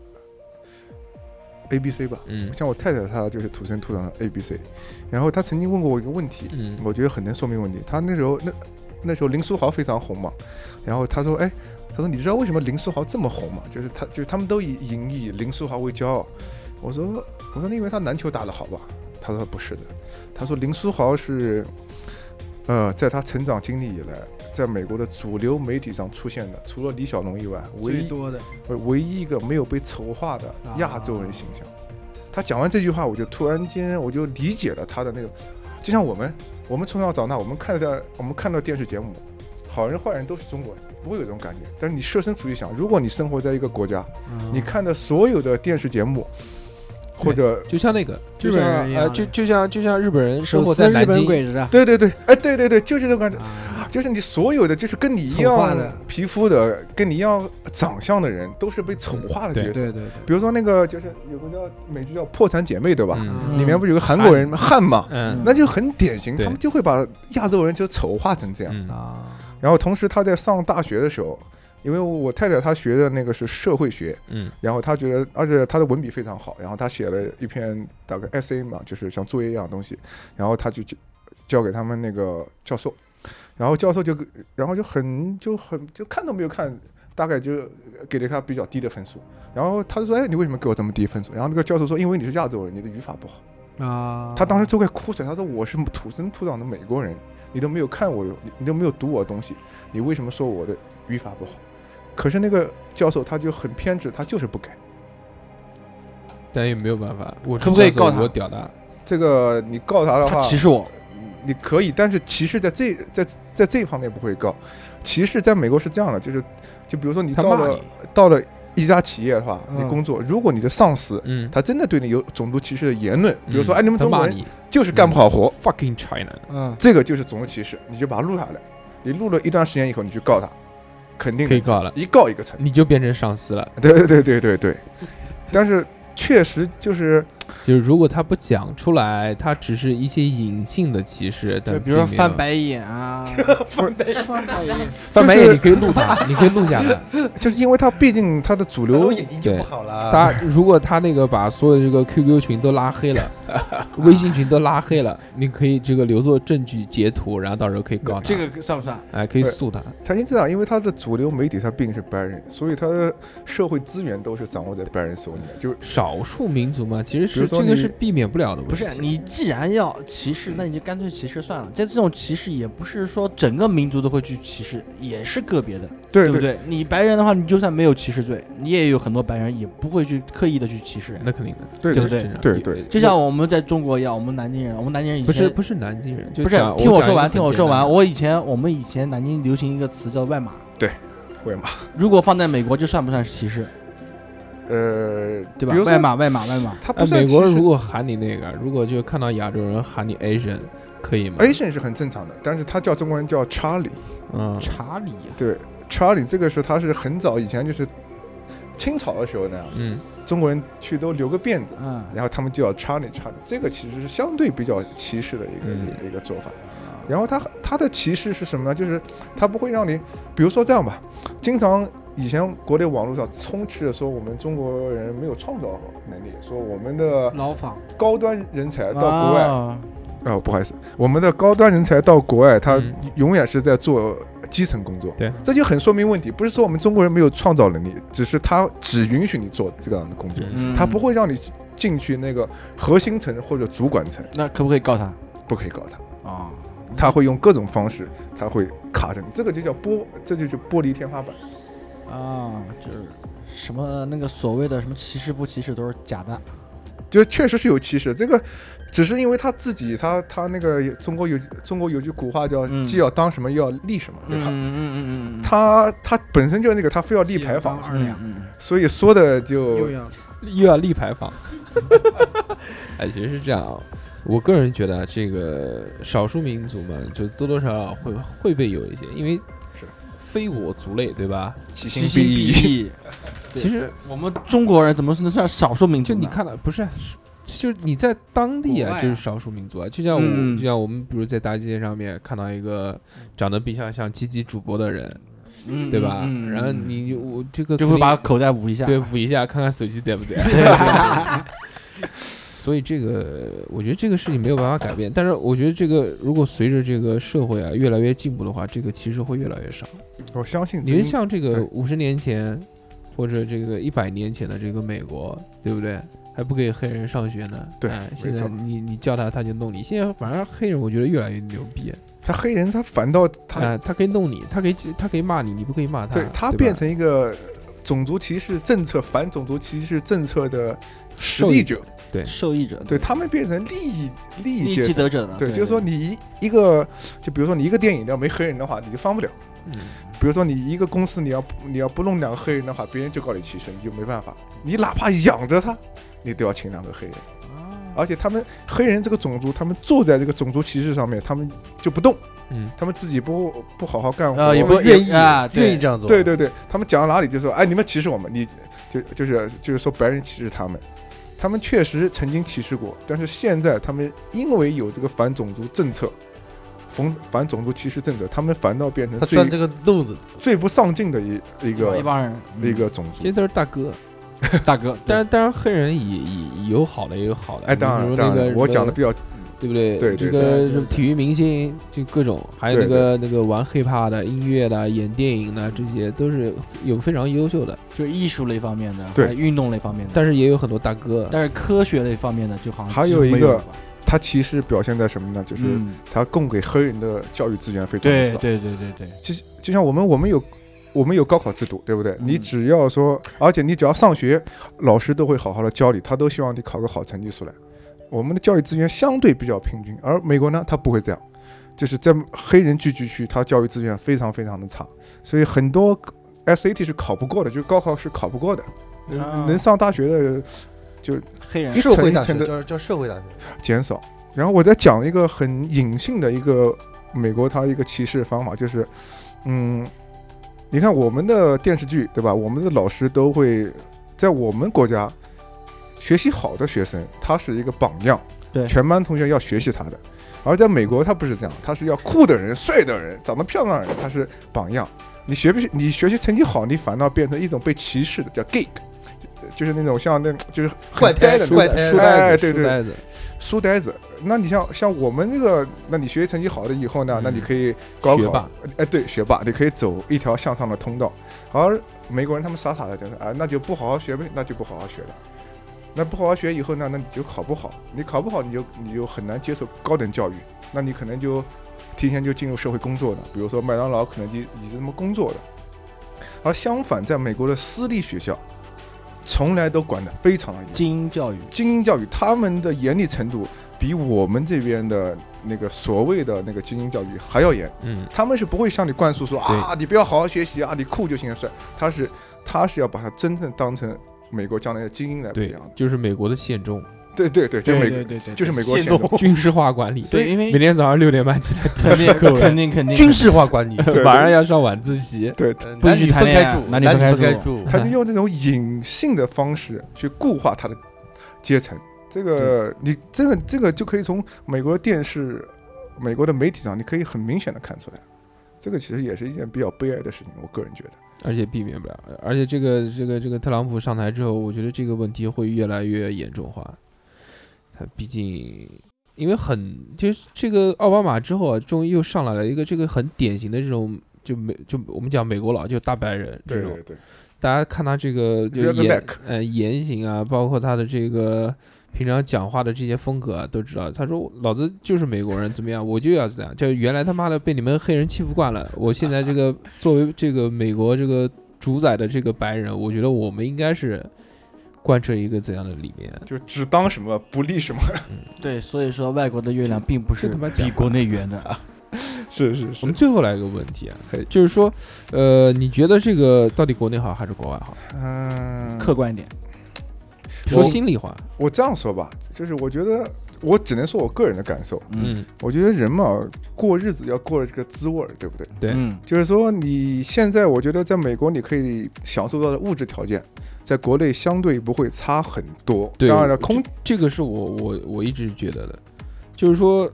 A B C 吧。
嗯
像我太太，她就是土生土长的 A B C。然后她曾经问过我一个问题，
嗯
我觉得很能说明问题。她那时候那那时候林书豪非常红嘛，然后她说，哎，她说你知道为什么林书豪这么红吗？就是他就是他们都以引以林书豪为骄傲。我说我说那因为他篮球打得好吧？她说不是的，她说林书豪是。呃，在他成长经历以来，在美国的主流媒体上出现的，除了李小龙以外，唯
最
一
多的
呃唯一一个没有被丑化的
啊
亚洲人形象。他讲完这句话，我就突然间我就理解了他的那个，就像我们，我们从小长大，我们看到我们看到电视节目，好人坏人都是中国人，不会有这种感觉。但是你设身处地想，如果你生活在一个国家，
嗯
嗯
你看的所有的电视节目，或者
就像那个，就
日本
像
人一样
呃，就就像就像日本人生
手
活
撕
在
日
南
本
京，
鬼子啊，
对对对，哎，对对对，就是这种感觉。
啊
就是你所有的，就是跟你一
丑化
样
的
皮肤的、跟你一样长相的人，都是被丑化的角
对
色。
对对，
比如说那个，就是有个叫美剧叫《破产姐妹》，对吧？
嗯
嗯
里面不是有个韩国人汉嘛？
嗯
那就很典型，
对
他们就会把亚洲人就丑化成这样。
嗯
啊，
然后同时他在上大学的时候，因为我太太她学的那个是社会学，
嗯
然后她觉得，而且她的文笔非常好，然后她写了一篇大概 essay 嘛，就是像作业一样的东西，然后她就就交给他们那个教授，然后教授就然后就很就很就看都没有看，大概就给了他比较低的分数，然后他就说，哎，你为什么给我这么低分数？然后那个教授说，因哎为你是亚洲人，你的语法不好。
啊，
嗯他当时都哎快哭出来，他说我是土生土长的美国人，你都没有看我，你你都没有读我的东西，你为什么说我的语法不好？可是那个教授他就很偏执，他就是不改。
但也没有办法，我是
可不可以
教授
告他
我屌他，
这个你告他的
他
话，
歧视我，
你可以，但是歧视在这在在这方面不会高。歧视在美国是这样的，就是就比如说你
他
到
骂
了
你，
到了一家企业的话，你
嗯
工作，如果你的上司
嗯，
他真的对你有种族歧视的言论，比如说
嗯
哎你们
他
中
骂
国人
你
就是干不好活，
，fucking China，
嗯，
这个就是种族歧视，你就把它录下来。你录了一段时间以后，你去告他，肯定
可以
的
告嗯了，
一告一个成。
你就变成上司了。
对对对对对对。但是确实就是
就是如果他不讲出来，他只是一些隐性的歧视，但
就比如说
并没有
翻，白眼 啊，
翻白
就
眼，
是
你可以录他，你可以录下 来。
就是因为他毕竟他的主
然后
流
眼睛就不好了。
他如果他那个把所有这个 QQ 群都拉黑了，微信群都拉黑了，你可以这个留作证据截图，然后到时候可以告他，
这个算不算？
哎可以诉他。
他因这啊样，因为他的主流媒体他毕竟是白人，所以他的社会资源都是掌握在白人手里面。就是
少数民族嘛，其实
比
是
如说
这个
你
是避免不了的问
不
题。
是你既然要歧视，那你就干脆歧视算了。这这种歧视也不是说整个民族都会去歧视，也是个别的，
对
不对？你白人的话，你就算没有歧视罪，你也有很多白人也不会去刻意的去歧视人。
那肯定的，
对
对
这
不对
是正常
对
有
对
就像我们在中国一样，我们南京人，我们南京人以
不是
前
不是南京人，就
不是
讲
听我
讲一
说完，
个很
听我说
简单
完。
的
我以前我们以前南京流行一个词叫外码，
外码，
如果放在美国，这算不算是歧视？
呃，
对吧
比如？
外
说
码，外码，外码。
他不
哎，
算
美
歧
国
视
如果喊你那个，如果就看到亚洲人喊你 Asian，可以吗？
，Asian 是很正常的，但是他叫中国人叫 Charlie，
嗯，
查理，
对 Charlie 这个是他是很早以前就是清朝的时候那样，
嗯，
中国人去都留个辫子。
嗯，
然后他们就要 Charlie Charlie，这个其实是相对比较歧视的一个、
嗯
一个一个做法。然后他他的歧视是什么呢？就是他不会让你，比如说这样吧，经常以前国内网络上充斥着说我们中国人没有创造能力，说我们的
牢房，
高端人才到国外啊、
啊
哦不好意思，我们的高端人才到国外，他
嗯
永远是在做基层工作。
对，
这就很说明问题，不是说我们中国人没有创造能力，只是他只允许你做这个样的工作。
嗯
他不。会让你进去那个核心层或者主管层，
那可不可以告他？
不可以搞他，
啊，
他会用各种方式，他会卡着你，这个就叫玻，这就是玻璃天花板。
啊，就是什么那个所谓的什么歧视不歧视都是假的，
就是确实是有歧视，这个只是因为他自己，他他那个中国有中国有句古话叫“
嗯
既要当什么又要立什么”，对吧？
嗯嗯嗯
他他本身就是那个，他非要立牌坊，
二两，
嗯
所以说的
又
就
要
又要立牌坊。 哎，其实是这样啊，我个人觉得啊这个少数民族嘛，就多多少少会会被有一些，因为
是
非我族类，对吧？
其
其心必
异。
异。对
其实
我们中国人怎么能算少数民族
就
呢？
你看到不是，是就是你在当地
国
啊，
外啊
就是少数民族啊，就像我，
嗯
就像我们，比如在大街上面看到一个长得比较像积极主播的人，
嗯，嗯，
对吧？
嗯
然后你就我这个
就
肯
会
定
把口袋捂一下。
对，捂一下，看看手机在不在。所以这个，我觉得这个事情没有办法改变。但是我觉得这个，如果随着这个社会啊越来越进步的话，这个歧视会越来越少。
我相 信
你
这
就
个，
像这
对
个五十年前，或者这个一百年前的这个美国，对不对？还不给黑人上学呢。
对
哎
没
现在
错
你你叫他他就弄你。现在反而黑人我觉得越来越牛逼，
他黑人，他反倒他、
啊，他可以弄你，他可以他可以骂你，你不可以骂他。
哎对
他
他变成一个种族歧视政策反种族歧视政策的实
受益
力者，
受益者，
对他们变成利益利益
利
阶
既
层。
得者的，
对，就是说你一一个，就比如说你一个电影要没黑人的话，你就放不了；
嗯
比如说你一个公司你要你要不弄两个黑人的话，别人就告你歧视，你就没办法。你哪怕养着他，你都要请两个黑人。而且他们黑人这个种族，他们坐在这个种族歧视上面，他们就不动，
嗯，
他们自己不不好好干活，
呃，也
我
不
们愿意
啊，对
愿意这样做，
对对对，他们讲到哪里就说，哎，你们歧视我们，你就就是就是说白人歧视他们，他们确实曾经歧视过，但是现在他们因为有这个反种族政策，反反种族歧视政策，他们反倒变成
他
最
钻这个漏子，
最不上进的一一
一
个
帮人，
一个种
这
族。
都是大 哥。
大哥，
当然，当然，黑人也也也有好的，也有好的。
哎，当
比
然
如
当
那个
然，我讲的比较
对不对？
对对
这
对
个
对
什么体育明星，就各种，还有那
对
个那个玩 hiphop 的、音乐的、演电影的，这些都是有非常优秀的，
就是艺术类方面的，
对
还有运动类方面的，
但是也有很多大哥。啊
但是科学类方面的就好像
还有
几乎没
一个
了吧
他歧视表现在什么呢？就是
嗯
他供给黑人的教育资源非常的
对
少。
对对对对，
就就像我们我们有我们有高考制度，对不对？
嗯
你只要说，而且你只要上学，老师都会好好的教你，他都希望你考个好成绩出来。我们的教育资源相对比较平均，而美国呢，他不会这样，就是在黑人聚居区，它教育资源非常非常的差，所以很多 SAT 是考不过的，就是高考是考不过的，
啊
能上大学的就
黑人
一
社
层
会
一
大
层
学
的
叫叫社会大学，
减少。然后我再讲一个很隐性的一个美国它一个歧视方法，就是，嗯，你看我们的电视剧对吧？我们的老师都会在我们国家，学习好的学生他是一个榜样，
对
全班同学要学习他的。而在美国他不是这样，他是要酷的人、帅的人、长得漂亮的人，他是榜样。你学不学你学习成绩好，你反倒变成一种被歧视的，叫 geek，就是那种像那就是
怪
很
胎
呆的
书怪胎
书
哎
呆子，
对
书
对
呆子，
书呆子。那你像像我们这个，那你学习成绩好的以后呢，
嗯
那你可以高
学
考
霸，
哎，对，学霸，你可以走一条向上的通道。而美国人他们傻傻的就是啊，那就不好好学呗，那就不好好学了。那不好好学以后呢，那你就考不好，你考不好你就你就很难接受高等教育，那你可能就提前就进入社会工作了，比如说麦当劳、肯德基，你是这么工作的。而相反，在美国的私立学校，从来都管得非常的严。
精英教育，
精英教育，他们的严厉程度比我们这边的那个所谓的那个精英教育还要严。
嗯，
他们是不会向你灌输说
对
啊，你不要好好学习啊，你酷就行了。是，他是他是要把它真正当成美国将来的精英来培
对
养的，。
就是美国的宪 众，
对对对，就是美
对对对，
就是美国
宪
宪
宗
宗
军事化管理，
对，因
每
为
天早上六点半起来
肯定
课文
肯定肯定
军事化管理，
对
晚上要上晚自习，
对，
呃
不
男
许
女
谈
分
恋
开
爱
住，
男女
女
分开
开
住
住，
他就用这种隐性的方式去固化他的阶层。这个你真的这个就可以从美国的电视、美国的媒体上，你可以很明显的看出来。这个其实也是一件比较悲哀的事情，我个人觉得。
而且避免不了。而且这个这个这个特朗普上台之后，我觉得这个问题会越来越严重化。他毕竟因为很就是这个奥巴马之后啊，终于又上来了一个这个很典型的这种。就美就我们讲美国佬就大白人这
对
种
对，对，
大家看他这个就
Red
言
Mac
呃言行啊，包括他的这个平常讲话的这些风格啊，都知道。他说老子就是美国人，怎么样，我就要这样。就原来他妈的被你们黑人欺负惯了，我现在这个作为这个美国这个主宰的这个白人，我觉得我们应该是贯彻一个怎样的理念？
就只当什么不立什么。
对，所以说外国的月亮并不是
这他妈讲
比国内圆的啊，
是是
我们最后来一个问题啊
嘿，
就是说，呃，你觉得这个到底国内好还是国外好？
嗯，
客观一点，
说心里话，
我这样说吧，就是我觉得我只能说我个人的感受。
嗯
我觉得人嘛，过日子要过这个滋味儿，对不对？
对
嗯，
就是说，你现在我觉得在美国你可以享受到的物质条件，在国内相对不会差很多。
对，
当然
我
了，空
这这个是我我我一直觉得的，就是说，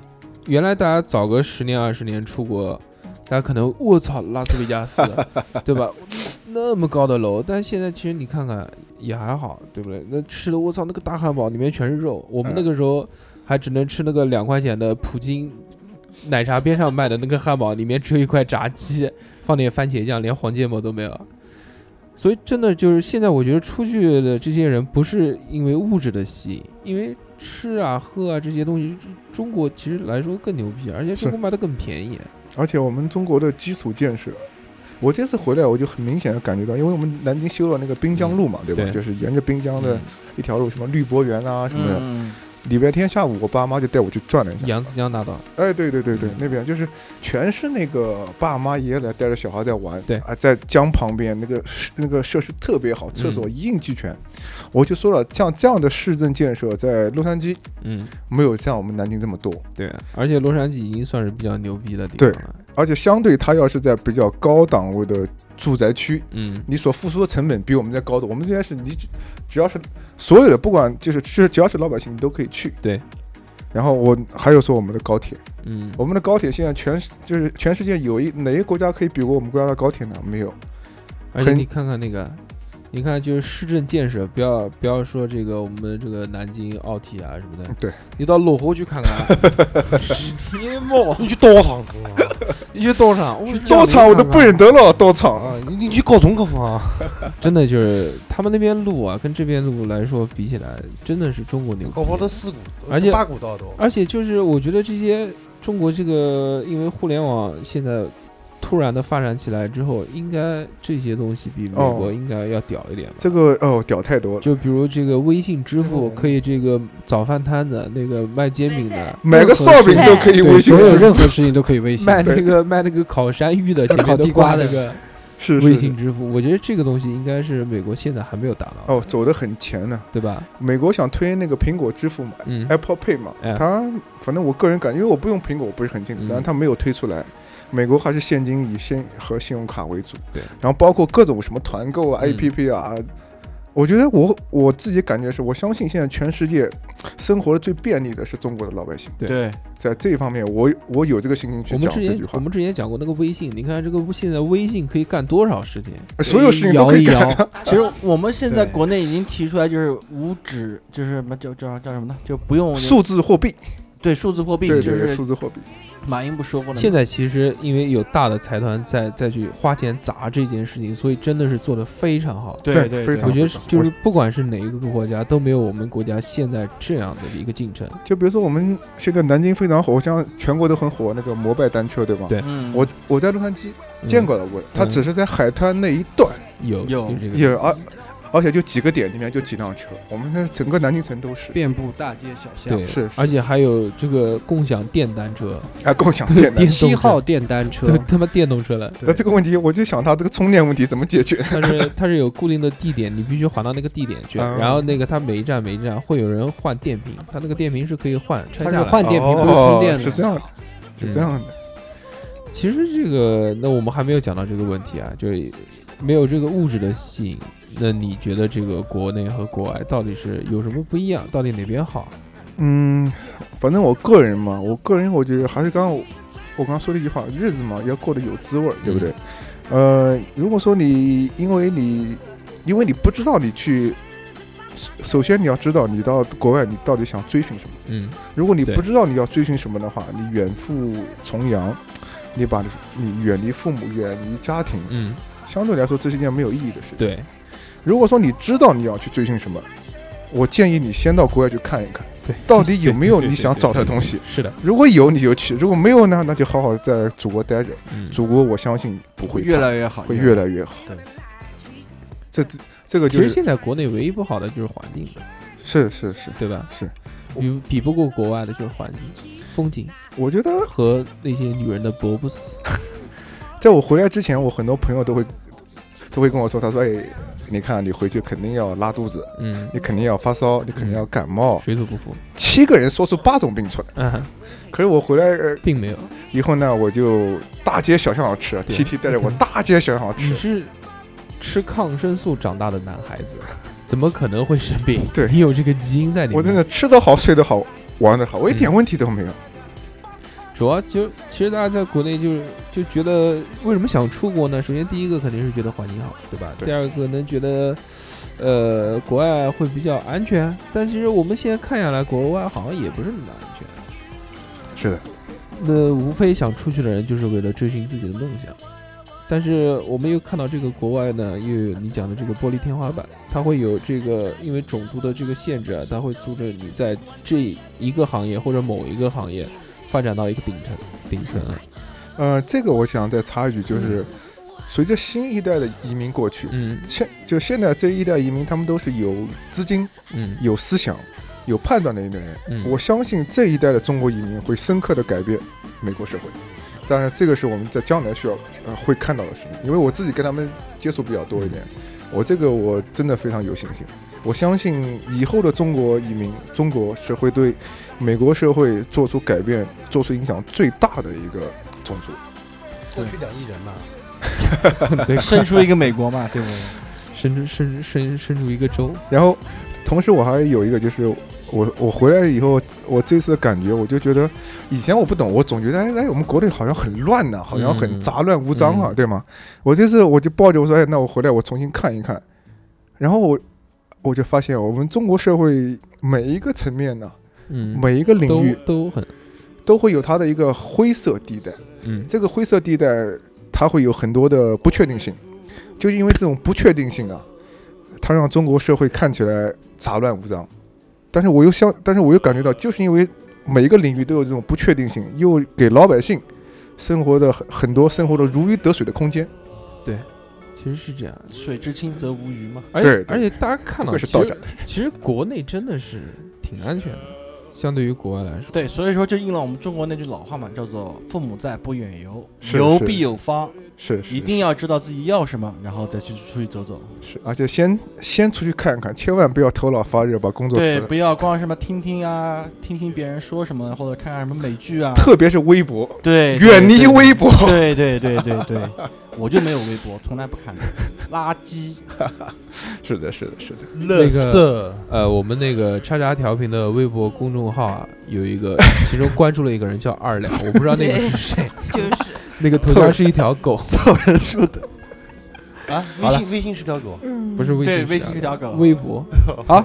原来大家早个十年二十年出国，大家可能我操拉斯维加斯，对吧？那么高的楼，但现在其实你看看也还好，对不对？那吃的我操那个大汉堡里面全是肉，我们那个时候还只能吃那个两块钱的普京。奶茶边上卖的那个汉堡里面只有一块炸鸡，放点番茄酱，连黄芥末都没有。所以真的就是现在，我觉得出去的这些人不是因为物质的吸引，因为吃啊、喝啊这些东西，中国其实来说更牛逼，而且中国卖的更便宜。
而且我们中国的基础建设，我这次回来我就很明显的感觉到，因为我们南京修了那个滨江路嘛，对吧？
对
就是沿着滨江的一条路，什么绿博园啊什么的。
嗯，
礼拜天下午，我爸妈就带我去转了一下。
扬子江大道，
哎，对对对
嗯
对，那边就是全是那个爸妈爷爷来带着小孩在玩。
对
啊，在江旁边那个那个设施特别好，厕所一应俱全。我就说了，像这样的市政建设在洛杉矶
嗯，
没有像我们南京这么多。
对啊，而且洛杉矶已经算是比较牛逼的地方了。
而且相对它要是在比较高档位的住宅区，
嗯，
你所付出的成本比我们这高的。我们这边是你只只要是所有的，不管就是是只要是老百姓，你都可以去。
对。
然后我还有说我们的高铁，
嗯，
我们的高铁现在全世就是全世界有一哪一个国家可以比过我们国家的高铁呢？没有。
而且
很
你看看那个，你看就是市政建设，不要不要说这个我们这个南京奥体啊什么 的，
对，
你到泸湖去看啊看，天猫，
你去刀场看 啊，
你去道上，我
刀场我都不忍得了，刀场。
啊你你去高中看看啊，
真的就是他们那边路啊，跟这边路来说比起来，真的是中国牛逼。
搞不好都四股，
而且啊
八股道都，
而且就是我觉得这些中国这个，因为互联网现在突然的发展起来之后，应该这些东西比美
哦
国应该要屌一点吧？
这个哦，屌太多了，
就比如这个微信支付可以这个早饭摊的那个卖煎饼的，
买个烧饼都可以微信
所有
支付，
任何事情都可以微信。
卖那个卖那个烤山芋的，前面
烤
都
地瓜
挂
的
那个
是
微
是
信支付。我觉得这个东西应该是美国现在还没有达到，
哦，哎走得很前呢。
对吧？
美国想推那个苹果支付嘛
嗯
，Apple Pay 嘛
哎，
它反正我个人感觉，因为我不用苹果，我不是很清楚
嗯，
但是它没有推出来。美国还是现金以现和信用卡为主，
对，
然后包括各种什么团购啊、
嗯
APP 啊，我觉得我我自己感觉是，我相信现在全世界生活的最便利的是中国的老百姓，
对，
在这一方面，我我有这个信心去
我们
讲
之
这
前
句话
我，们之前讲过那个微信，你看这个现在微信可以干多少事情？
所有事情都可以
摇一
干
摇。
其实我们现在
对
国内已经提出来，就是无纸，就是什么叫叫叫什么呢？就不用
数字货币，
对数字货币，
对
就
对对，
是
数字货币，
马云不说过了吗？
现在其实因为有大的财团在再去花钱砸这件事情，所以真的是做得非常好。
对
对
对
非
对
常
我觉得
好
就是不管是哪一个国家都没有我们国家现在这样的一个进程。嗯
就比如说我们现在南京非常火，像全国都很火那个摩拜单车，对吧？
对
嗯，
我我在洛杉矶见过了，我它
嗯
只是在海滩那一段
有
有
嗯
这个
有，而而且就几个点里面就几辆车，我们那整个南京城都是。
遍布大街小巷。
对，
是是
而且还有这个共享电单车，
啊，共享电的
电。
七号电单车
都他妈电动车了。
那这个问题，我就想它这个充电问题怎么解决？
它是它是有固定的地点，你必须还到那个地点去。
嗯
然后那个它每一站每一站会有人换电瓶，它那个电瓶是可以换拆
它
下
是
来的。
换 电瓶，不是充
哦
电的。嗯
是这样的，是这样的。
其实这个，那我们还没有讲到这个问题啊，就是没有这个物质的吸引。那你觉得这个国内和国外到底是有什么不一样？到底哪边好？
嗯，反正我个人嘛，我个人我觉得还是刚刚我我刚刚说了一句话，日子嘛要过得有滋味儿，
嗯
对不对？呃，如果说你因为你因为你不知道你去，首首先你要知道你到国外你到底想追寻什么。
嗯，
如果你
对
不知道你要追寻什么的话，你远赴重洋，你把你你远离父母，远离家庭，
嗯，
相对来说这是一件没有意义的事情。
对，
如果说你知道你要去追寻什么，我建议你先到国外去看一看，
对
到底有没有
对对对
你想找的东西。
是的，
如果有你就去，如果没有呢，那就好好在祖国待着。
嗯，
祖国我相信不会
越
差
来越好，
会越来越好。
对，
这这这个
其
就
实
是
现在国内唯一不好的就是环境，
是是是，
对吧？
是，
比比不过国外的就是环境、风景
我觉得
和那些女人的勃不死。
在我回来之前，我很多朋友都会都会跟我说，他说：“哎，你看你回去肯定要拉肚子，
嗯，
你肯定要发烧，你肯定要感冒。
水土不服，
七个人说出八种病出来。
啊，
可是我回来、呃、
并没有。
以后呢，我就大街小巷上吃
对
，T T 带着我
嗯
大街小巷上
你
吃。
是吃抗生素长大的男孩子，怎么可能会生病？
对
你有这个基因在里面。
我真的吃得好，睡得好，玩得好，我一点
嗯
问题都没有。
主要就其实大家在国内就是就觉得为什么想出国呢？首先第一个肯定是觉得环境好，对吧？
对
第二个可能觉得，呃，国外会比较安全，但其实我们现在看下来，国外好像也不是那么安全。
是的，
那无非想出去的人就是为了追寻自己的梦想，但是我们又看到这个国外呢，又有你讲的这个玻璃天花板，它会有这个因为种族的这个限制啊，它会阻止你在这一个行业或者某一个行业发展到一个顶层顶层啊。
呃，这个我想再插一句，就是随着新一代的移民过去，
嗯
现就现在这一代移民，他们都是有资金、
嗯
有思想、有判断的一代人。
嗯，
我相信这一代的中国移民会深刻的改变美国社会，当然这个是我们在将来需要呃会看到的事情，因为我自己跟他们接触比较多一点，我这个我真的非常有信心，我相信以后的中国移民，中国是会对美国社会做出改变、做出影响最大的一个种族。
过去两亿人嘛，
对，
生出一个美国嘛，对不对？
伸出伸伸伸出一个州，
然后，同时我还有一个就是我我回来以后，我这次的感觉，我就觉得以前我不懂，我总觉得哎哎，我们国内好像很乱呐、好像很
嗯
杂乱无章啊，
嗯
对吗？我这次我就抱着我说，哎，那我回来我重新看一看，然后我我就发现我们中国社会每一个层面呢、
嗯，
每一个领
都
域
都很
都会有它的一个灰色地带。
嗯
这个灰色地带它会有很多的不确定性，就是因为这种不确定性啊，它让中国社会看起来杂乱无章。但是我又相，但是我又感觉到，就是因为每一个领域都有这种不确定性，又给老百姓生活的很很多生活的如鱼得水的空间。
对，其实是这样。
水至清则无鱼嘛。
而且
对对
而且大家看
不
到，
愧
其
是
实
道长
其实国内真的是挺安全的，相对于国外来说。
对，所以说就应了我们中国那句老话嘛，叫做“父母在，不远游，
是
游
是
必有方”，
是是
一定要知道自己要什么，然后再去出去走走。
是，而且先先出去看看，千万不要头脑发热把工作辞
对，
了
不，要光什么听听啊，听听别人说什么，或者看看什么美剧 啊。
特别是微博，
对，对
远离微博。
对对对对对对，我就没有微博，从来不看的，垃圾。
是的，是的，是的。
那个呃，我们那个叉叉调频的微博公众号啊，有一 个，其中关注了一个人叫二两，我不知道那个
对
是谁，
就是
那个头像是一条狗，
凑人数的，
啊，
好
微
了
信微信是条狗，
不是微信，
对微信是条狗
微 博。好，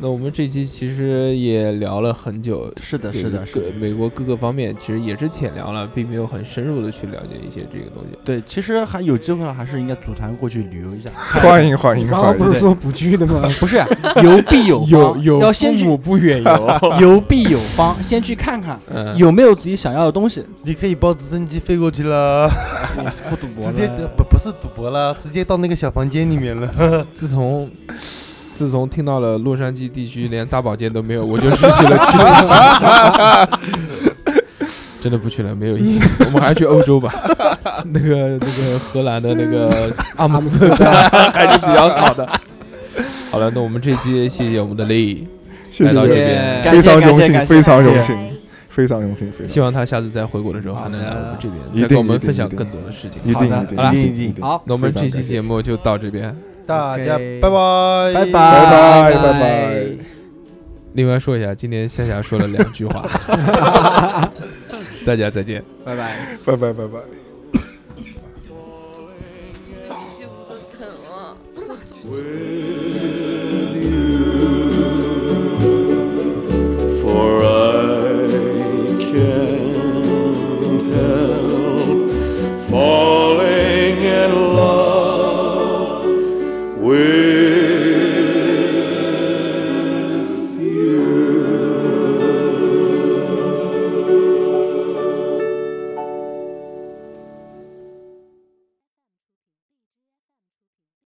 那我们这期其实也聊了很久，
是的
对
是的
各
是的
美国各个方面其实也是浅聊了，并没有很深入的去了解一些这个东西。
对，其实还有机会了，还是应该组团过去旅游一下。
欢迎欢迎
刚刚
欢
不是
迎，
说不去的 吗？
不是游必有
有
方，
有
要先
父
去
母不远游，
游必有方，先去看看
嗯，
有没有自己想要的东西。
你可以包直升机飞过去了，
不赌博
直接
了，
不不是赌博了，直接到那个小房间里面了。
自从自从听到了洛杉矶地区连大保健都没有，我就失去了去的心。真的不去了，没有意思。我们还是去欧洲吧，那个那个荷兰的那个阿姆斯特丹还是比较好的。 好了，那我们这期谢谢我们的丽，来
谢谢
到这
谢谢，
边，
非常荣幸，非常荣
感
哎
幸，非常荣幸，非
希
常
望他下次再回国的时候还能来我们这边，
一
再
定
跟我们
一定
分享
一定
更多的事情。
一
好
定
的
一定
好了
一定一定。
好，
那我们这期
非常感谢
节目就到这边。
大家
OK
拜拜，
拜拜
拜拜
拜
拜
拜
拜。
另外说一下，今天夏夏说了两句话， 大家再见。
拜拜。
拜拜拜拜。
屁股都疼了。
Where